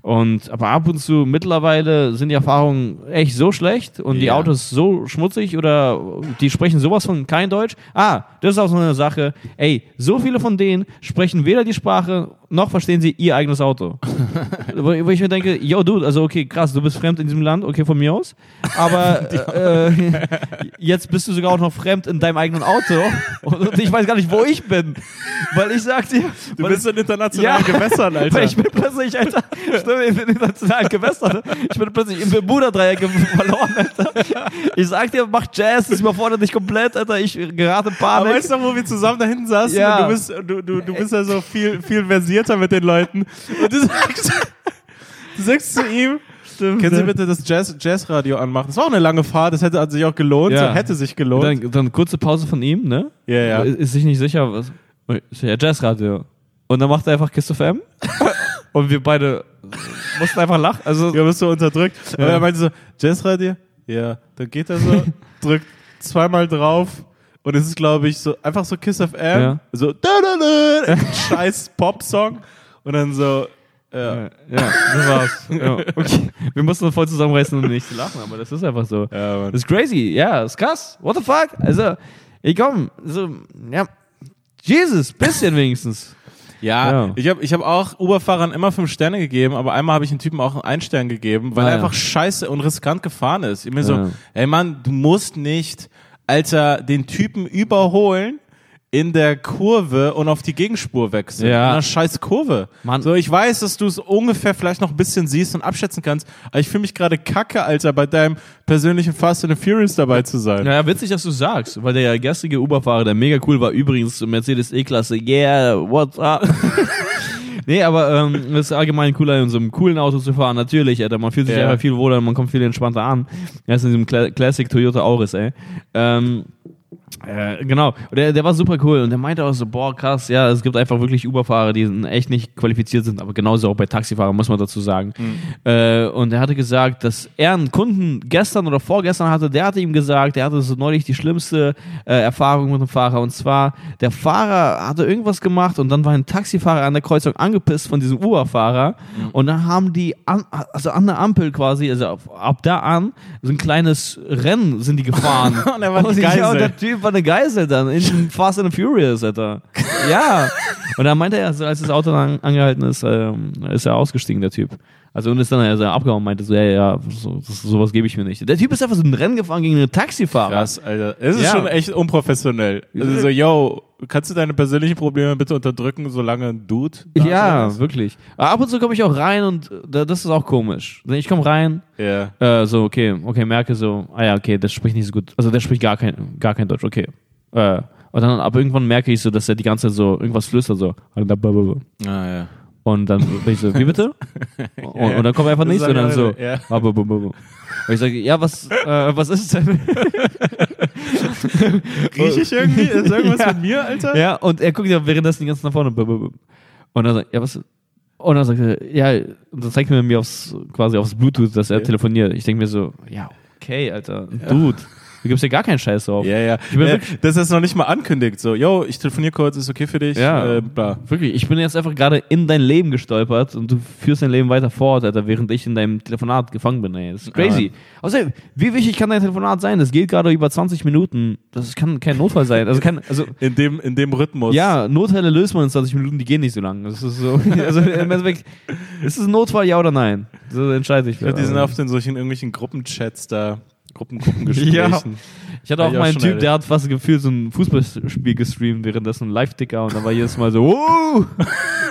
[SPEAKER 1] Und aber ab und zu mittlerweile sind die Erfahrungen echt so schlecht und die
[SPEAKER 2] Ja.
[SPEAKER 1] Autos so schmutzig oder die sprechen sowas von kein Deutsch. Ah, das ist auch so eine Sache. Ey, so viele von denen sprechen weder die Sprache noch verstehen sie ihr eigenes Auto. wo, wo ich mir denke, yo, du, also okay, krass, du bist fremd in diesem Land, okay, von mir aus. Aber äh, äh, jetzt bist du sogar auch noch fremd in deinem eigenen Auto. Und ich weiß gar nicht, wo ich bin. Weil ich sag dir,
[SPEAKER 2] Du
[SPEAKER 1] weil
[SPEAKER 2] bist in internationalen
[SPEAKER 1] Ja.
[SPEAKER 2] Gewässern, Alter.
[SPEAKER 1] weil ich bin plötzlich, Alter, stimmt, in den internationalen Gewässern, ne? ich bin plötzlich im Bermuda-Dreieck verloren, Alter. Ich sag dir, mach Jazz, das überfordert dich komplett, Alter, ich gerate in
[SPEAKER 2] Aber
[SPEAKER 1] Panik.
[SPEAKER 2] weißt du, noch, wo wir zusammen da hinten saßen?
[SPEAKER 1] Ja.
[SPEAKER 2] Und du bist, du, du, du bist ja so viel, viel versierter mit den Leuten. Und du sagst, du sagst zu ihm, Ne?
[SPEAKER 1] Stimmt.
[SPEAKER 2] können Sie bitte das Jazz, Jazzradio anmachen? Das war auch eine lange Fahrt, das hätte hat sich auch gelohnt,
[SPEAKER 1] Ja.
[SPEAKER 2] so, hätte sich gelohnt.
[SPEAKER 1] Dann, dann kurze Pause von ihm, ne?
[SPEAKER 2] Ja, ja.
[SPEAKER 1] Ist, ist sich nicht sicher, was. Ist ja Jazzradio. Und dann macht er einfach Kiss of M. Und wir beide mussten einfach lachen. Also,
[SPEAKER 2] ja, bist so unterdrückt. Und er meinte so, Jazzradio? Ja. Dann geht er so, drückt zweimal drauf und es ist, glaube ich, so einfach so Kiss of M,
[SPEAKER 1] Ja.
[SPEAKER 2] so da, da, da, scheiß Popsong und dann so, ja.
[SPEAKER 1] ja, das war's. Ja, okay. Wir mussten uns voll zusammenreißen, um nicht zu lachen, aber das ist einfach so.
[SPEAKER 2] Ja, Mann.
[SPEAKER 1] Das ist crazy, ja, ist krass. What the fuck? Also, ich komm, so, ja. Jesus, bisschen wenigstens.
[SPEAKER 2] Ja,
[SPEAKER 1] Ja.
[SPEAKER 2] ich habe ich hab auch Uberfahrern immer fünf Sterne gegeben, aber einmal habe ich einem Typen auch einen Stern gegeben, weil
[SPEAKER 1] Ah,
[SPEAKER 2] er
[SPEAKER 1] ja.
[SPEAKER 2] einfach scheiße und riskant gefahren ist. Ich mir so,
[SPEAKER 1] Ja.
[SPEAKER 2] ey Mann, du musst nicht, Alter, den Typen überholen in der Kurve und auf die Gegenspur wechseln.
[SPEAKER 1] Ja.
[SPEAKER 2] In einer scheiß Kurve.
[SPEAKER 1] Mann.
[SPEAKER 2] So, ich weiß, dass du es ungefähr vielleicht noch ein bisschen siehst und abschätzen kannst, aber ich fühle mich gerade kacke, Alter, bei deinem persönlichen Fast and the Furious dabei zu sein.
[SPEAKER 1] Naja, witzig, dass du sagst, weil der gestrige Uberfahrer, der mega cool war, übrigens Mercedes E-Klasse, yeah, what's up? nee, aber ähm, es ist allgemein cooler, in so einem coolen Auto zu fahren, natürlich, Alter, man fühlt sich
[SPEAKER 2] Ja.
[SPEAKER 1] einfach viel wohler, man kommt viel entspannter an, als in diesem Cla Classic Toyota Auris, ey. Ähm, äh, genau, Und der, der war super cool und der meinte auch so, boah, krass, ja, es gibt einfach wirklich Uberfahrer, die sind echt nicht qualifiziert sind, aber genauso auch bei Taxifahrern, muss man dazu sagen.
[SPEAKER 2] Mhm.
[SPEAKER 1] Äh, und er hatte gesagt, dass er einen Kunden gestern oder vorgestern hatte, der hatte ihm gesagt, der hatte so neulich die schlimmste äh, Erfahrung mit dem Fahrer und zwar, der Fahrer hatte irgendwas gemacht und dann war ein Taxifahrer an der Kreuzung angepisst von diesem Uberfahrer
[SPEAKER 2] Mhm.
[SPEAKER 1] und dann haben die, an, also an der Ampel quasi, also ab, ab da an, so ein kleines Rennen sind die gefahren.
[SPEAKER 2] Und er war eine
[SPEAKER 1] die- ja,
[SPEAKER 2] Geisel.
[SPEAKER 1] und der Typ war eine Geisel dann in diesem Fast and Furious, Alter. Ja. Und dann meinte er, also, als das Auto dann angehalten ist, ähm, ist er ausgestiegen, der Typ. Also und ist dann also abgehauen und meinte so, ja, ja, so, das, sowas gebe ich mir nicht. Der Typ ist einfach so ein Rennen gefahren gegen einen Taxifahrer.
[SPEAKER 2] Krass, Alter. Es ist
[SPEAKER 1] Ja.
[SPEAKER 2] schon echt unprofessionell. Also so, yo, kannst du deine persönlichen Probleme bitte unterdrücken, solange ein Dude da
[SPEAKER 1] Ja,
[SPEAKER 2] ist?
[SPEAKER 1] wirklich. Aber ab und zu komme ich auch rein und äh, da, das ist auch komisch. Ich komme rein,
[SPEAKER 2] Ja.
[SPEAKER 1] äh, so, okay, okay, merke so, ah ja, okay, der spricht nicht so gut, also der spricht gar kein, gar kein Deutsch, okay. Äh, und dann, aber irgendwann merke ich so, dass er die ganze Zeit so irgendwas flüstert, so.
[SPEAKER 2] Ah, ja.
[SPEAKER 1] Und dann bin ich so, wie bitte? Und, und dann kommt einfach
[SPEAKER 2] Das
[SPEAKER 1] nichts und
[SPEAKER 2] sagen
[SPEAKER 1] dann so,
[SPEAKER 2] alle, ja.
[SPEAKER 1] ah, bu, bu, bu, bu. Und ich sage, ja, was, äh, was ist denn?
[SPEAKER 2] Riech ich irgendwie? Ist irgendwas
[SPEAKER 1] Ja.
[SPEAKER 2] mit mir, Alter?
[SPEAKER 1] Ja, und er guckt ja währenddessen die ganzen nach vorne. Bup, bup, bup. Und dann sagt, ja, was? Und dann sagt er, ja, und dann zeigt er mir aufs, quasi aufs Bluetooth, dass er
[SPEAKER 2] Ja.
[SPEAKER 1] telefoniert. Ich denke mir so, ja, okay, Alter, Dude, du gibst ja gar keinen Scheiß drauf.
[SPEAKER 2] Ja, ja.
[SPEAKER 1] bin
[SPEAKER 2] ja
[SPEAKER 1] wirklich-
[SPEAKER 2] dass er es noch nicht mal ankündigt. So, yo, ich telefoniere kurz, ist okay für dich?
[SPEAKER 1] Ja.
[SPEAKER 2] Äh, bla.
[SPEAKER 1] Wirklich, ich bin jetzt einfach gerade in dein Leben gestolpert und du führst dein Leben weiter fort, Alter, während ich in deinem Telefonat gefangen bin, ey. Das ist crazy. Außerdem, wie wichtig kann dein Telefonat sein? Das geht gerade über 20 Minuten. Das kann kein Notfall sein. Also, kann, also
[SPEAKER 2] In dem, in dem Rhythmus.
[SPEAKER 1] Ja, Notfälle löst man in 20 Minuten, die gehen nicht so lang. Das ist so, also im Endeffekt, ist es ein Notfall, ja oder nein? So entscheide ich.
[SPEAKER 2] Die sind
[SPEAKER 1] Also,
[SPEAKER 2] oft in solchen irgendwelchen Gruppenchats da, Gruppen, Gruppengesprächen.
[SPEAKER 1] ich hatte auch
[SPEAKER 2] Ja,
[SPEAKER 1] mal einen
[SPEAKER 2] schon
[SPEAKER 1] Typ,
[SPEAKER 2] erlebt.
[SPEAKER 1] der hat fast gefühlt so ein Fußballspiel gestreamt, währenddessen ein Live-Ticker und dann war jedes Mal so, wow!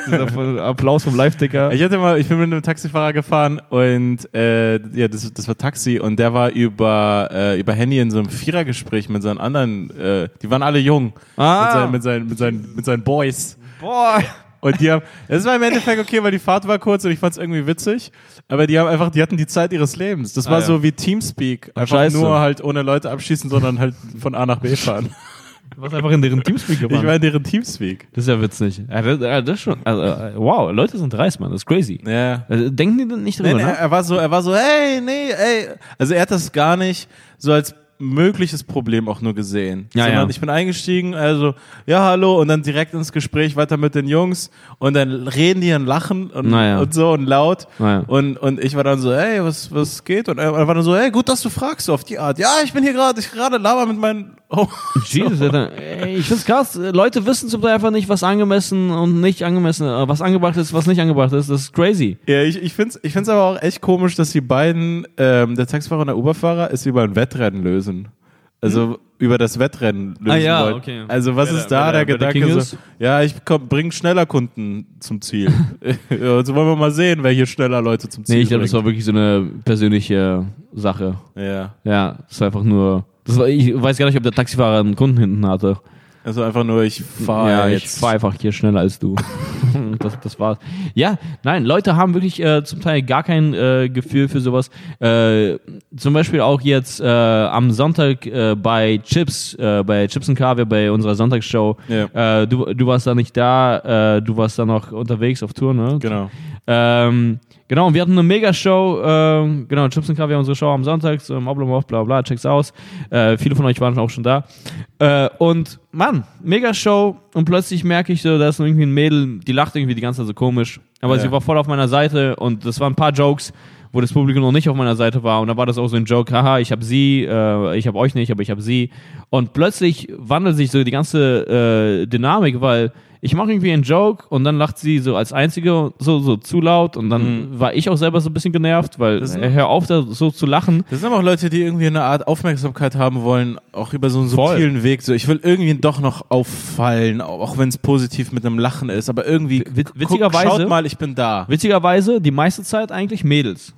[SPEAKER 1] Dieser voll- Applaus vom Live-Ticker.
[SPEAKER 2] Ich hatte mal, ich bin mit einem Taxifahrer gefahren und äh, ja, das, das war Taxi und der war über äh, über Handy in so einem Vierergespräch mit seinen anderen, äh, die waren alle jung, mit,
[SPEAKER 1] Ah.
[SPEAKER 2] seinen, mit, seinen, mit, seinen, mit seinen Boys.
[SPEAKER 1] Boah!
[SPEAKER 2] Und die haben, es war im Endeffekt okay, weil die Fahrt war kurz und ich fand es irgendwie witzig, aber die haben einfach, die hatten die Zeit ihres Lebens. Das war
[SPEAKER 1] Ah, ja.
[SPEAKER 2] so wie Teamspeak, einfach
[SPEAKER 1] scheiße.
[SPEAKER 2] nur halt ohne Leute abschießen, sondern halt von A nach B fahren.
[SPEAKER 1] Du warst einfach in deren Teamspeak gefahren.
[SPEAKER 2] Ich war in deren Teamspeak.
[SPEAKER 1] das ist ja witzig. Ja, das, ja, das ist schon, also, äh, wow, Leute sind dreist, Mann, das ist crazy.
[SPEAKER 2] Ja.
[SPEAKER 1] Also, denken die denn nicht
[SPEAKER 2] Nee,
[SPEAKER 1] drüber
[SPEAKER 2] nee,
[SPEAKER 1] nach?
[SPEAKER 2] er war so, er war so, hey, nee, ey. Also er hat das gar nicht so als mögliches Problem auch nur gesehen.
[SPEAKER 1] Ja,
[SPEAKER 2] Sondern
[SPEAKER 1] ja.
[SPEAKER 2] ich bin eingestiegen, also, ja, hallo, und dann direkt ins Gespräch weiter mit den Jungs und dann reden die und lachen und,
[SPEAKER 1] Na ja.
[SPEAKER 2] und so und laut.
[SPEAKER 1] Na ja.
[SPEAKER 2] Und, und ich war dann so, hey, was, was geht? Und er war dann so, hey, gut, dass du fragst so auf die Art. Ja, ich bin hier gerade, ich gerade laber mit meinen Oh,
[SPEAKER 1] Jesus, Alter. Ey, ich find's krass. äh, Leute wissen zum Teil einfach nicht, was angemessen und nicht angemessen, äh, was angebracht ist, was nicht angebracht ist. Das ist crazy.
[SPEAKER 2] Ja, ich, ich finde es ich find's aber auch echt komisch, dass die beiden, ähm, der Taxifahrer und der Uberfahrer, es über ein Wettrennen lösen. Also über das Wettrennen lösen
[SPEAKER 1] Hm? Ah, ja,
[SPEAKER 2] wollten.
[SPEAKER 1] okay.
[SPEAKER 2] Also was
[SPEAKER 1] Wer
[SPEAKER 2] ist
[SPEAKER 1] der-
[SPEAKER 2] da
[SPEAKER 1] wer
[SPEAKER 2] der,
[SPEAKER 1] der- wer der
[SPEAKER 2] Gedanke?
[SPEAKER 1] King
[SPEAKER 2] so, ja, ich komm, bring schneller Kunden zum Ziel. Ja, also wollen wir mal sehen, wer hier schneller Leute zum Ziel
[SPEAKER 1] Nee, ich glaube,
[SPEAKER 2] bringt.
[SPEAKER 1] das war wirklich so eine persönliche Sache.
[SPEAKER 2] ja.
[SPEAKER 1] Ja, das war einfach nur. Das war, ich weiß gar nicht, ob der Taxifahrer einen Kunden hinten hatte.
[SPEAKER 2] Also einfach nur, ich fahre
[SPEAKER 1] ja,
[SPEAKER 2] jetzt.
[SPEAKER 1] ich fahr einfach hier schneller als du. das, das war's. Ja, nein, Leute haben wirklich äh, zum Teil gar kein äh, Gefühl für sowas. Äh, zum Beispiel auch jetzt äh, am Sonntag äh, bei Chips, äh, bei Chips und Kaviar, bei unserer Sonntagsshow.
[SPEAKER 2] Ja.
[SPEAKER 1] Äh, du, du warst da nicht da, äh, du warst da noch unterwegs auf Tour, ne?
[SPEAKER 2] Genau.
[SPEAKER 1] Ähm, genau, und wir hatten eine Mega-Show. Ähm, genau, Chips und Kaviar, unsere Show am Sonntag so im Oblomov, bla bla, check's aus. Äh, viele von euch waren auch schon da. Äh, und Mann, Mega-Show. Und plötzlich merke ich so, da ist irgendwie ein Mädel, die lacht irgendwie die ganze Zeit so komisch. Aber
[SPEAKER 2] Ja.
[SPEAKER 1] sie war voll auf meiner Seite und das waren ein paar Jokes wo das Publikum noch nicht auf meiner Seite war und da war das auch so ein Joke, haha, ich habe sie, äh, ich habe euch nicht, aber ich habe sie und plötzlich wandelt sich so die ganze äh, Dynamik, weil ich mache irgendwie einen Joke und dann lacht sie so als einzige so so zu laut und dann war ich auch selber so ein bisschen genervt, weil
[SPEAKER 2] Das-
[SPEAKER 1] äh, hör auf da so zu lachen.
[SPEAKER 2] Das sind aber auch Leute, die irgendwie eine Art Aufmerksamkeit haben wollen, auch über so einen
[SPEAKER 1] Voll.
[SPEAKER 2] subtilen Weg. So, ich will irgendwie doch noch auffallen, auch auch wenn es positiv mit einem Lachen ist. Aber irgendwie,
[SPEAKER 1] Wit-
[SPEAKER 2] guck-
[SPEAKER 1] witzigerweise-
[SPEAKER 2] schaut mal, ich bin da.
[SPEAKER 1] Witzigerweise die meiste Zeit eigentlich Mädels.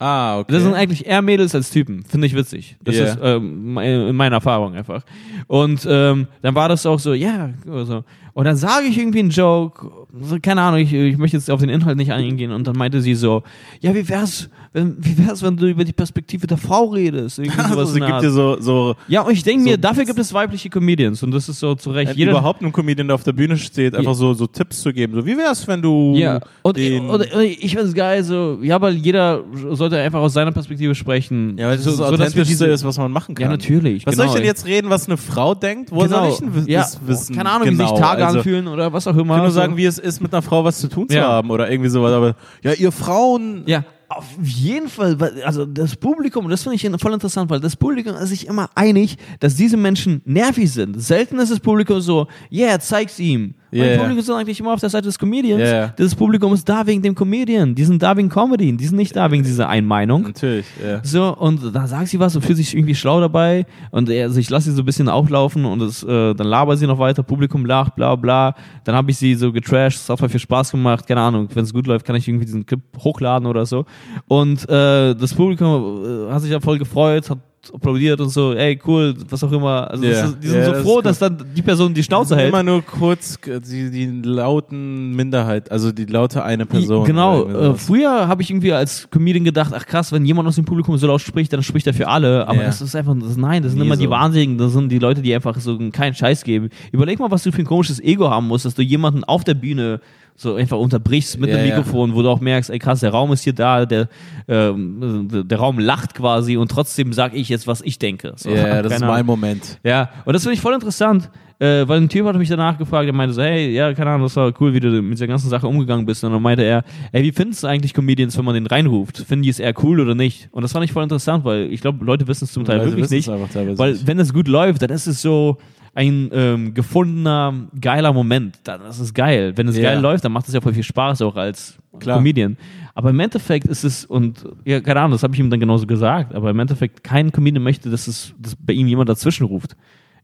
[SPEAKER 2] Ah, okay.
[SPEAKER 1] Das sind eigentlich eher Mädels als Typen. Finde ich witzig. Das
[SPEAKER 2] Yeah.
[SPEAKER 1] ist ähm, me- in meiner Erfahrung einfach. Und ähm, dann war das auch so, ja, oder so. Und dann sage ich irgendwie einen Joke, so, keine Ahnung, ich, ich möchte jetzt auf den Inhalt nicht eingehen. Und dann meinte sie so, ja, wie wär's, wenn, wie wär's, wenn du über die Perspektive der Frau redest? Irgendwie sowas
[SPEAKER 2] also,
[SPEAKER 1] in
[SPEAKER 2] sie
[SPEAKER 1] der
[SPEAKER 2] gibt
[SPEAKER 1] Art.
[SPEAKER 2] dir so, so
[SPEAKER 1] ja, und ich denke mir,
[SPEAKER 2] so-
[SPEAKER 1] dafür gibt es weibliche Comedians. Und das ist so zu Recht.
[SPEAKER 2] Wenn überhaupt einem Comedian, der auf der Bühne steht, einfach so, so Tipps zu geben. So, wie wär's, wenn du
[SPEAKER 1] Ja, und, ich-
[SPEAKER 2] den...
[SPEAKER 1] und ich ich find's geil, so, ja, weil jeder sollte einfach aus seiner Perspektive sprechen.
[SPEAKER 2] ja, weil das
[SPEAKER 1] so,
[SPEAKER 2] das
[SPEAKER 1] so, dass wir
[SPEAKER 2] Authentischste
[SPEAKER 1] diese-
[SPEAKER 2] ist, was man machen kann.
[SPEAKER 1] Ja, natürlich,
[SPEAKER 2] Was
[SPEAKER 1] genau,
[SPEAKER 2] soll ich denn
[SPEAKER 1] ey.
[SPEAKER 2] jetzt reden, was eine Frau denkt? Wo soll ich denn wi-
[SPEAKER 1] Genau. ja.
[SPEAKER 2] das wissen?
[SPEAKER 1] Keine Ahnung, wie
[SPEAKER 2] genau.
[SPEAKER 1] sich Tage
[SPEAKER 2] also,
[SPEAKER 1] anfühlen oder was auch immer. also
[SPEAKER 2] Ich kann nur
[SPEAKER 1] So.
[SPEAKER 2] sagen, wie es ist, mit einer Frau was zu tun zu
[SPEAKER 1] Ja.
[SPEAKER 2] haben oder irgendwie sowas. Aber ja, ihr Frauen...
[SPEAKER 1] ja. Auf jeden Fall, weil- also das Publikum, das finde ich voll interessant, weil das Publikum ist sich immer einig, dass diese Menschen nervig sind. Selten ist das Publikum so, yeah, zeig's ihm.
[SPEAKER 2] Yeah.
[SPEAKER 1] Weil Das Publikum ist eigentlich immer auf der Seite des Comedians.
[SPEAKER 2] Yeah.
[SPEAKER 1] Das Publikum ist da wegen dem Comedian, die sind da wegen Comedy, die sind nicht da wegen dieser Einmeinung.
[SPEAKER 2] Natürlich, ja.
[SPEAKER 1] So, und dann sagt sie was und fühlt sich irgendwie schlau dabei. Und äh, also ich lasse sie so ein bisschen auflaufen und es, äh, dann labert sie noch weiter, Publikum lacht, bla bla. Dann habe ich sie so getrashed, es hat voll viel Spaß gemacht, keine Ahnung, wenn es gut läuft, kann ich irgendwie diesen Clip hochladen oder so. Und äh, das Publikum äh, hat sich ja voll gefreut, hat applaudiert und so, ey, cool, was auch immer. Also
[SPEAKER 2] Ja.
[SPEAKER 1] das ist, die sind
[SPEAKER 2] Ja, das
[SPEAKER 1] so
[SPEAKER 2] ist
[SPEAKER 1] froh,
[SPEAKER 2] gut.
[SPEAKER 1] dass dann die Person die Schnauze hält.
[SPEAKER 2] Immer nur kurz äh, die, die lauten Minderheit, also die laute eine Person.
[SPEAKER 1] Genau,
[SPEAKER 2] oder irgendwie sowas.
[SPEAKER 1] äh, früher habe ich irgendwie als Comedian gedacht, ach krass, wenn jemand aus dem Publikum so laut spricht, dann spricht er für alle. Aber
[SPEAKER 2] Ja.
[SPEAKER 1] das ist einfach, das, nein, das sind
[SPEAKER 2] Nie
[SPEAKER 1] immer die
[SPEAKER 2] so.
[SPEAKER 1] Wahnsinnigen, das sind die Leute, die einfach so keinen Scheiß geben. Überleg mal, was du für ein komisches Ego haben musst, dass du jemanden auf der Bühne so einfach unterbrichst mit
[SPEAKER 2] Ja,
[SPEAKER 1] einem
[SPEAKER 2] ja.
[SPEAKER 1] Mikrofon, wo du auch merkst, ey krass, der Raum ist hier da, der, ähm, der- der Raum lacht quasi und trotzdem sage ich jetzt, was ich denke. So,
[SPEAKER 2] ja, das ist
[SPEAKER 1] keine
[SPEAKER 2] mein
[SPEAKER 1] Ahnung.
[SPEAKER 2] Moment.
[SPEAKER 1] Ja, und das finde ich voll interessant, äh, weil ein Typ hat mich danach gefragt, der meinte so, hey, ja, keine Ahnung, das war cool, wie du mit dieser ganzen Sache umgegangen bist. Und dann meinte er, ey, wie findest du eigentlich Comedians, wenn man den reinruft? Finden die es eher cool oder nicht? Und das fand ich voll interessant, weil ich glaube, Leute wissen es zum Teil
[SPEAKER 2] Leute
[SPEAKER 1] wirklich
[SPEAKER 2] wissen's
[SPEAKER 1] nicht.
[SPEAKER 2] einfach teilweise
[SPEAKER 1] Weil
[SPEAKER 2] nicht.
[SPEAKER 1] wenn es gut läuft, dann ist es so ein ähm, gefundener, geiler Moment. Dann ist es geil. Wenn es
[SPEAKER 2] Ja.
[SPEAKER 1] geil läuft, dann macht es ja voll viel Spaß auch als
[SPEAKER 2] Klar.
[SPEAKER 1] Comedian. Aber im Endeffekt ist es, und ja, keine Ahnung, das habe ich ihm dann genauso gesagt, aber im Endeffekt, kein Comedian möchte, dass es dass bei ihm jemand dazwischen ruft.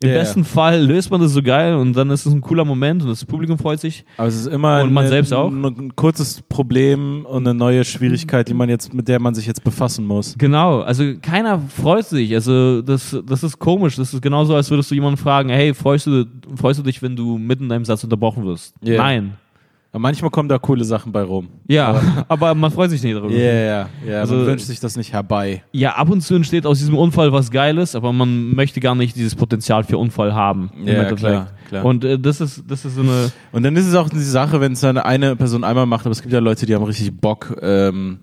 [SPEAKER 1] Im
[SPEAKER 2] Ja, ja.
[SPEAKER 1] besten Fall löst man das so geil und dann ist es ein cooler Moment und das Publikum freut sich.
[SPEAKER 2] Aber es ist immer
[SPEAKER 1] Und man
[SPEAKER 2] eine-
[SPEAKER 1] selbst auch?
[SPEAKER 2] ein kurzes Problem und eine neue Schwierigkeit, die man jetzt, mit der man sich jetzt befassen muss.
[SPEAKER 1] Genau, also keiner freut sich. Also das, das ist komisch. Das ist genauso, als würdest du jemanden fragen, hey, freust du, freust du dich, wenn du mitten in deinem Satz unterbrochen wirst?
[SPEAKER 2] Ja.
[SPEAKER 1] Nein.
[SPEAKER 2] Aber manchmal kommen da coole Sachen bei rum.
[SPEAKER 1] Ja, aber man freut sich nicht darüber.
[SPEAKER 2] Ja, ja, ja. Also, man
[SPEAKER 1] Also-
[SPEAKER 2] wünscht sich das nicht herbei.
[SPEAKER 1] Ja, ab und zu entsteht aus diesem Unfall was Geiles, aber man möchte gar nicht dieses Potenzial für Unfall haben. im
[SPEAKER 2] Ja,
[SPEAKER 1] Endeffekt.
[SPEAKER 2] klar, klar.
[SPEAKER 1] Und äh, das ist das ist so eine
[SPEAKER 2] Und dann ist es auch die Sache, wenn es dann eine Person einmal macht, aber es gibt ja Leute, die haben richtig Bock, ähm,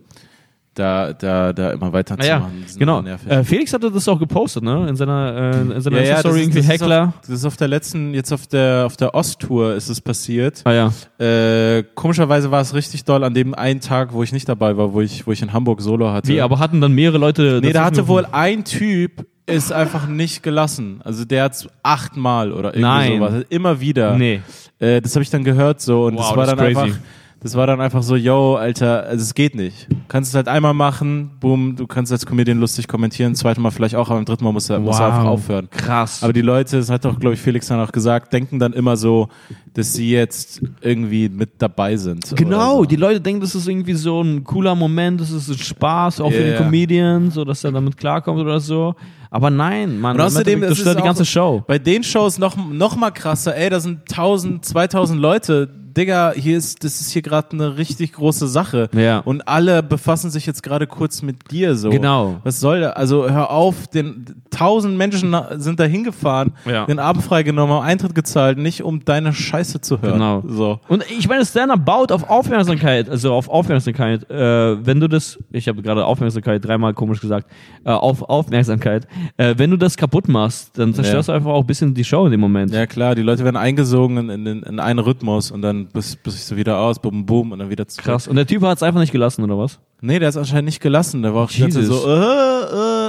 [SPEAKER 2] da, da, da immer
[SPEAKER 1] Ah ja,
[SPEAKER 2] weiterzumachen. Die sind
[SPEAKER 1] genau.
[SPEAKER 2] immer nervig.
[SPEAKER 1] Äh, Felix hatte das auch gepostet, ne? In seiner äh, in seiner
[SPEAKER 2] Ja, ja,
[SPEAKER 1] Story
[SPEAKER 2] das ist-
[SPEAKER 1] irgendwie
[SPEAKER 2] das ist
[SPEAKER 1] Heckler.
[SPEAKER 2] Auf, das ist auf der letzten, jetzt auf der, auf der Osttour ist es passiert.
[SPEAKER 1] ah ja.
[SPEAKER 2] Äh, komischerweise war es richtig doll an dem einen Tag, wo ich nicht dabei war, wo ich, wo ich in Hamburg Solo hatte.
[SPEAKER 1] Wie, aber hatten dann mehrere Leute
[SPEAKER 2] nee, da
[SPEAKER 1] dazwischen
[SPEAKER 2] hatte
[SPEAKER 1] gerufen?
[SPEAKER 2] wohl ein Typ ist einfach nicht gelassen. Also der hat achtmal oder irgendwie
[SPEAKER 1] Nein.
[SPEAKER 2] sowas. Immer wieder.
[SPEAKER 1] Nee.
[SPEAKER 2] Äh, das habe ich dann gehört so und
[SPEAKER 1] Wow,
[SPEAKER 2] das war
[SPEAKER 1] das
[SPEAKER 2] dann
[SPEAKER 1] ist crazy.
[SPEAKER 2] einfach. Das war dann einfach so, yo, Alter, also es geht nicht. Du kannst es halt einmal machen, boom, du kannst als Comedian lustig kommentieren, zweites Mal vielleicht auch, aber im dritten Mal muss er, muss er einfach aufhören.
[SPEAKER 1] Krass.
[SPEAKER 2] Aber die Leute, das hat doch, glaube ich, Felix dann auch gesagt, denken dann immer so, dass sie jetzt irgendwie mit dabei sind.
[SPEAKER 1] Genau,
[SPEAKER 2] oder so.
[SPEAKER 1] die Leute denken, das ist irgendwie so ein cooler Moment, das ist ein Spaß, auch für
[SPEAKER 2] Ja,
[SPEAKER 1] den
[SPEAKER 2] ja.
[SPEAKER 1] Comedian, so dass er damit klarkommt oder so. Aber nein, Mann,
[SPEAKER 2] Und
[SPEAKER 1] im
[SPEAKER 2] außerdem
[SPEAKER 1] Endeffekt, das
[SPEAKER 2] ist es
[SPEAKER 1] stört die
[SPEAKER 2] auch-
[SPEAKER 1] ganze Show.
[SPEAKER 2] Bei den Shows noch, noch mal krasser, ey, da sind 1000, 2000 Leute. Digga, hier ist, das ist hier gerade eine richtig große Sache.
[SPEAKER 1] Ja.
[SPEAKER 2] Und alle befassen sich jetzt gerade kurz mit dir so.
[SPEAKER 1] Genau.
[SPEAKER 2] Was soll da? Also hör auf, den 1000 Menschen na- sind da hingefahren,
[SPEAKER 1] Ja.
[SPEAKER 2] den Abend freigenommen, haben Eintritt gezahlt, nicht um deine Scheiße zu hören.
[SPEAKER 1] Genau.
[SPEAKER 2] So.
[SPEAKER 1] Und ich meine, Stand-up baut auf Aufmerksamkeit, also auf Aufmerksamkeit. Äh, wenn du das, ich habe gerade Aufmerksamkeit dreimal komisch gesagt, äh, auf Aufmerksamkeit. Äh, wenn du das kaputt machst, dann zerstörst du einfach auch ein bisschen die Show in dem Moment.
[SPEAKER 2] Ja klar, die Leute werden eingesogen in, in, in einen Rhythmus und dann bist, bist du wieder aus, boom, boom und dann wieder zurück.
[SPEAKER 1] Krass. Und der Typ hat es einfach nicht gelassen, oder was?
[SPEAKER 2] Nee, der ist anscheinend nicht gelassen. Der war auch die ganze Zeit
[SPEAKER 1] Jesus.
[SPEAKER 2] so,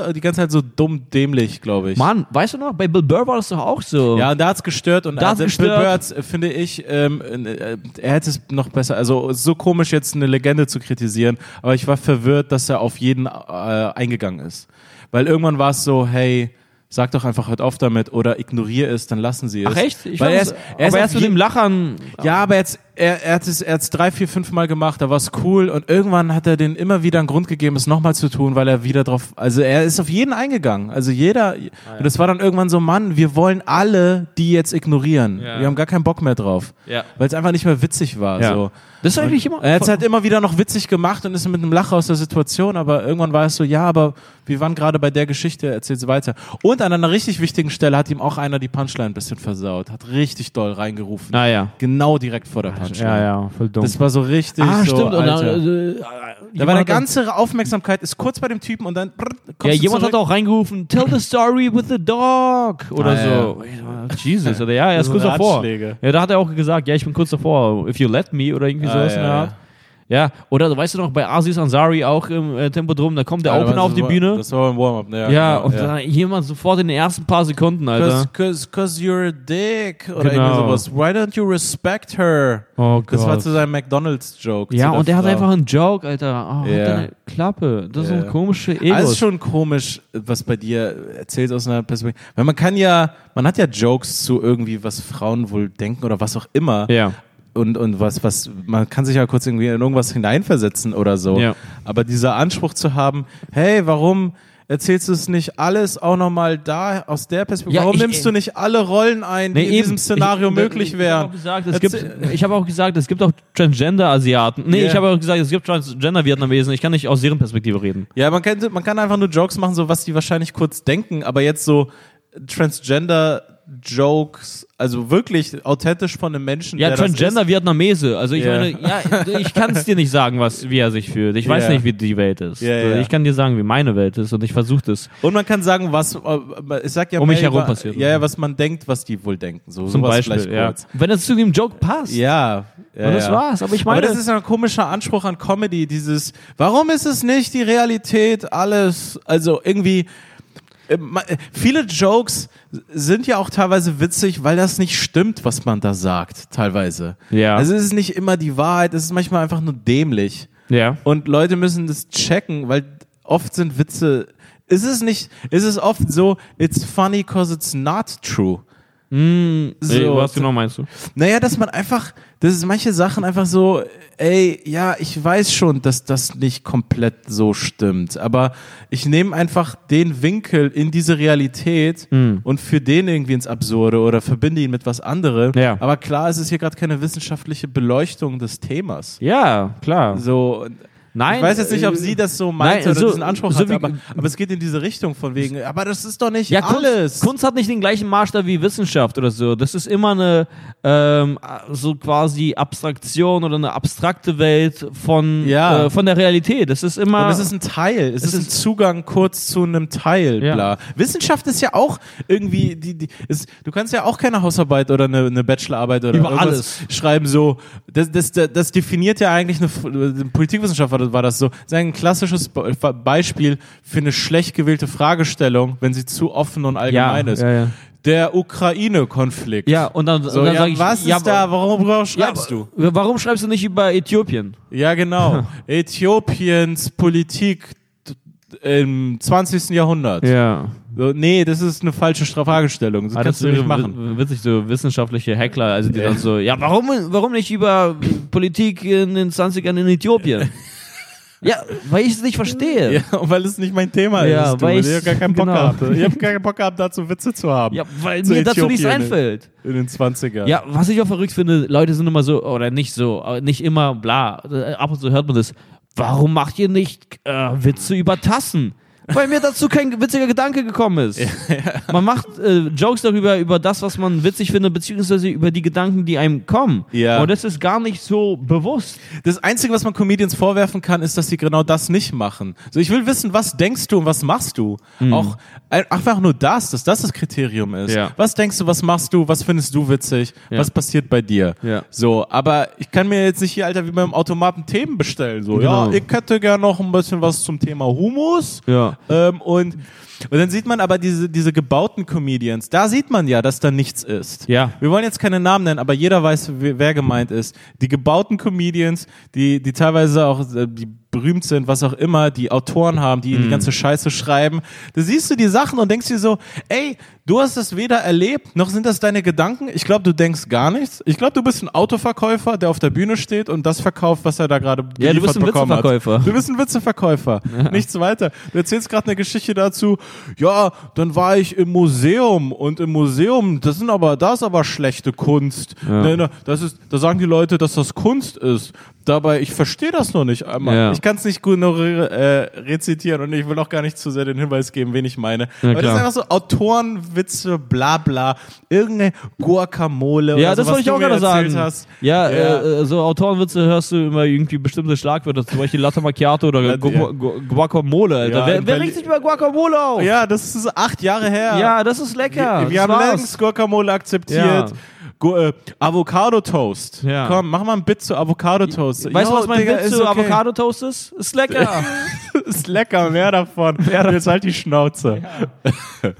[SPEAKER 2] äh, äh, die ganze Zeit so dumm dämlich, glaube ich.
[SPEAKER 1] Mann, weißt du noch, bei Bill Burr war das doch auch so.
[SPEAKER 2] Ja, und da hat's gestört und
[SPEAKER 1] Da hat's
[SPEAKER 2] also
[SPEAKER 1] gestört.
[SPEAKER 2] Bill Birds, finde ich, ähm, äh, er hätte es noch besser, also es ist so komisch jetzt eine Legende zu kritisieren, aber ich war verwirrt, dass er auf jeden äh, eingegangen ist. Weil irgendwann war es so, hey, sag doch einfach hört auf damit oder ignoriere es, dann lassen sie es.
[SPEAKER 1] Ach echt? Ich
[SPEAKER 2] Weil er
[SPEAKER 1] weiß,
[SPEAKER 2] ist, halt er ist
[SPEAKER 1] aber
[SPEAKER 2] auf
[SPEAKER 1] erst mit
[SPEAKER 2] je-
[SPEAKER 1] dem Lachern.
[SPEAKER 2] ja, aber jetzt, er, er hat es er hat's drei, vier, fünf Mal gemacht, da war es cool und irgendwann hat er den immer wieder einen Grund gegeben, es nochmal zu tun, weil er wieder drauf, also er ist auf jeden eingegangen, also
[SPEAKER 1] Ah,
[SPEAKER 2] jeder, und das war dann irgendwann so, Mann, wir wollen alle die jetzt ignorieren,
[SPEAKER 1] Ja.
[SPEAKER 2] wir haben gar keinen Bock mehr drauf,
[SPEAKER 1] Ja.
[SPEAKER 2] weil es einfach nicht mehr witzig war,
[SPEAKER 1] Ja.
[SPEAKER 2] so.
[SPEAKER 1] Das ist eigentlich immer.
[SPEAKER 2] Er hat es halt immer wieder noch witzig gemacht und ist mit einem Lacher aus der Situation, aber irgendwann war es so, ja, aber wir waren gerade bei der Geschichte, erzähl sie weiter. Und an einer richtig wichtigen Stelle hat ihm auch einer die Punchline ein bisschen versaut, hat richtig doll reingerufen.
[SPEAKER 1] naja.
[SPEAKER 2] Genau direkt vor der Punchline.
[SPEAKER 1] ja, voll dumm.
[SPEAKER 2] Das war so richtig.
[SPEAKER 1] ah,
[SPEAKER 2] so,
[SPEAKER 1] stimmt. Und
[SPEAKER 2] Alter.
[SPEAKER 1] dann, äh, äh,
[SPEAKER 2] da war der
[SPEAKER 1] jemand hat-
[SPEAKER 2] ganze Aufmerksamkeit ist kurz bei dem Typen und dann. brrr, kommst
[SPEAKER 1] Ja,
[SPEAKER 2] du
[SPEAKER 1] jemand
[SPEAKER 2] zurück.
[SPEAKER 1] hat auch reingerufen, tell the story with the dog oder
[SPEAKER 2] Ah,
[SPEAKER 1] so. Jesus, oder ja, er ist
[SPEAKER 2] So
[SPEAKER 1] kurz davor.
[SPEAKER 2] Ratschläge.
[SPEAKER 1] Ja, da hat er auch gesagt, ja, ich bin kurz davor, if you let me oder irgendwie
[SPEAKER 2] Ah,
[SPEAKER 1] sowas.
[SPEAKER 2] ja,
[SPEAKER 1] in der
[SPEAKER 2] ja.
[SPEAKER 1] Art. ja, oder weißt du noch, bei Aziz Ansari auch im äh, Tempodrom, da kommt der
[SPEAKER 2] Ja,
[SPEAKER 1] Opener
[SPEAKER 2] das
[SPEAKER 1] auf die
[SPEAKER 2] war-
[SPEAKER 1] Bühne.
[SPEAKER 2] Das war beim Warm-up, ne?
[SPEAKER 1] ja, und
[SPEAKER 2] genau,
[SPEAKER 1] dann jemand sofort in den ersten paar Sekunden, Alter.
[SPEAKER 2] Cause, cause, cause you're a dick oder
[SPEAKER 1] Genau.
[SPEAKER 2] irgendwie sowas. Why don't you respect her?
[SPEAKER 1] Oh
[SPEAKER 2] Das war
[SPEAKER 1] Gott.
[SPEAKER 2] zu seinem McDonalds-Joke.
[SPEAKER 1] Ja,
[SPEAKER 2] zu
[SPEAKER 1] und der hat
[SPEAKER 2] Frau.
[SPEAKER 1] einfach einen Joke, Alter. Oh,
[SPEAKER 2] Ja.
[SPEAKER 1] hat eine Klappe. Das
[SPEAKER 2] Ja.
[SPEAKER 1] ist so ein komische Ego.
[SPEAKER 2] Alles Also schon komisch, was bei dir erzählt aus einer Perspektive. Weil man kann ja, man hat ja Jokes zu irgendwie, was Frauen wohl denken oder was auch immer.
[SPEAKER 1] ja.
[SPEAKER 2] und, und was, was, man kann sich ja kurz irgendwie in irgendwas hineinversetzen oder so.
[SPEAKER 1] Ja.
[SPEAKER 2] Aber dieser Anspruch zu haben, hey, warum erzählst du es nicht alles auch nochmal da aus der Perspektive?
[SPEAKER 1] Ja,
[SPEAKER 2] warum
[SPEAKER 1] ich- äh,
[SPEAKER 2] nimmst du nicht alle Rollen ein, die
[SPEAKER 1] Nee,
[SPEAKER 2] in
[SPEAKER 1] eben.
[SPEAKER 2] diesem Szenario
[SPEAKER 1] ich, äh, genau.
[SPEAKER 2] möglich
[SPEAKER 1] ich-
[SPEAKER 2] wären?
[SPEAKER 1] Ich habe auch, gesagt, es
[SPEAKER 2] Erzähl-
[SPEAKER 1] gibt- ich hab auch gesagt, es gibt auch Transgender-Asiaten. Nee,
[SPEAKER 2] Ja.
[SPEAKER 1] ich habe auch gesagt, es gibt Transgender-Vietnamesen. Ich kann nicht aus deren Perspektive reden.
[SPEAKER 2] Ja, man kann, man kann einfach nur Jokes machen, so was die wahrscheinlich kurz denken, aber jetzt so Transgender-Jokes, also wirklich authentisch von einem Menschen,
[SPEAKER 1] Ja,
[SPEAKER 2] der das ist.
[SPEAKER 1] Transgender-Vietnamese. Also ich
[SPEAKER 2] Ja.
[SPEAKER 1] meine, ja, ich kann es dir nicht sagen, was, wie er sich fühlt. Ich weiß
[SPEAKER 2] Ja.
[SPEAKER 1] nicht, wie die Welt ist. Also,
[SPEAKER 2] Ja, ja.
[SPEAKER 1] Ich kann dir sagen, wie meine Welt ist und ich versuche das.
[SPEAKER 2] Und man kann sagen, was, äh, ich sag ja,
[SPEAKER 1] Um mich
[SPEAKER 2] Mary,
[SPEAKER 1] herum
[SPEAKER 2] wa-
[SPEAKER 1] passiert.
[SPEAKER 2] Ja, ja, was man denkt, was die wohl denken. So,
[SPEAKER 1] Zum
[SPEAKER 2] sowas
[SPEAKER 1] Beispiel.
[SPEAKER 2] vielleicht
[SPEAKER 1] Ja.
[SPEAKER 2] kurz.
[SPEAKER 1] Wenn es zu dem Joke passt.
[SPEAKER 2] Ja. ja
[SPEAKER 1] Und das
[SPEAKER 2] ja.
[SPEAKER 1] war's. Aber ich meine-
[SPEAKER 2] Aber das ist ein komischer Anspruch an Comedy, dieses, warum ist es nicht die Realität, alles, also irgendwie, äh, ma- äh, viele Jokes sind ja auch teilweise witzig, weil das nicht stimmt, was man da sagt, teilweise.
[SPEAKER 1] Ja.
[SPEAKER 2] Also es ist nicht immer die Wahrheit, es ist manchmal einfach nur dämlich.
[SPEAKER 1] ja.
[SPEAKER 2] Und Leute müssen das checken, weil oft sind Witze. Ist es nicht, ist es oft so, it's funny cause it's not true.
[SPEAKER 1] Nee,
[SPEAKER 2] So.
[SPEAKER 1] was genau meinst du?
[SPEAKER 2] Naja, dass man einfach, dass es manche Sachen einfach so, ey, ja, ich weiß schon, dass das nicht komplett so stimmt, aber ich nehme einfach den Winkel in diese Realität
[SPEAKER 1] Hm.
[SPEAKER 2] und für den irgendwie ins Absurde oder verbinde ihn mit was anderem.
[SPEAKER 1] Ja.
[SPEAKER 2] Aber klar, es ist hier gerade keine wissenschaftliche Beleuchtung des Themas.
[SPEAKER 1] Ja, klar.
[SPEAKER 2] So, und
[SPEAKER 1] Nein.
[SPEAKER 2] ich weiß jetzt nicht, ob
[SPEAKER 1] äh,
[SPEAKER 2] sie das so meinte
[SPEAKER 1] nein,
[SPEAKER 2] oder
[SPEAKER 1] so-
[SPEAKER 2] diesen Anspruch
[SPEAKER 1] so
[SPEAKER 2] hatte,
[SPEAKER 1] wie-
[SPEAKER 2] aber, aber es geht in diese Richtung von wegen, aber das ist doch nicht
[SPEAKER 1] Ja,
[SPEAKER 2] alles.
[SPEAKER 1] Kunst, Kunst hat nicht den gleichen Maßstab wie Wissenschaft oder so. Das ist immer eine ähm, so quasi Abstraktion oder eine abstrakte Welt von,
[SPEAKER 2] Ja.
[SPEAKER 1] äh, von der Realität. Das ist immer.
[SPEAKER 2] Und es ist ein Teil, es, ist, ein Zugang kurz zu einem Teil,
[SPEAKER 1] Ja.
[SPEAKER 2] bla. Wissenschaft ist ja auch irgendwie, die, die, ist, du kannst ja auch keine Hausarbeit oder eine, eine Bachelorarbeit oder
[SPEAKER 1] Über
[SPEAKER 2] irgendwas schreiben, so, das, das, das definiert ja eigentlich eine, F- äh, ein Politikwissenschaftler war das so. Das ist ein klassisches Be- Beispiel für eine schlecht gewählte Fragestellung, wenn sie zu offen und allgemein
[SPEAKER 1] Ja,
[SPEAKER 2] ist.
[SPEAKER 1] ja, ja.
[SPEAKER 2] Der Ukraine-Konflikt.
[SPEAKER 1] Ja, und dann,
[SPEAKER 2] So,
[SPEAKER 1] und dann
[SPEAKER 2] ja,
[SPEAKER 1] sag ich,
[SPEAKER 2] was
[SPEAKER 1] ja,
[SPEAKER 2] ist da? Warum, warum
[SPEAKER 1] ja,
[SPEAKER 2] schreibst du?
[SPEAKER 1] Warum schreibst du nicht über Äthiopien?
[SPEAKER 2] Ja, genau. Äthiopiens Politik d- im 20. Jahrhundert.
[SPEAKER 1] Ja.
[SPEAKER 2] So, nee, das ist eine falsche Stra- Fragestellung. Das
[SPEAKER 1] Ah,
[SPEAKER 2] kannst
[SPEAKER 1] das
[SPEAKER 2] du
[SPEAKER 1] ist
[SPEAKER 2] nicht machen.
[SPEAKER 1] Witzig, so wissenschaftliche Hackler, also die
[SPEAKER 2] Ja.
[SPEAKER 1] dann so, ja, warum, warum nicht über Politik in den 20ern in Äthiopien? ja, weil ich es nicht verstehe.
[SPEAKER 2] Ja, und weil es nicht mein Thema
[SPEAKER 1] Ja,
[SPEAKER 2] ist. Du.
[SPEAKER 1] weil
[SPEAKER 2] ich
[SPEAKER 1] ich-
[SPEAKER 2] habe gar keinen Bock
[SPEAKER 1] genau.
[SPEAKER 2] gehabt. Ich habe gar keinen Bock gehabt, dazu Witze zu haben.
[SPEAKER 1] Ja, weil
[SPEAKER 2] Zu
[SPEAKER 1] mir dazu nichts
[SPEAKER 2] Äthiopien, ne?
[SPEAKER 1] einfällt.
[SPEAKER 2] In den 20ern.
[SPEAKER 1] Ja, was ich auch verrückt finde, Leute sind immer so, oder nicht so, aber nicht immer, bla. äh, Ab und zu hört man das. Warum macht ihr nicht äh, Witze über Tassen? Weil mir dazu kein witziger Gedanke gekommen ist. Man macht äh, Jokes darüber, über das, was man witzig findet, beziehungsweise über die Gedanken, die einem kommen.
[SPEAKER 2] Ja.
[SPEAKER 1] Und das ist gar nicht so bewusst.
[SPEAKER 2] Das Einzige, was man Comedians vorwerfen kann, ist, dass sie genau das nicht machen. So, ich will wissen, was denkst du und was machst du? Auch ein- einfach nur das, dass das das Kriterium ist.
[SPEAKER 1] Hm. Ja.
[SPEAKER 2] Was denkst du, was machst du, was findest du witzig,
[SPEAKER 1] Ja.
[SPEAKER 2] was passiert bei dir?
[SPEAKER 1] Ja.
[SPEAKER 2] So, aber ich kann mir jetzt nicht hier, Alter, wie beim Automaten Themen bestellen. So,
[SPEAKER 1] Genau.
[SPEAKER 2] ja, ich hätte gern noch ein bisschen was zum Thema Humus.
[SPEAKER 1] Ja.
[SPEAKER 2] Ähm, und, und dann sieht man aber diese, diese gebauten Comedians, da sieht man ja, dass da nichts ist.
[SPEAKER 1] Ja.
[SPEAKER 2] Wir wollen jetzt keine Namen nennen, aber jeder weiß, wer wer gemeint ist. Die gebauten Comedians, die, die teilweise auch äh, die berühmt sind, was auch immer, die Autoren haben, die
[SPEAKER 1] Mhm.
[SPEAKER 2] die ganze Scheiße schreiben. Da siehst du die Sachen und denkst dir so, ey, du hast das weder erlebt, noch sind das deine Gedanken. Ich glaube, du denkst gar nichts. Ich glaube, du bist ein Autoverkäufer, der auf der Bühne steht und das verkauft, was er da gerade
[SPEAKER 1] Ja, du
[SPEAKER 2] geliefert
[SPEAKER 1] bist ein
[SPEAKER 2] bekommen hat.
[SPEAKER 1] Witzeverkäufer.
[SPEAKER 2] Du bist ein Witzeverkäufer. Nichts weiter. Du erzählst gerade eine Geschichte dazu. Ja, dann war ich im Museum und im Museum, das sind aber, da ist aber schlechte Kunst. Ne, ne, das ist, da sagen die Leute, dass das Kunst ist. Dabei, ich verstehe das noch nicht einmal.
[SPEAKER 1] Ja.
[SPEAKER 2] Ich kann es nicht gut noch re äh, rezitieren und ich will auch gar nicht zu sehr den Hinweis geben, wen ich meine. aber das
[SPEAKER 1] klar.
[SPEAKER 2] ist einfach so Autorenwitze, bla bla. Irgendeine Guacamole
[SPEAKER 1] Ja, das
[SPEAKER 2] oder so, was
[SPEAKER 1] wollte ich
[SPEAKER 2] du
[SPEAKER 1] auch
[SPEAKER 2] mir
[SPEAKER 1] gerade
[SPEAKER 2] erzählt
[SPEAKER 1] sagen.
[SPEAKER 2] Hast.
[SPEAKER 1] Ja, Äh, äh, so Autorenwitze hörst du immer irgendwie bestimmte Schlagwörter, zum Beispiel Latte Macchiato oder Gu
[SPEAKER 2] Ja.
[SPEAKER 1] Gu Guacamole. Alter.
[SPEAKER 2] Ja, in
[SPEAKER 1] wer wer
[SPEAKER 2] Berlin-
[SPEAKER 1] regt sich über Guacamole auf?
[SPEAKER 2] ja, das ist acht Jahre her.
[SPEAKER 1] Ja, das ist lecker.
[SPEAKER 2] Wir, wir
[SPEAKER 1] das
[SPEAKER 2] haben
[SPEAKER 1] war's.
[SPEAKER 2] längst Guacamole akzeptiert.
[SPEAKER 1] Ja.
[SPEAKER 2] Gu- Äh, Avocado Toast.
[SPEAKER 1] Ja.
[SPEAKER 2] Komm, mach mal ein Bit zu Avocado Toast.
[SPEAKER 1] Weißt du,
[SPEAKER 2] Jo,
[SPEAKER 1] was mein
[SPEAKER 2] Digga,
[SPEAKER 1] Witz
[SPEAKER 2] ist
[SPEAKER 1] zu
[SPEAKER 2] okay.
[SPEAKER 1] Avocado Toast ist? Ist lecker.
[SPEAKER 2] ist lecker, mehr davon. Jetzt halt die Schnauze.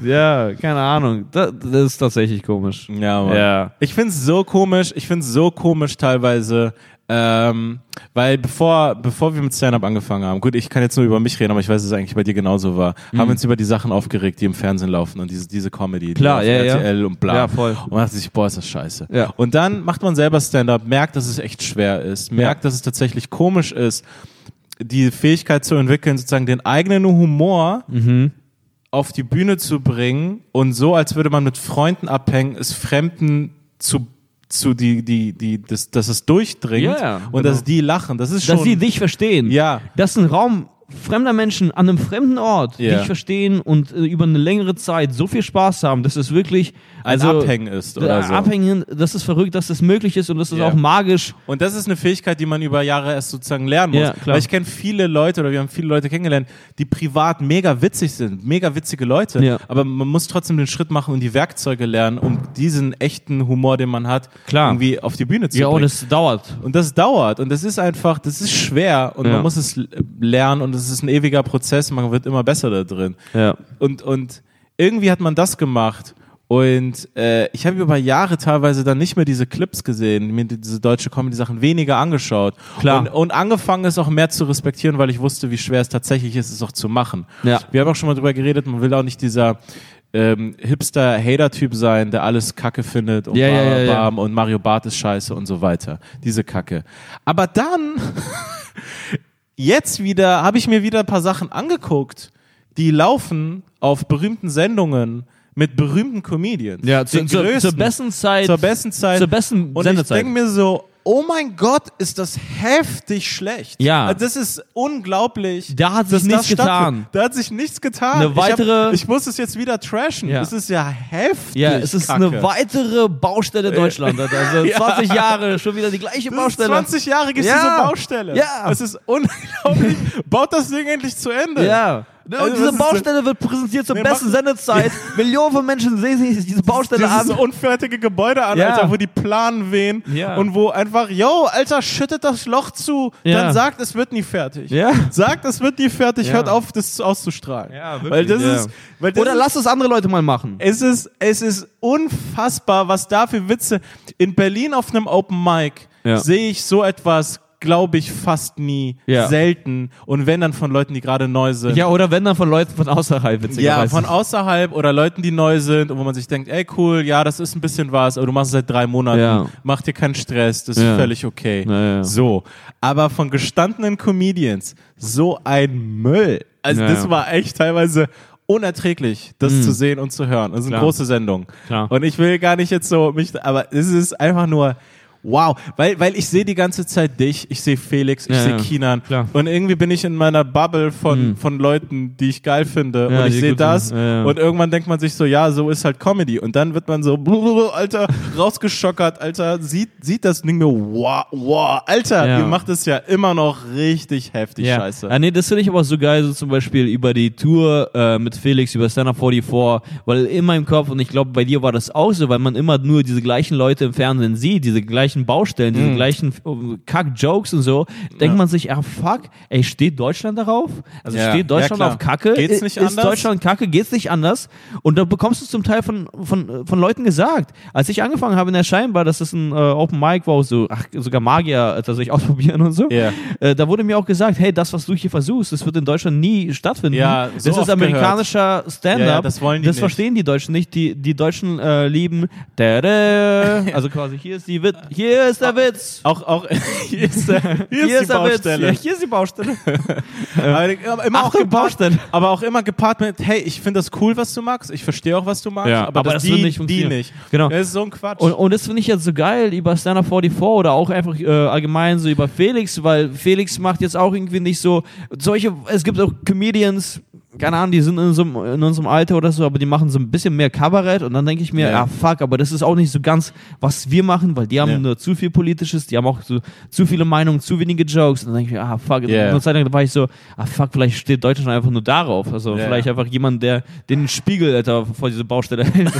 [SPEAKER 1] ja, keine Ahnung. Das, das ist tatsächlich komisch.
[SPEAKER 2] Ja, Mann.
[SPEAKER 1] Ja.
[SPEAKER 2] Ich find's so komisch, ich find's so komisch teilweise, ähm, weil bevor, bevor wir mit Stand-Up angefangen haben, gut, ich kann jetzt nur über mich reden, aber ich weiß, dass es eigentlich bei dir genauso war,
[SPEAKER 1] Mhm.
[SPEAKER 2] haben wir uns über die Sachen aufgeregt, die im Fernsehen laufen und diese, diese Comedy,
[SPEAKER 1] Klar,
[SPEAKER 2] die
[SPEAKER 1] ja,
[SPEAKER 2] auf
[SPEAKER 1] ja.
[SPEAKER 2] RTL und bla.
[SPEAKER 1] Ja, voll.
[SPEAKER 2] Und man dachte sich, boah, ist das scheiße.
[SPEAKER 1] Ja.
[SPEAKER 2] Und dann macht man selber Stand-Up, merkt, dass es echt schwer ist, merkt, dass es tatsächlich komisch ist, die Fähigkeit zu entwickeln, sozusagen den eigenen Humor auf die Bühne zu bringen und so, als würde man mit Freunden abhängen, es Fremden zu, zu die, die, die, das, dass es durchdringt
[SPEAKER 1] Ja, ja,
[SPEAKER 2] und dass die lachen. Das ist schon.
[SPEAKER 1] Dass sie dich verstehen.
[SPEAKER 2] Ja.
[SPEAKER 1] Dass ein Raum fremder Menschen an einem fremden Ort
[SPEAKER 2] Ja.
[SPEAKER 1] dich verstehen und äh, über eine längere Zeit so viel Spaß haben, dass es wirklich
[SPEAKER 2] als
[SPEAKER 1] also,
[SPEAKER 2] Abhängen ist
[SPEAKER 1] äh,
[SPEAKER 2] oder so.
[SPEAKER 1] Abhängen, das ist verrückt, dass das möglich ist und das ist
[SPEAKER 2] Ja.
[SPEAKER 1] auch magisch.
[SPEAKER 2] Und das ist eine Fähigkeit, die man über Jahre erst sozusagen lernen muss.
[SPEAKER 1] Ja, klar.
[SPEAKER 2] Weil ich kenne viele Leute oder wir haben viele Leute kennengelernt, die privat mega witzig sind, mega witzige Leute.
[SPEAKER 1] Ja.
[SPEAKER 2] Aber man muss trotzdem den Schritt machen und die Werkzeuge lernen, um diesen echten Humor, den man hat,
[SPEAKER 1] Klar.
[SPEAKER 2] irgendwie auf die Bühne zu
[SPEAKER 1] Ja, oh, und
[SPEAKER 2] bringen.
[SPEAKER 1] es dauert.
[SPEAKER 2] Und das dauert und das ist einfach, das ist schwer und
[SPEAKER 1] Ja.
[SPEAKER 2] man muss es l- lernen und es ist ein ewiger Prozess, man wird immer besser da drin.
[SPEAKER 1] Ja.
[SPEAKER 2] Und, und irgendwie hat man das gemacht und äh, ich habe über Jahre teilweise dann nicht mehr diese Clips gesehen, mir diese deutsche Comedy-Sachen weniger angeschaut.
[SPEAKER 1] Klar.
[SPEAKER 2] Und, und angefangen es auch mehr zu respektieren, weil ich wusste, wie schwer es tatsächlich ist, es auch zu machen.
[SPEAKER 1] Ja.
[SPEAKER 2] Wir haben auch schon mal drüber geredet, man will auch nicht dieser ähm, Hipster-Hater-Typ sein, der alles kacke findet und
[SPEAKER 1] Ja, ja, ja, ja.
[SPEAKER 2] Bam und Mario Barth ist scheiße und so weiter. Diese Kacke. Aber dann, jetzt wieder, habe ich mir wieder ein paar Sachen angeguckt, die laufen auf berühmten Sendungen mit berühmten Comedians.
[SPEAKER 1] Ja, zu,
[SPEAKER 2] Den
[SPEAKER 1] zur,
[SPEAKER 2] größten,
[SPEAKER 1] zur besten Zeit.
[SPEAKER 2] zur besten Zeit.
[SPEAKER 1] zur besten
[SPEAKER 2] und ich
[SPEAKER 1] Sendezeit.
[SPEAKER 2] denke mir so, oh mein Gott, ist das heftig schlecht.
[SPEAKER 1] Ja.
[SPEAKER 2] Also das ist unglaublich.
[SPEAKER 1] Da hat sich
[SPEAKER 2] dass
[SPEAKER 1] nichts
[SPEAKER 2] stattfindet.
[SPEAKER 1] getan.
[SPEAKER 2] Da hat sich nichts getan.
[SPEAKER 1] Eine
[SPEAKER 2] Ich, hab,
[SPEAKER 1] weitere-
[SPEAKER 2] ich muss es jetzt wieder trashen.
[SPEAKER 1] Ja.
[SPEAKER 2] Es ist ja heftig.
[SPEAKER 1] Ja, es ist
[SPEAKER 2] Kacke.
[SPEAKER 1] eine weitere Baustelle Deutschland. Also 20 Jahre, schon wieder die gleiche Baustelle.
[SPEAKER 2] 20 Jahre gibt es
[SPEAKER 1] Ja.
[SPEAKER 2] diese Baustelle.
[SPEAKER 1] Ja.
[SPEAKER 2] Es ist unglaublich. Baut das Ding endlich zu Ende.
[SPEAKER 1] Ja. Ne, und
[SPEAKER 2] Also, das
[SPEAKER 1] diese
[SPEAKER 2] ist-
[SPEAKER 1] Baustelle wird präsentiert zur
[SPEAKER 2] Nee,
[SPEAKER 1] besten
[SPEAKER 2] mach-
[SPEAKER 1] Sendezeit. Millionen von Menschen sehen sich diese Baustelle
[SPEAKER 2] dieses
[SPEAKER 1] an.
[SPEAKER 2] unfertige Gebäude an,
[SPEAKER 1] Ja.
[SPEAKER 2] Alter, wo die Planen wehen
[SPEAKER 1] Ja.
[SPEAKER 2] und wo einfach, yo, Alter, schüttet das Loch zu,
[SPEAKER 1] Ja.
[SPEAKER 2] dann sagt, es wird nie fertig.
[SPEAKER 1] Ja.
[SPEAKER 2] Sagt, es wird nie fertig,
[SPEAKER 1] Ja.
[SPEAKER 2] hört auf, das auszustrahlen.
[SPEAKER 1] Ja, wirklich,
[SPEAKER 2] weil das
[SPEAKER 1] ja.
[SPEAKER 2] ist, weil das
[SPEAKER 1] Oder
[SPEAKER 2] ist,
[SPEAKER 1] lass es andere Leute mal machen.
[SPEAKER 2] es ist, es ist unfassbar, was da für Witze. In Berlin auf einem Open Mic
[SPEAKER 1] Ja.
[SPEAKER 2] sehe ich so etwas, glaube ich, fast nie,
[SPEAKER 1] Ja.
[SPEAKER 2] selten. Und wenn dann von Leuten, die gerade neu sind.
[SPEAKER 1] Ja, oder wenn dann von Leuten von außerhalb,
[SPEAKER 2] Ja,
[SPEAKER 1] witzigerweise.
[SPEAKER 2] von außerhalb oder Leuten, die neu sind und wo man sich denkt, ey cool, ja, das ist ein bisschen was, aber du machst es seit drei Monaten,
[SPEAKER 1] Ja.
[SPEAKER 2] mach dir keinen Stress, das ist
[SPEAKER 1] Ja.
[SPEAKER 2] völlig okay.
[SPEAKER 1] Ja, ja.
[SPEAKER 2] So, aber von gestandenen Comedians so ein Müll. Also
[SPEAKER 1] Ja,
[SPEAKER 2] das
[SPEAKER 1] ja. Mhm.
[SPEAKER 2] war echt teilweise unerträglich, das zu sehen und zu hören. Das ist eine
[SPEAKER 1] Klar.
[SPEAKER 2] große Sendung.
[SPEAKER 1] Klar.
[SPEAKER 2] Und ich will gar nicht jetzt so mich, aber es ist einfach nur Wow, weil, weil ich sehe die ganze Zeit dich, ich sehe Felix, ich
[SPEAKER 1] Ja,
[SPEAKER 2] sehe
[SPEAKER 1] ja.
[SPEAKER 2] Kinan
[SPEAKER 1] Klar. Mhm.
[SPEAKER 2] und irgendwie bin ich in meiner Bubble von, von Leuten, die ich geil finde
[SPEAKER 1] Ja,
[SPEAKER 2] und ich
[SPEAKER 1] die
[SPEAKER 2] sehe
[SPEAKER 1] guten-
[SPEAKER 2] das
[SPEAKER 1] ja, ja.
[SPEAKER 2] und irgendwann denkt man sich so, ja, so ist halt Comedy und dann wird man so, blubblub, Alter, rausgeschockert, Alter, sieht, sieht das Ding mir, wow, wow, Alter,
[SPEAKER 1] Ja.
[SPEAKER 2] ihr macht es ja immer noch richtig heftig scheiße.
[SPEAKER 1] Ah, nee, das finde ich aber so geil, so zum Beispiel über die Tour äh, mit Felix, über Stand Up 44, weil in meinem Kopf, und ich glaube, bei dir war das auch so, weil man immer nur diese gleichen Leute im Fernsehen sieht, diese gleichen Baustellen,
[SPEAKER 2] Mhm.
[SPEAKER 1] diese gleichen äh, Kack-Jokes und so, denkt man sich, ah fuck, ey, steht Deutschland darauf? Also
[SPEAKER 2] Ja,
[SPEAKER 1] steht Deutschland
[SPEAKER 2] ja, klar.
[SPEAKER 1] auf Kacke?
[SPEAKER 2] Geht's
[SPEAKER 1] I-
[SPEAKER 2] nicht
[SPEAKER 1] ist
[SPEAKER 2] anders?
[SPEAKER 1] Deutschland Kacke? Geht's nicht anders? Und da bekommst du es zum Teil von, von, von Leuten gesagt. Als ich angefangen habe in der Scheinbar, dass es ein äh, Open Mic war, wo so, ach, sogar Magier äh, tatsächlich ausprobieren und so,
[SPEAKER 2] Ja.
[SPEAKER 1] äh, da wurde mir auch gesagt, hey, das, was du hier versuchst, das wird in Deutschland nie stattfinden.
[SPEAKER 2] Ja, so
[SPEAKER 1] das
[SPEAKER 2] oft
[SPEAKER 1] ist amerikanischer Stand-up.
[SPEAKER 2] Ja, ja, das wollen die
[SPEAKER 1] Das
[SPEAKER 2] nicht.
[SPEAKER 1] verstehen die Deutschen nicht. Die, die Deutschen äh, lieben, tada. also quasi, hier ist, die Wit hier ist der Witz.
[SPEAKER 2] Auch, auch, hier ist, der, Ah, hier ist die
[SPEAKER 1] der
[SPEAKER 2] Baustelle.
[SPEAKER 1] Witz. Ja, hier ist die Baustelle.
[SPEAKER 2] Aber, aber immer auch
[SPEAKER 1] Achtung,
[SPEAKER 2] gepaart,
[SPEAKER 1] Baustelle.
[SPEAKER 2] aber auch immer gepaart mit, hey, ich finde das cool, was du magst, ich verstehe auch, was du magst,
[SPEAKER 1] Ja,
[SPEAKER 2] aber,
[SPEAKER 1] aber
[SPEAKER 2] das,
[SPEAKER 1] das wird
[SPEAKER 2] die,
[SPEAKER 1] nicht
[SPEAKER 2] die
[SPEAKER 1] funktionieren.
[SPEAKER 2] nicht.
[SPEAKER 1] Genau.
[SPEAKER 2] Das ist so ein Quatsch.
[SPEAKER 1] Und, und das finde ich jetzt so geil über Stand Up 44 oder auch einfach äh, allgemein so über Felix, weil Felix macht jetzt auch irgendwie nicht so solche, es gibt auch Comedians, keine Ahnung, die sind in, so, einem- in unserem Alter oder so, aber die machen so ein bisschen mehr Kabarett und dann denke ich mir,
[SPEAKER 2] Ja.
[SPEAKER 1] ja. ah fuck, aber das ist auch nicht so ganz, was wir machen, weil die haben
[SPEAKER 2] Ja.
[SPEAKER 1] nur zu viel Politisches, die haben auch so, zu viele Meinungen, zu wenige Jokes und dann denke ich mir, ah fuck,
[SPEAKER 2] Ja.
[SPEAKER 1] eine Zeit lang war ich so, ah fuck, vielleicht steht Deutschland einfach nur darauf, also
[SPEAKER 2] Ja.
[SPEAKER 1] vielleicht einfach jemand, der den Spiegel etwa vor diese Baustelle hält.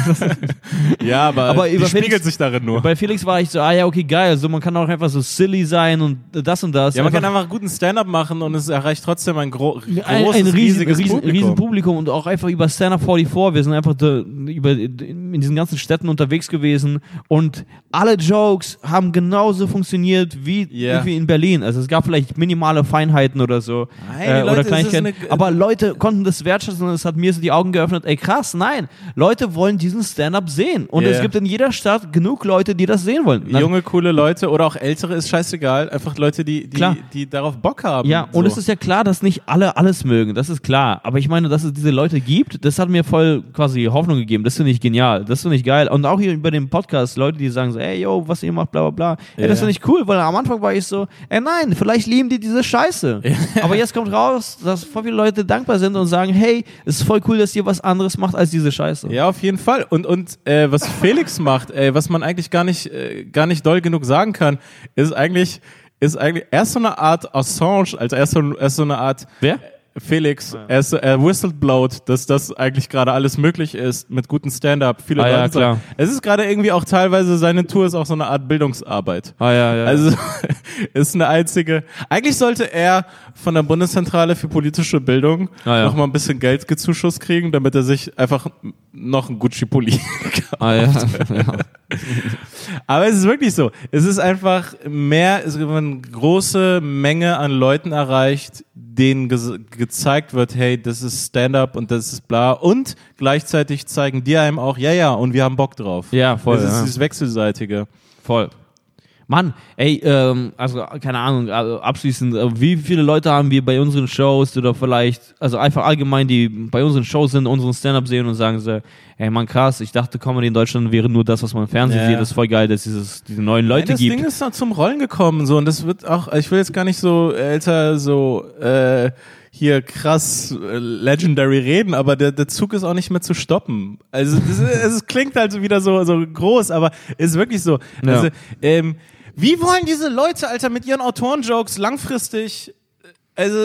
[SPEAKER 2] ja, aber,
[SPEAKER 1] Aber
[SPEAKER 2] die
[SPEAKER 1] über
[SPEAKER 2] spiegelt
[SPEAKER 1] Felix-
[SPEAKER 2] sich darin nur.
[SPEAKER 1] Bei Felix war ich so, ah ja, okay, geil. Also man kann auch einfach so silly sein und das und das.
[SPEAKER 2] Ja, man kann
[SPEAKER 1] Einfach
[SPEAKER 2] einfach guten Stand-up machen und es erreicht trotzdem ein, gro großes,
[SPEAKER 1] ein, ein riesen,
[SPEAKER 2] riesiges
[SPEAKER 1] riesen,
[SPEAKER 2] Publikum.
[SPEAKER 1] riesen Publikum und auch einfach über Stand Up 44. Wir sind einfach da, über, in diesen ganzen Städten unterwegs gewesen und alle Jokes haben genauso funktioniert wie
[SPEAKER 2] Ja.
[SPEAKER 1] irgendwie in Berlin. Also es gab vielleicht minimale Feinheiten oder so
[SPEAKER 2] Nein,
[SPEAKER 1] äh,
[SPEAKER 2] Leute,
[SPEAKER 1] oder
[SPEAKER 2] es ist
[SPEAKER 1] Kleinigkeiten,
[SPEAKER 2] eine-
[SPEAKER 1] aber Leute konnten das wertschätzen und es hat mir so die Augen geöffnet. Ey krass, nein, Leute wollen diesen Stand Up sehen und
[SPEAKER 2] Ja.
[SPEAKER 1] es gibt in jeder Stadt genug Leute, die das sehen wollen. Natürlich-
[SPEAKER 2] Junge, coole Leute oder auch ältere ist scheißegal. Einfach Leute, die,
[SPEAKER 1] Klar.
[SPEAKER 2] die, die darauf Bock haben.
[SPEAKER 1] Ja, und
[SPEAKER 2] so.
[SPEAKER 1] es ist ja klar, dass nicht alle alles mögen, das ist klar. Aber ich meine, dass es diese Leute gibt, das hat mir voll quasi Hoffnung gegeben. Das finde ich genial, das finde ich geil. Und auch hier über den Podcast, Leute, die sagen so, ey, yo, was ihr macht, bla, bla, bla. Ey,
[SPEAKER 2] Ja.
[SPEAKER 1] das finde ich cool, weil am Anfang war ich so, ey, nein, vielleicht lieben die diese Scheiße. Aber jetzt kommt raus, dass voll viele Leute dankbar sind und sagen, hey, es ist voll cool, dass ihr was anderes macht als diese Scheiße.
[SPEAKER 2] Ja, auf jeden Fall. Und, und äh, was Felix macht, ey, was man eigentlich gar nicht, äh, gar nicht doll genug sagen kann, ist eigentlich, ist eigentlich erst so eine Art Assange, also erst so, erst so eine Art
[SPEAKER 1] Wer?
[SPEAKER 2] Felix, er, ist, so- er whistleblowt, dass das eigentlich gerade alles möglich ist mit gutem Stand-up. Viele
[SPEAKER 1] Ah, ja,
[SPEAKER 2] Leute sagen- Es ist gerade irgendwie auch teilweise, seine Tour ist auch so eine Art Bildungsarbeit.
[SPEAKER 1] Ah, ja, ja.
[SPEAKER 2] Also ist eine einzige. Eigentlich sollte er von der Bundeszentrale für politische Bildung
[SPEAKER 1] Ah, ja.
[SPEAKER 2] noch mal ein bisschen Geld gezuschuss kriegen, damit er sich einfach noch einen Gucci Pulli. kauft.
[SPEAKER 1] ah, ja.
[SPEAKER 2] Aber es ist wirklich so. Es ist einfach mehr, es wird eine große Menge an Leuten erreicht, denen ge gezeigt wird, hey, das ist Stand-up und das ist bla. Und gleichzeitig zeigen die einem auch, ja, ja, und wir haben Bock drauf.
[SPEAKER 1] Ja, voll,
[SPEAKER 2] Das ist
[SPEAKER 1] ja.
[SPEAKER 2] dieses Wechselseitige.
[SPEAKER 1] Voll. Mann, ey, ähm, also keine Ahnung, also abschließend, äh, wie viele Leute haben wir bei unseren Shows oder vielleicht, also einfach allgemein, die bei unseren Shows sind, unseren Stand-Up sehen und sagen so, ey Mann, krass, ich dachte, Comedy in Deutschland wäre nur das, was man im Fernsehen
[SPEAKER 2] Ja.
[SPEAKER 1] sieht, das ist voll geil, dass es diese neuen
[SPEAKER 2] Nein,
[SPEAKER 1] Leute
[SPEAKER 2] das
[SPEAKER 1] gibt.
[SPEAKER 2] Ding ist noch zum Rollen gekommen so und das wird auch, ich will jetzt gar nicht so älter so äh, hier krass äh, legendary reden, aber der, der Zug ist auch nicht mehr zu stoppen. Also das, ist- es klingt halt wieder so so groß, aber es ist wirklich so.
[SPEAKER 1] Ja.
[SPEAKER 2] Also, ähm, wie wollen diese Leute, Alter, mit ihren Autorenjokes langfristig, äh, also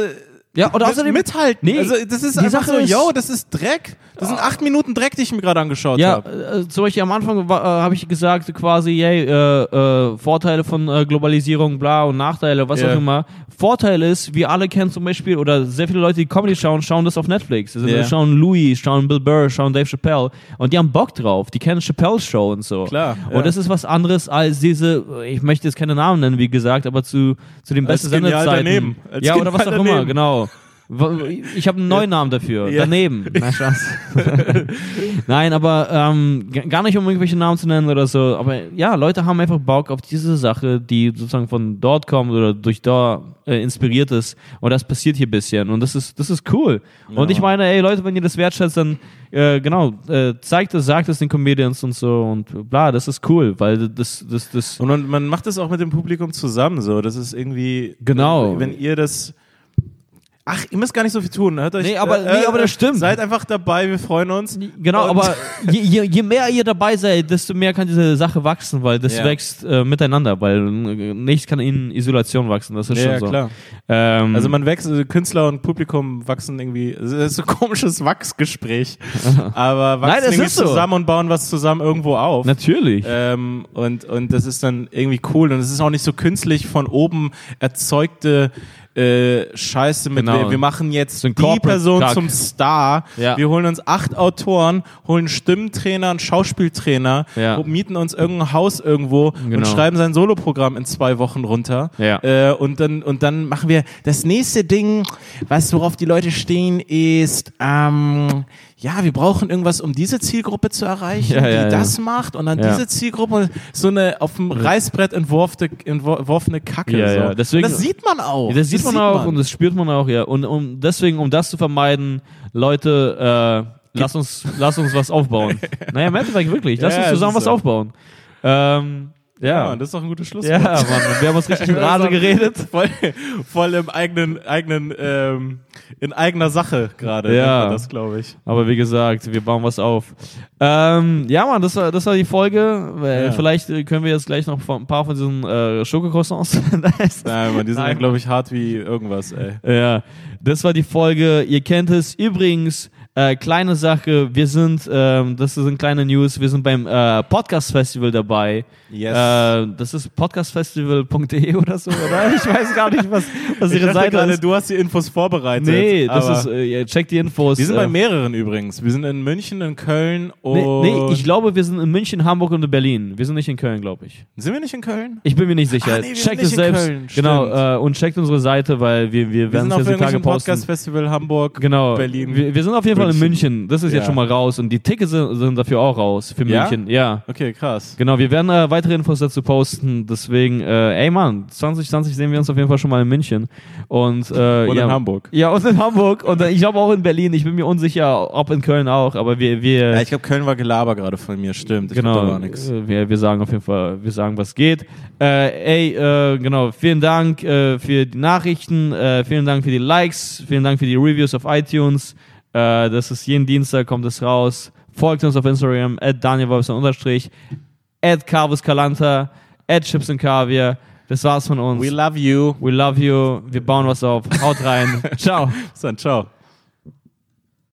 [SPEAKER 1] Ja, und außerdem.
[SPEAKER 2] mithalten.
[SPEAKER 1] Nee,
[SPEAKER 2] also das ist
[SPEAKER 1] die
[SPEAKER 2] einfach
[SPEAKER 1] Sache
[SPEAKER 2] so,
[SPEAKER 1] ist- Ah.
[SPEAKER 2] yo, das ist Dreck. Das sind acht Minuten Dreck, die ich mir gerade angeschaut
[SPEAKER 1] Ja,
[SPEAKER 2] habe.
[SPEAKER 1] äh, zum Beispiel am Anfang wa- äh, habe ich gesagt, quasi, yay, äh, äh, Vorteile von äh, Globalisierung, bla und Nachteile, was
[SPEAKER 2] Ja.
[SPEAKER 1] auch immer. Vorteil ist, wir alle kennen zum Beispiel, oder sehr viele Leute, die Comedy schauen, schauen das auf Netflix. Also,
[SPEAKER 2] Ja.
[SPEAKER 1] Schauen Louis, schauen Bill Burr, schauen Dave Chappelle und die haben Bock drauf. Die kennen Chappelle Show und so.
[SPEAKER 2] Klar, ja.
[SPEAKER 1] Und das ist was anderes als diese, ich möchte jetzt keine Namen nennen, wie gesagt, aber zu, zu den
[SPEAKER 2] Als
[SPEAKER 1] besten
[SPEAKER 2] genial
[SPEAKER 1] Sendezeiten.
[SPEAKER 2] daneben. Als
[SPEAKER 1] ja, oder was auch
[SPEAKER 2] genial
[SPEAKER 1] immer,
[SPEAKER 2] daneben.
[SPEAKER 1] genau. W- Ich habe einen neuen Namen dafür.
[SPEAKER 2] Ja.
[SPEAKER 1] Daneben. Nein, Spaß. Nein, aber ähm, g- gar nicht um irgendwelche Namen zu nennen oder so. Aber ja, Leute haben einfach Bock auf diese Sache, die sozusagen von dort kommt oder durch da äh, inspiriert ist. Und das passiert hier ein bisschen. Und das ist, das ist cool. Und ich meine, ey Leute, wenn ihr das wertschätzt, dann äh, genau, äh, zeigt es, sagt es den Comedians und so und bla, das ist cool, weil das, das, das.
[SPEAKER 2] Und man, man macht das auch mit dem Publikum zusammen so. Das ist irgendwie.
[SPEAKER 1] Genau.
[SPEAKER 2] Wenn ihr das. Ach, ihr müsst gar nicht so viel tun. Hört euch, äh,
[SPEAKER 1] Nee, aber- nee, aber das stimmt.
[SPEAKER 2] Seid einfach dabei, wir freuen uns.
[SPEAKER 1] Genau,
[SPEAKER 2] Und-
[SPEAKER 1] aber je, je, je mehr ihr dabei seid, desto mehr kann diese Sache wachsen, weil das
[SPEAKER 2] Ja.
[SPEAKER 1] wächst äh, miteinander, weil äh, nichts kann in Isolation wachsen, das ist
[SPEAKER 2] Ja,
[SPEAKER 1] schon
[SPEAKER 2] ja,
[SPEAKER 1] so.
[SPEAKER 2] klar.
[SPEAKER 1] Ähm,
[SPEAKER 2] Also man wächst, also Künstler und Publikum wachsen irgendwie, das ist so ein komisches Wachsgespräch, aber wachsen
[SPEAKER 1] Nein, das
[SPEAKER 2] irgendwie
[SPEAKER 1] ist so.
[SPEAKER 2] zusammen und bauen was zusammen irgendwo auf.
[SPEAKER 1] natürlich.
[SPEAKER 2] Ähm, und, und das ist dann irgendwie cool und es ist auch nicht so künstlich von oben erzeugte äh, Scheiße mit,
[SPEAKER 1] Genau.
[SPEAKER 2] wir, wir machen jetzt
[SPEAKER 1] So ein
[SPEAKER 2] die
[SPEAKER 1] Corporate
[SPEAKER 2] Person
[SPEAKER 1] Kack.
[SPEAKER 2] zum Star,
[SPEAKER 1] Ja.
[SPEAKER 2] wir holen uns acht Autoren, holen einen Stimmtrainer, einen Schauspieltrainer,
[SPEAKER 1] Ja.
[SPEAKER 2] mieten uns irgendein Haus irgendwo
[SPEAKER 1] Genau.
[SPEAKER 2] und schreiben sein Soloprogramm in zwei Wochen runter.
[SPEAKER 1] Ja.
[SPEAKER 2] Äh, und, dann, und dann machen wir das nächste Ding, was worauf die Leute stehen, ist, ähm, ja, wir brauchen irgendwas, um diese Zielgruppe zu erreichen,
[SPEAKER 1] Ja,
[SPEAKER 2] die
[SPEAKER 1] ja, ja.
[SPEAKER 2] das macht und dann
[SPEAKER 1] Ja.
[SPEAKER 2] diese Zielgruppe und so eine auf dem Reißbrett entworfte, entwor- entworfene Kacke.
[SPEAKER 1] Ja,
[SPEAKER 2] so.
[SPEAKER 1] ja, deswegen-
[SPEAKER 2] und das sieht man auch.
[SPEAKER 1] Ja, Das sieht man auch und das spürt man auch, ja. Und um, deswegen, um das zu vermeiden, Leute, äh, lass, uns, lass uns was aufbauen. naja, im Endeffekt wirklich, lass
[SPEAKER 2] Ja,
[SPEAKER 1] uns
[SPEAKER 2] es
[SPEAKER 1] zusammen
[SPEAKER 2] ist
[SPEAKER 1] was
[SPEAKER 2] so.
[SPEAKER 1] aufbauen. Ähm,
[SPEAKER 2] ja,
[SPEAKER 1] ja.
[SPEAKER 2] Mann, das ist doch ein gutes Schlusswort. Also,
[SPEAKER 1] ja, Mann, wir haben uns richtig in Rage geredet.
[SPEAKER 2] Voll, voll im eigenen, eigenen, ähm, in eigener Sache gerade.
[SPEAKER 1] Ja.
[SPEAKER 2] nennt man Das glaube ich.
[SPEAKER 1] Aber wie gesagt, wir bauen was auf. Ähm, ja, Mann, das war, das war die Folge. Äh,
[SPEAKER 2] Ja.
[SPEAKER 1] Vielleicht äh, können wir jetzt gleich noch von- ein paar von diesen äh, Schokokroissants.
[SPEAKER 2] Nein, Mann, die sind,
[SPEAKER 1] Nein.
[SPEAKER 2] glaube ich, hart wie irgendwas, ey.
[SPEAKER 1] ja, das war die Folge. Ihr kennt es. Übrigens, äh, kleine Sache, wir sind, ähm, das sind kleine News, wir sind beim äh, Podcast-Festival dabei.
[SPEAKER 2] Yes.
[SPEAKER 1] Äh, das ist podcastfestival.de oder so, oder? Ich weiß gar nicht, was, was
[SPEAKER 2] ich
[SPEAKER 1] ihre
[SPEAKER 2] dachte
[SPEAKER 1] Seite
[SPEAKER 2] gerade,
[SPEAKER 1] ist.
[SPEAKER 2] du hast die Infos vorbereitet.
[SPEAKER 1] Nee, das
[SPEAKER 2] aber
[SPEAKER 1] ist, äh, ihr checkt die Infos.
[SPEAKER 2] Wir sind
[SPEAKER 1] äh,
[SPEAKER 2] bei mehreren übrigens. Wir sind in München, in Köln
[SPEAKER 1] Nee,
[SPEAKER 2] und.
[SPEAKER 1] nee, ich glaube, wir sind in München, Hamburg und in Berlin. Wir sind nicht in Köln, glaube ich.
[SPEAKER 2] sind wir nicht in Köln?
[SPEAKER 1] Ich bin mir nicht sicher.
[SPEAKER 2] Ah, nee, wir sind
[SPEAKER 1] checkt es
[SPEAKER 2] nicht in
[SPEAKER 1] selbst.
[SPEAKER 2] Köln,
[SPEAKER 1] Genau,
[SPEAKER 2] stimmt.
[SPEAKER 1] äh, und checkt unsere Seite, weil wir, wir
[SPEAKER 2] Wir
[SPEAKER 1] werden
[SPEAKER 2] sind
[SPEAKER 1] es
[SPEAKER 2] auf
[SPEAKER 1] jetzt die Tage
[SPEAKER 2] irgendeinem
[SPEAKER 1] posten.
[SPEAKER 2] Podcast-Festival Hamburg,
[SPEAKER 1] Genau.
[SPEAKER 2] Berlin.
[SPEAKER 1] Wir, wir sind auf jeden Fall in
[SPEAKER 2] München.
[SPEAKER 1] München. Das ist
[SPEAKER 2] Ja.
[SPEAKER 1] jetzt schon mal raus. Und die Tickets sind, sind dafür auch raus. Für
[SPEAKER 2] Ja?
[SPEAKER 1] München. Ja.
[SPEAKER 2] okay, krass.
[SPEAKER 1] Genau, wir werden äh, weitere Infos dazu posten. Deswegen, äh, ey Mann, 2020 sehen wir uns auf jeden Fall schon mal in München. Und, äh,
[SPEAKER 2] Und
[SPEAKER 1] ja,
[SPEAKER 2] in Hamburg.
[SPEAKER 1] Ja, und in Hamburg. Und äh, ich glaube auch in Berlin. Ich bin mir unsicher, ob in Köln auch. Aber wir, wir,
[SPEAKER 2] Ja, ich glaube, Köln war Gelaber gerade von mir, stimmt. Ich glaub, da
[SPEAKER 1] Genau,
[SPEAKER 2] war nix.
[SPEAKER 1] äh, wir, wir sagen auf jeden Fall, wir sagen, was geht. Äh, ey, äh, genau, vielen Dank äh, für die Nachrichten, äh, vielen Dank für die Likes, vielen Dank für die Reviews auf iTunes. Äh, das ist jeden Dienstag, kommt es raus. Folgt uns auf Instagram, at unterstrich, at Carvus Calanta, at Chips and Kaviar. Das war's von uns.
[SPEAKER 2] We love you.
[SPEAKER 1] We love you, wir bauen was auf. Haut rein. Ciao.
[SPEAKER 2] Bis dann, ciao.